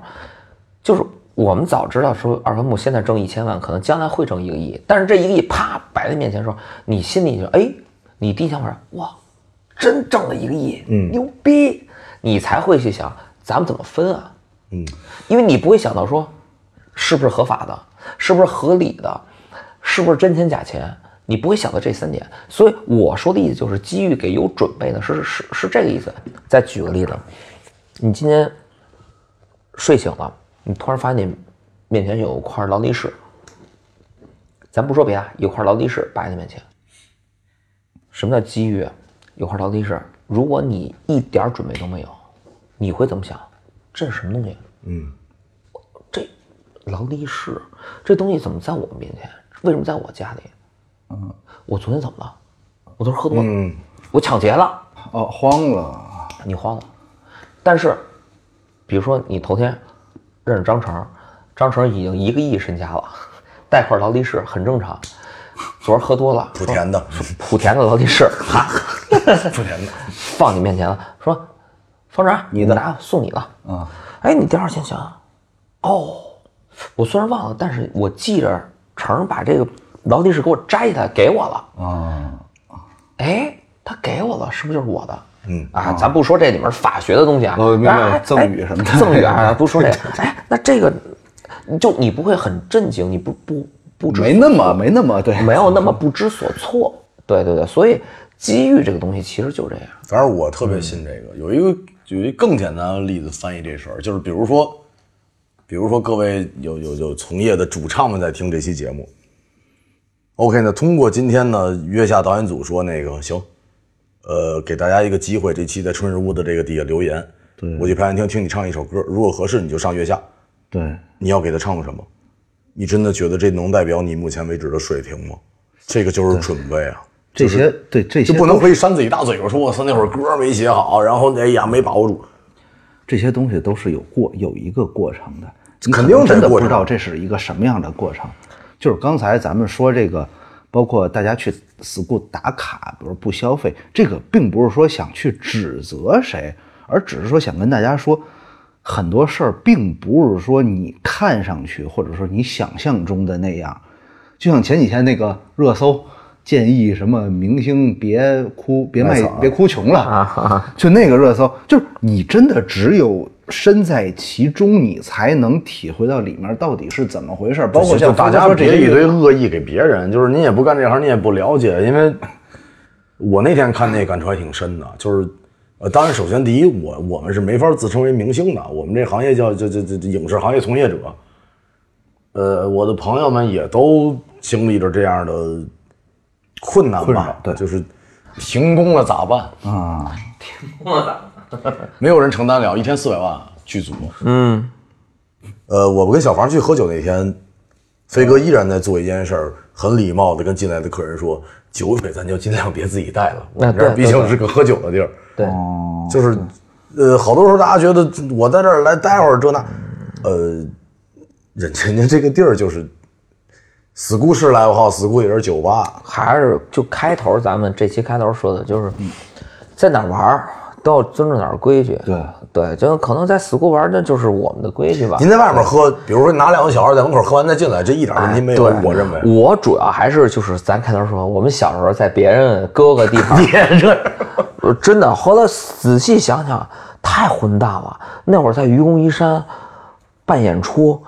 就是我们早知道说二分木现在挣一千万，可能将来会挣一个亿，但是这一个亿啪摆在面前的时候，你心里就哎，你第一想法是哇，真挣了一个亿，嗯，牛逼，你才会去想咱们怎么分啊，因为你不会想到说，是不是合法的，是不是合理的，是不是真钱假钱，你不会想到这三点。所以我说的意思就是，机遇给有准备的，是是是这个意思。再举个例子，你今天睡醒了，你突然发现你面前有一块劳力士，咱不说别的，有块劳力士摆在你面前。什么叫机遇？有块劳力士，如果你一点儿准备都没有，你会怎么想？这是什么东西？这劳力士这东西怎么在我面前？为什么在我家里？嗯，我昨天怎么了？我昨天喝多了，
嗯，
我抢劫了，
哦，慌了，
你慌了。但是，比如说你头天认识张成，张成已经一个亿身家了， 带块劳力士很正常。昨儿喝多了，
莆田的，
莆田的劳力士，哈，
莆田的，
放你面前了，说方哲，你的拿送你了
嗯
啊。哎，你第二天想，哦，我虽然忘了，但是我记着成儿把这个劳力士给我摘下来给我了啊。
哦
哎，他给我了，是不是就是我的？嗯啊，咱不说这里面法学的东西啊，
哦明白
哎哎
赠与什么的
赠 与啊，不说这个。哎，那这个，就你不会很震惊，你不不不知
没那么没那么对，
没有那么不知所措。对对对，所以机遇这个东西其实就这样。
反正我特别信这个。有一个有一个更简单的例子翻译这事儿，就是比如说，比如说各位有有有从业的主唱们在听这期节目，OK 呢，通过今天呢，月下导演组说那个行，呃，给大家一个机会，这期在春日屋的这个底下留言，我去排练厅听你唱一首歌，如果合适你就上月下，
对，
你要给他唱什么？你真的觉得这能代表你目前为止的水平吗？这个就是准备啊，
这些对这
就
些
不
都
能回去扇自己大嘴巴，说我操那会儿歌没写好，然后哎呀没把握住。
这些东西都是有过有一个过程的，你
肯
可能
定得
真的
过
不知
程
道这是一个什么样的过程。就是刚才咱们说这个，包括大家去 school 打卡，比如不消费，这个并不是说想去指责谁，而只是说想跟大家说，很多事儿并不是说你看上去或者说你想象中的那样。就像前几天那个热搜建议什么明星别哭别卖别哭穷了啊，就那个热搜，就是你真的只有身在其中，你才能体会到里面到底是怎么回事儿。包括像
大
方
家
说这
别
些
一堆恶意给别人，就是您也不干这行，您也不了解。因为我那天看那感触还挺深的，就是呃，当然首先第一，我我们是没法自称为明星的，我们这行业叫这这这这影视行业从业者。呃，我的朋友们也都经历着这样的困难
困
吧
扰，对
就是停工了咋办？
啊，
没有人承担了，一天四百万剧组。嗯，呃，我们跟小房去喝酒那天，飞哥依然在做一件事儿，很礼貌的跟进来的客人说，酒水咱就尽量别自己带了，我们这
啊对
儿毕
对
竟
对
是个喝酒的地儿。
对，
哦
就是，呃，好多时候大家觉得我在这儿来待会儿这那，呃，人人家这个地儿就是死 l 是 live house，死 l 也是酒吧，
还是就开头咱们这期开头说的，就是
嗯
在哪儿玩儿都要尊重哪儿规矩。
对
对，就可能在 school 玩儿，那就是我们的规矩吧。
您在外面喝，比如说拿两个小孩在门口喝完再进来，这一点问题没有，
哎对
哎我认为。
我主要还是就是咱开头说，我们小时候在别人哥哥地 方，别人真的，后来仔细想想，太混蛋了。那会儿在愚公移山办演出，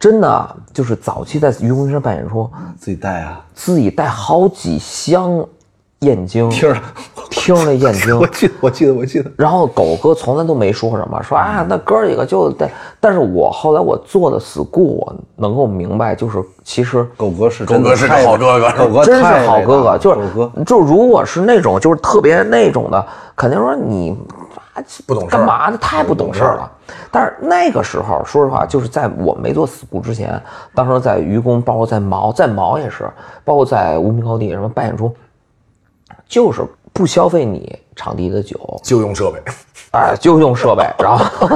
真的就是早期在愚公移山办演出，
自己带啊，
自己带好几箱燕京，
听着，
听着那燕京
我，记得，我记得，我记得，
然后狗哥从来都没说什么，说啊，
嗯
那哥几个就但，但是我后来我做的 school，我能够明白，就是其实
狗哥是真的
狗哥是个
太
好哥哥
狗哥啊
真是
太伟
好哥
大
哥，
了
就是
狗哥，
就如果是那种就是特别那种的，肯定说你啊
不懂事儿
干嘛呢？太不懂事儿
不懂
了。但是那个时候，说实话，就是在我没做 school 之前，当时在愚公，包括在毛，在毛也是，包括在无名高地什么办演出，就是不消费你场地的酒，
就用设备，
哎，就用设备，然后，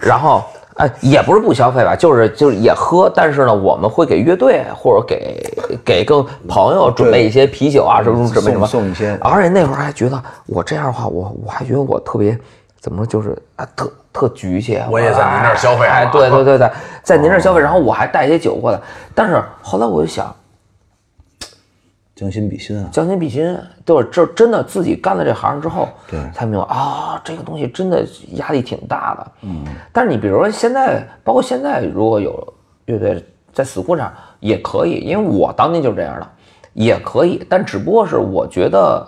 然后，哎，也不是不消费吧，就是就是也喝，但是呢，我们会给乐队或者给给更朋友准备一些啤酒啊，什么什么什么，
送送一些啊
而且那会儿还觉得我这样的话，我我还觉得我特别怎么说，就是啊，特特局气。
我也在您这儿消费啊哦
哎，
了
对对 对对，在您这儿消费，然后我还带一些酒过来，但是后来我就想，
将心比心啊，
将心比心，就是这真的自己干了这行之后，对，才明白啊、这个东西真的压力挺大的。嗯，但是你比如说现在，包括现在，如果有乐队在 school 上也可以，因为我当年就是这样的，也可以，但只不过是我觉得，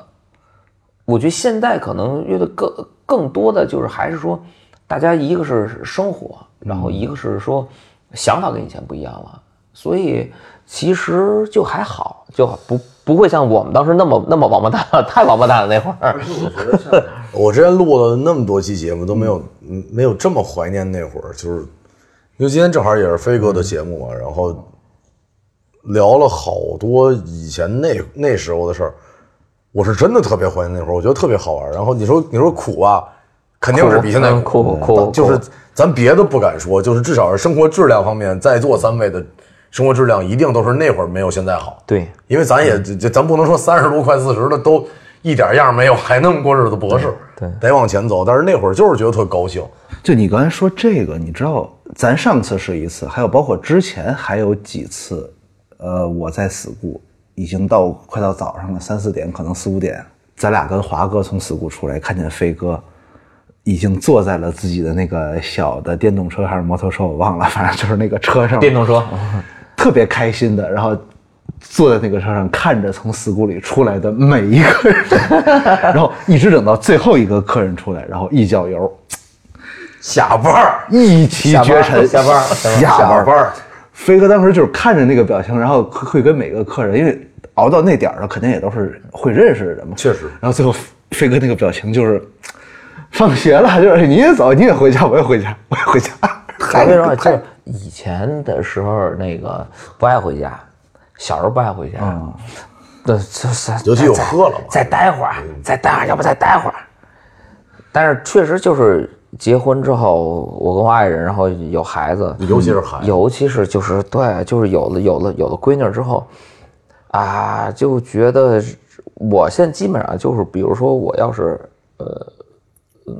我觉得现在可能乐队更更多的就是还是说，大家一个是生活，然后一个是说想法跟以前不一样了，所以其实就还好，就不不会像我们当时那么那么王八蛋了，太王八蛋了那会儿。
我之前录了那么多期节目，都没有、嗯没有这么怀念那会儿，就是因为今天正好也是飞哥的节目嘛，然后聊了好多以前那那时候的事儿，我是真的特别怀念那会儿，我觉得特别好玩儿。然后你说你说苦啊，肯定是比现在
嗯
苦
苦苦苦
就是咱别的不敢说，就是至少是生活质量方面，在座三位的生活质量一定都是那会儿没有现在好。
对，
因为咱也
嗯
这这咱不能说三十多快四十的都一点样没有，还那么过日子不合适，对，得往前走。但是那会儿就是觉得特高兴，
就你刚才说这个，你知道，咱上次是一次，还有包括之前还有几次，呃，我在死谷已经到快到早上了，三四点，可能四五点，咱俩跟华哥从死谷出来，看见飞哥已经坐在了自己的那个小的电动车还是摩托车，我忘了，反正就是那个车上，
电动车，
嗯
特别开心的，然后坐在那个车上看着从死谷里出来的每一个人， 然后一直等到最后一个客人出来，然后一脚油。
下班儿
一骑绝尘，
下班儿下班儿
下班
下
儿
班儿
飞哥当时就是看着那个表情，然后会会跟每个客人，因为熬到那点儿了，肯定也都是会认识的人嘛。
确实
然后最后飞哥那个表情就是，放学了就是你也走，你也回家，我也回家， 我也回家。
还为什么？就是以前的时候，那个不爱回家，小时候不爱回家，对，就是
嗯尤其有喝了嘛嗯
再再待会儿，再待会儿，要不再待会儿。但是确实就是结婚之后，我跟我爱人，然后有孩子，
尤其是孩子
尤其是就是对，就是有了有了有了闺女之后，啊，就觉得我现在基本上就是，比如说我要是呃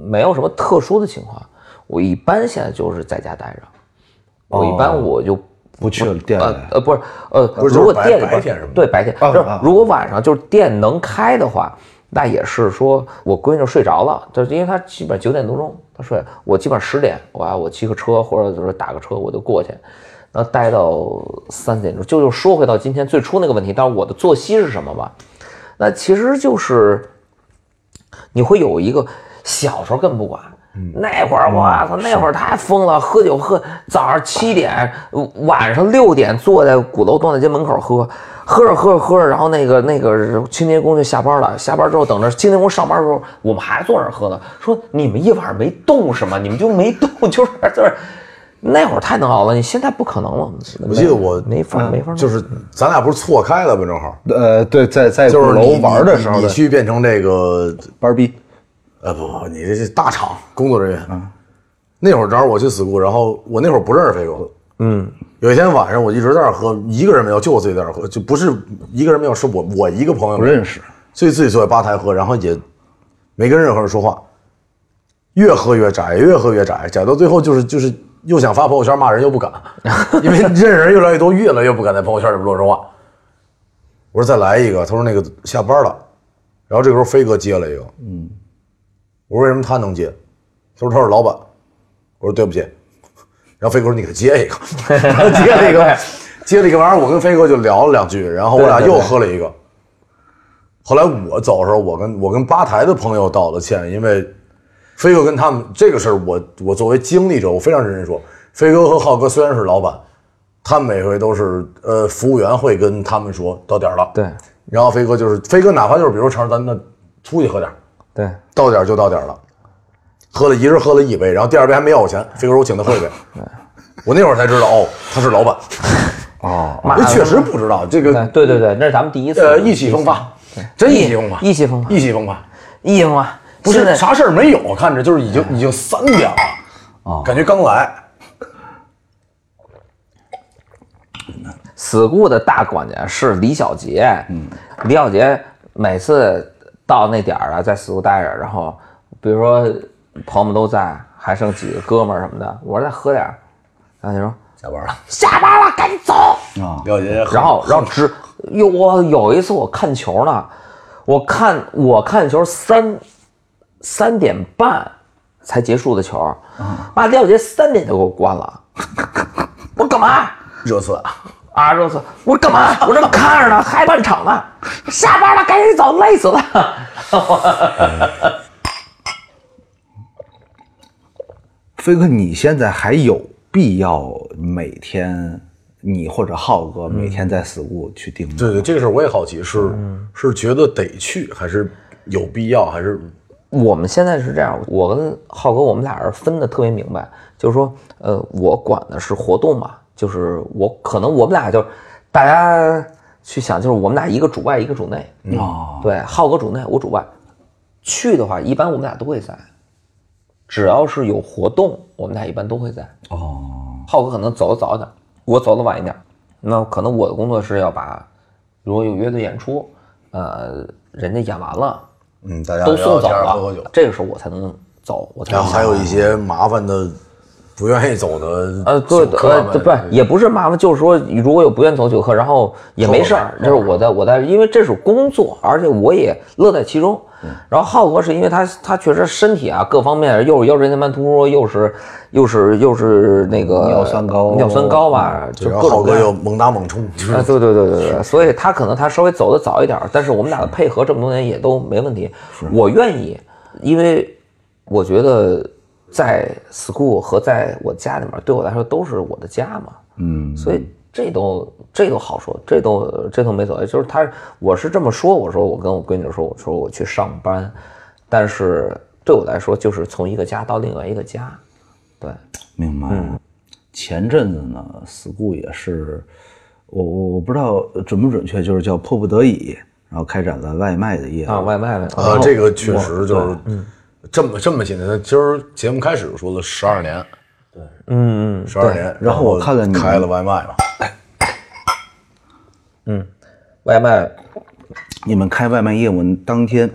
没有什么特殊的情况，我一般现在就是在家待着，我一般我就。
不去了店里
啊
呃呃不是呃
不是
如果
就是白
店里
白天是吗哦
对白天，就是如果晚上就是店能开的话，那也是说我闺女睡着了，就是因为她基本九点多钟她睡了，我基本十点我啊我骑个车或者就是打个车我就过去，然后待到三点钟。就又说回到今天最初那个问题，但是我的作息是什么吧？那其实就是你会有一个小时候更不管。
嗯
那会儿我操，那会儿太疯了，喝酒喝早上七点，呃晚上六点坐在鼓楼东大街门口喝，喝着喝着喝着，然后那个那个清洁工就下班了，下班之后等着清洁工上班的时候，我们还坐那儿喝呢，说你们一晚上没动是吗？你们就没动， 就是就是那会儿太能熬了，你现在不可能了。
我记得我
没法没法弄，
就是咱俩不是错开了吗？正好
呃，对，在在鼓
就是
楼
你
玩的时
你
候
你
的
去变成这个
班逼，
呃不不，你这是大厂工作人员。
嗯
那会儿正好我去 school，然后我那会儿不认识飞哥。嗯，有一天晚上我一直在那儿喝，一个人没有，就我自己在那儿喝，就不是一个人没有，是我我一个朋友
不认识，
所以自己坐在吧台喝，然后也没跟任何人说话，越喝越窄，越喝越窄，窄到最后就是就是又想发朋友圈骂人又不敢，因为认识人越来越多，越来越不敢在朋友圈里边乱说话。我说再来一个，他说那个下班了，然后这个时候飞哥接了一个，嗯，我说为什么他能接？他说他是老板，我说对不起，然后飞哥说你给接一个，然后接了一个，接了一个，完事儿我跟飞哥就聊了两句，然后我俩又喝了一个。后来我走的时候，我跟我跟吧台的朋友道了歉，因为飞哥跟他们这个事儿，我我作为经历者，我非常认真说，飞哥和浩哥虽然是老板，他们每回都是呃服务员会跟他们说到点儿了，
对
然后飞哥就是飞哥，哪怕就是比如说成儿咱那出去喝点儿，
对
到点儿就到点儿了，喝了一人喝了一杯，然后第二杯还没要我钱，飞哥说我请他喝一杯，我那会儿才知道哦，他是老板，
骂
这确实不知道这个
哎对对对，那是咱们第一次
呃意气风发，真意气风发，
意气风发
意气风发。
意见吗？
不
现在
是啥事儿没有，看着就是已
哎
经已经三点了，
啊
感觉刚来。
死固的大管家是李小杰，嗯，李小杰每次到那点儿啊，在死固待着，然后比如说朋友们都在，还剩几个哥们儿什么的，我说再喝点儿，然后他说
下班了，
下班了，赶紧走。
廖姐姐喝，
然后然后只有我有一次我看球呢，我看我看球三三点半才结束的球，妈廖杰三点就给我关了，我干嘛？
热刺啊，
啊，热死！我说干嘛？我这看着呢，还半场呢，下班了，赶紧走，累死了。
飞哥，你现在还有必要每天你或者浩哥每天在死谷去订吗？
对对，这个事儿我也好奇，是
嗯
是觉得得去，还是有必要，还是
我们现在是这样，我跟浩哥，我们俩人分的特别明白，就是说，呃，我管的是活动嘛，就是我可能我们俩就大家去想，就是我们俩一个主外，一个主内。
哦，
对，浩哥主内，我主外。去的话，一般我们俩都会在，只要是有活动，我们俩一般都会在。
哦，
浩哥可能走的早一点，我走的晚一点。那可能我的工作是要把，如果有乐队演出，呃，人家演完了
嗯，大家
都送
聊聊
走
天
了，
喝喝酒，
这个时候我才能走，我才
然
能
后
下
还
班
有一些麻烦的，不愿意走的
呃，对，
酒客
呃，
们
对，不是，也不是麻烦，就是说，如果有不愿走酒客，然后也没事儿，就是我在我在，因为这是工作，而且我也乐在其中。
嗯
然后浩哥是因为他他确实身体啊各方面又是腰椎间盘突出，又是又是又是那个
尿酸高
尿酸高吧，
对
就
嗯然后
各种
浩
各
哥
样
又猛打猛冲，嗯就是
啊，对对对对对，所以他可能他稍微走的早一点儿，但是我们俩的配合这么多年也都没问题。我愿意，因为我觉得在 school 和在我家里面对我来说都是我的家嘛，嗯，所以这都这都好说，这都这都没所谓。就是他，我是这么说，我说我跟我闺女说，我说我去上班，但是对我来说就是从一个家到另外一个家，对，
明白。
嗯
前阵子呢，school 也是，我我我不知道准不准确，就是叫迫不得已，然后开展了外卖的业务。
啊，外卖的
啊，这个确实就是
嗯
这么这么些年。今儿节目开始就说了十二年，对，嗯，十二年。
然后我看了你
开了外卖嘛，
外卖
你们开外卖业务当天，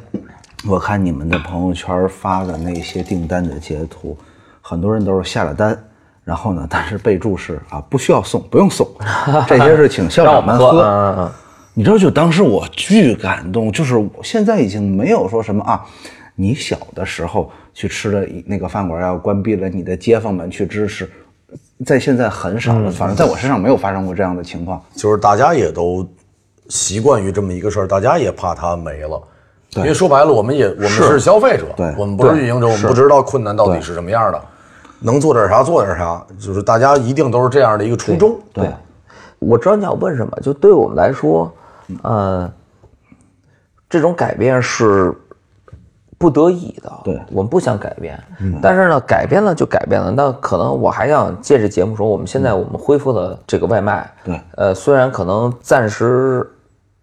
我看你们的朋友圈发的那些订单的截图，很多人都是下了单，然后呢，但是备注是啊，不需要送，不用 送，这些是请校
让我
长
们
们
喝，
喝。
嗯嗯
你知道，就当时我巨感动，就是我现在已经没有说什么啊，你小的时候去吃的那个饭馆要关闭了，你的街坊们去支持，在现在很少
嗯
了，反正在我身上没有发生过这样的情况。
就是大家也都习惯于这么一个事儿，大家也怕它没了。因为说白了，我们也我们是消费者，
对
我们不是运营者，我们不知道困难到底是什么样的，能做点啥做点啥，就是大家一定都是这样的一个初衷。
对，我知道你要问什么，就对我们来说，呃，这种改变是不得已的，
对
我们不想改变，但是呢，改变了就改变了。那可能我还想借着节目说，我们现在我们恢复了这个外卖，
对，
呃，虽然可能暂时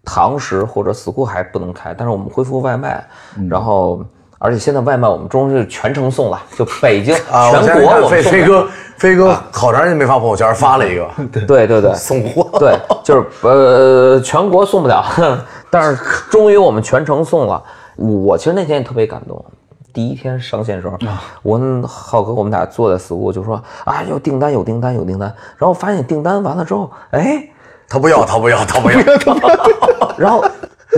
堂食或者 school 还不能开，但是我们恢复外卖，然后。而且现在外卖我们终于是全程送了，就北京、
啊，我
全
现在
国
看
我
飞
们送
飞哥，飞哥好长时间没发朋友圈，发了一个
对对对，
送货。
对，就是呃，全国送不了， 但是终于我们全程送了。我其实那天也特别感动，第一天上线的时候，我跟浩哥我们俩坐在死屋就说啊，有订单有订单有订单，然后发现订单完了之后，哎，
他不要，他不要，他不要。
然后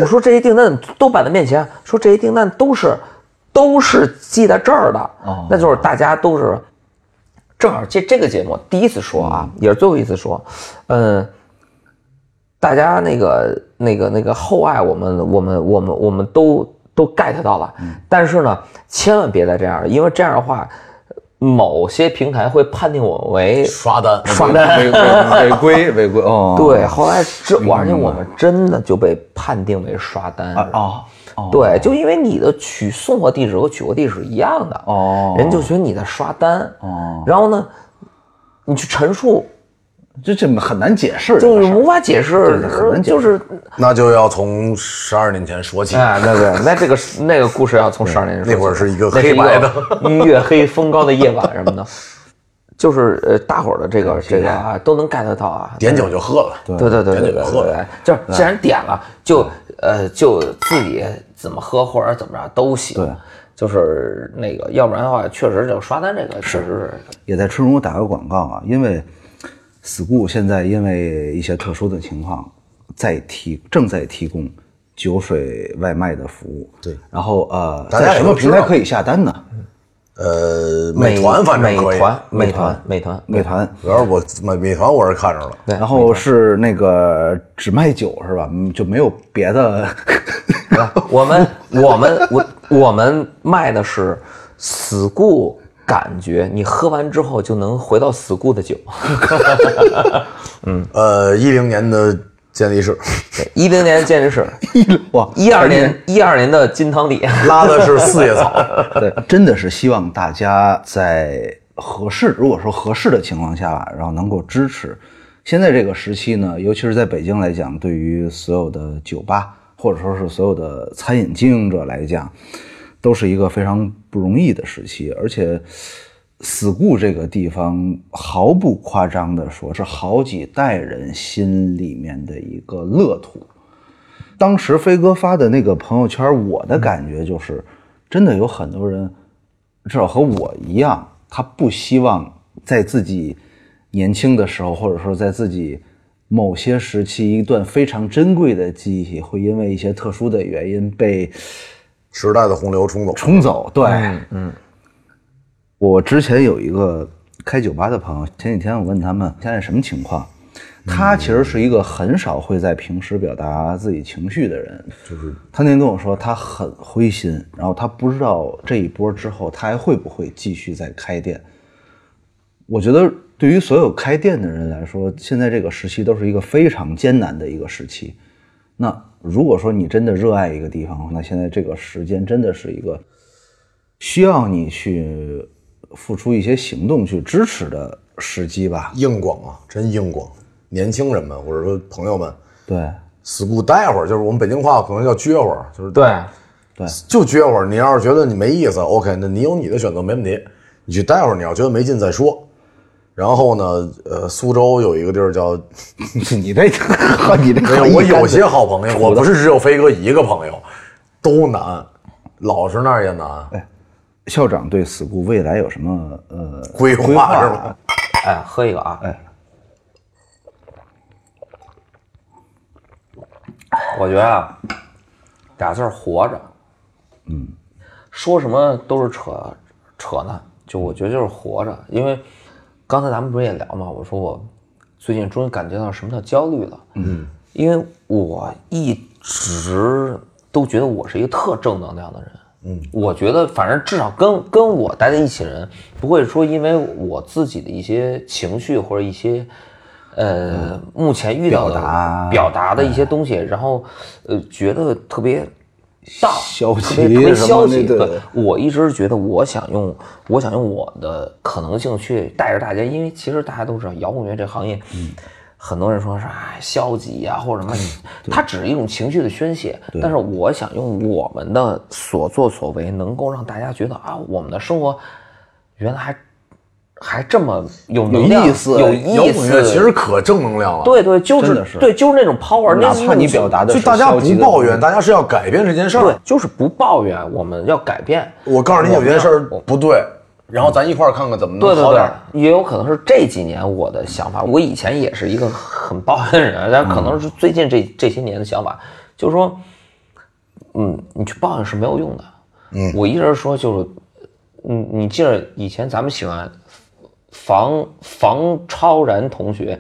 我说这些订单都摆在面前，说这些订单都是都是记在这儿的，那就是大家都是正好这这个节目第一次说啊，也是最后一次说，嗯，大家那个那个那个厚爱我们我们我们我们都都 get 到了，但是呢，千万别再这样了，因为这样的话。某些平台会判定我为
刷单，
刷单，
违违违规违规哦，
对，后来这我而且我们真的就被判定为刷单
啊哦哦，
对，就因为你的取送货地址和取货地址是一样的，
哦
人就觉得你在刷单，
哦，
然后呢，你去陈述
这这很难解释，这
就
个
是
事儿
无法解释
对很难，解释
就是
那就要从十二年前说起。
啊，对对，那这个是那个故事要从十二年
那会儿是一个黑白的
的 月黑风高的夜晚什么的， 就是呃，大伙儿的这个这个啊都能 get 到啊，
点酒就喝了，对
对对
点
对对
酒就
对对
喝
对
了。，
就是既然点了，就呃就自己怎么喝或者怎么着都行。
对，
就是那个，要不然的话，确实就刷单这个确实是
也在春荣打个广告啊，因为 school 现在因为一些特殊的情况，在提正在提供酒水外卖的服务。
对，
然后呃，
大家
在
也
什
都
么
知
平
道嗯
台可以下单呢？
呃，美团反正可以
美。团美团美团，
美团。
主要是我美美团我是看着了，
对
然后是那个只卖酒是吧？嗯就没有别的。
我们我们我我们卖的是死固感觉，你喝完之后就能回到死固的酒。
呃，一零年的健力 士
一零年健身室，
嗯
哇，
一二年一二年的金汤底。
拉的是四叶草，
对，真的是希望大家在合适，如果说合适的情况下吧，然后能够支持。现在这个时期呢，尤其是在北京来讲，对于所有的酒吧或者说是所有的餐饮经营者来讲，都是一个非常不容易的时期。而且，死固这个地方毫不夸张的说，是好几代人心里面的一个乐土。当时飞哥发的那个朋友圈，我的感觉就是，真的有很多人，至少和我一样，他不希望在自己年轻的时候，或者说在自己某些时期一段非常珍贵的记忆，会因为一些特殊的原因被
时代的洪流冲走。
冲走。对，嗯，我之前有一个开酒吧的朋友，前几天我问他们现在什么情况。他其实是一个很少会在平时表达自己情绪的人，就是他那天跟我说他很灰心，然后他不知道这一波之后他还会不会继续再开店。我觉得对于所有开店的人来说，现在这个时期都是一个非常艰难的一个时期。那如果说你真的热爱一个地方，那现在这个时间真的是一个需要你去付出一些行动去支持的时机吧？
硬广啊，真硬广！年轻人们或者说朋友们
对，
，school 待会儿，就是我们北京话可能叫撅会儿，就是
对，
就撅会儿。你要是觉得你没意思，OK，那你有你的选择，没问题。你去待会儿，你要觉得没劲再说。然后呢，呃，苏州有一个地儿 叫，
你这 你这
没有，我有些好朋友，我不是只有飞哥一个朋友，都难，老师那儿也难，
校长对 school 未来有什么呃
规划
规划
是吧？
哎，喝一个啊！
哎，
我觉得啊，俩字儿活着，嗯，说什么都是扯扯呢。就我觉得就是活着，因为刚才咱们不是也聊嘛，我说我最近终于感觉到什么叫焦虑了，嗯，因为我一直都觉得我是一个特正能量的人。嗯，我觉得反正至少跟跟我待在一起的人，不会说因为我自己的一些情绪或者一些，呃，目前遇到的
表达
表达哎的一些东西，然后呃觉得特别大
消极
特别特别
什么
消
的
极。
对
我一直觉得我想用我想用我的可能性去带着大家，因为其实大家都知道摇滚乐这行业。
嗯
很多人说是哎消极呀、或者什么，它只是一种情绪的宣泄。但是我想用我们的所作所为，能够让大家觉得啊，我们的生活原来还还这么有能量
有意思
有
摇
意
滚乐
思。
其实可正能量了。
对对，就
真的
是
是
对，就是那种 power，
哪
那
怕你表达的
就是大家
消极
不
的
抱怨，大家是要改变这件事儿。
对，就是不抱怨，我们要改变。
我告诉你有些事
我
儿
们要我
不对，然后咱一块儿看看怎么
对
能
对
嗯好点
对
儿。，
也有可能是这几年我的想法。我以前也是一个很抱怨的人，但可
嗯
能是最近这这些年的想法，就是说，嗯，你去抱怨是没有用的。嗯，我一直说就是，嗯，你记着以前咱们喜欢房房超然同学，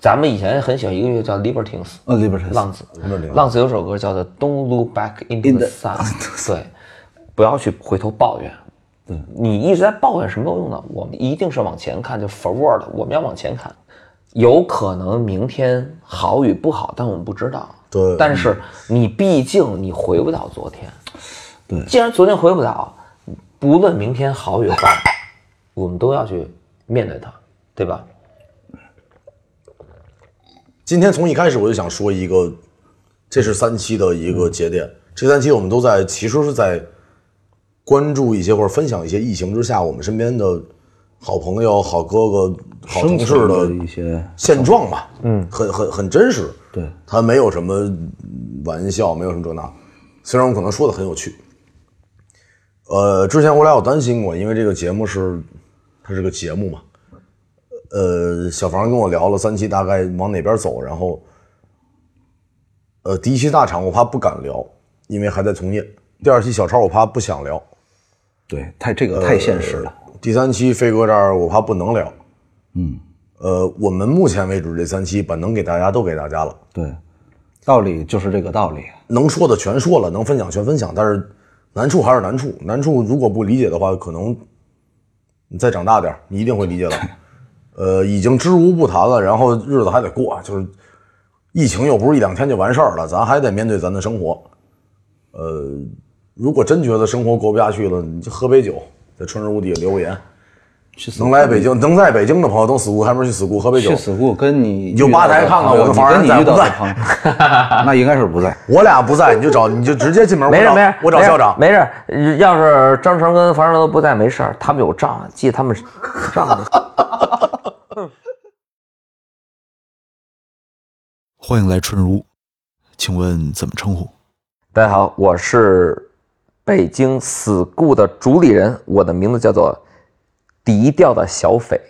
咱们以前很喜欢一个乐队叫 Libertines，
呃 liberty
浪子，浪子有首歌叫做《Don't Look Back into
In
the Sun》，对，不要去回头抱怨。你一直在抱怨是没有用的，我们一定是往前看，就 forward，我们要往前看。有可能明天好与不好，但我们不知道。
对
但是你毕竟你回不到昨天。
对
既然昨天回不了，不论明天好与坏，我们都要去面对它，对吧？
今天从一开始我就想说一个，这是三期的一个节点。这三期我们都在，其实是在关注一些或者分享一些疫情之下我们身边的好朋友、好哥哥、好
生
同事
存
的
一些
现状吧，嗯，很很很真实，对，他没有什么玩笑，没有什么这那，虽然我可能说的很有趣，呃，之前我俩有担心过，因为这个节目是它是个节目嘛，呃，小房跟我聊了三期大概往哪边走，然后，呃，第一期大厂我怕不敢聊，因为还在从业，第二期小超我怕不想聊，
对，太这个太现实了。
第三期飞哥这儿我怕不能聊，嗯，呃，我们目前为止这三期把能给大家都给大家了，
对，道理就是这个道理。
能说的全说了，能分享全分享，但是难处还是难处，难处如果不理解的话，可能你再长大点儿，你一定会理解的。呃，已经知无不谈了，然后日子还得过，就是疫情又不是一两天就完事儿了，咱还得面对咱的生活。呃，如果真觉得生活过不下去了，你就喝杯酒，在春日屋底下留个言。
去死
能来北京，能在北京的朋友，等死姑还没去死姑喝杯酒
去。死库跟你
你就吧台看看我的房
跟
人
你
在
遇
不
到的
在
朋友， 那应该是不在。
我俩不在，你就找，你就直接进门。
没事
我找
没事，
我找
没事
校长。
没事，呃要是张成跟樊胜都不在，没事儿，他们有账，啊记他们账就行。
欢迎来春如，请问怎么称呼？
大家好，我是北京死故的主理人，我的名字叫做“迪调的小斐”。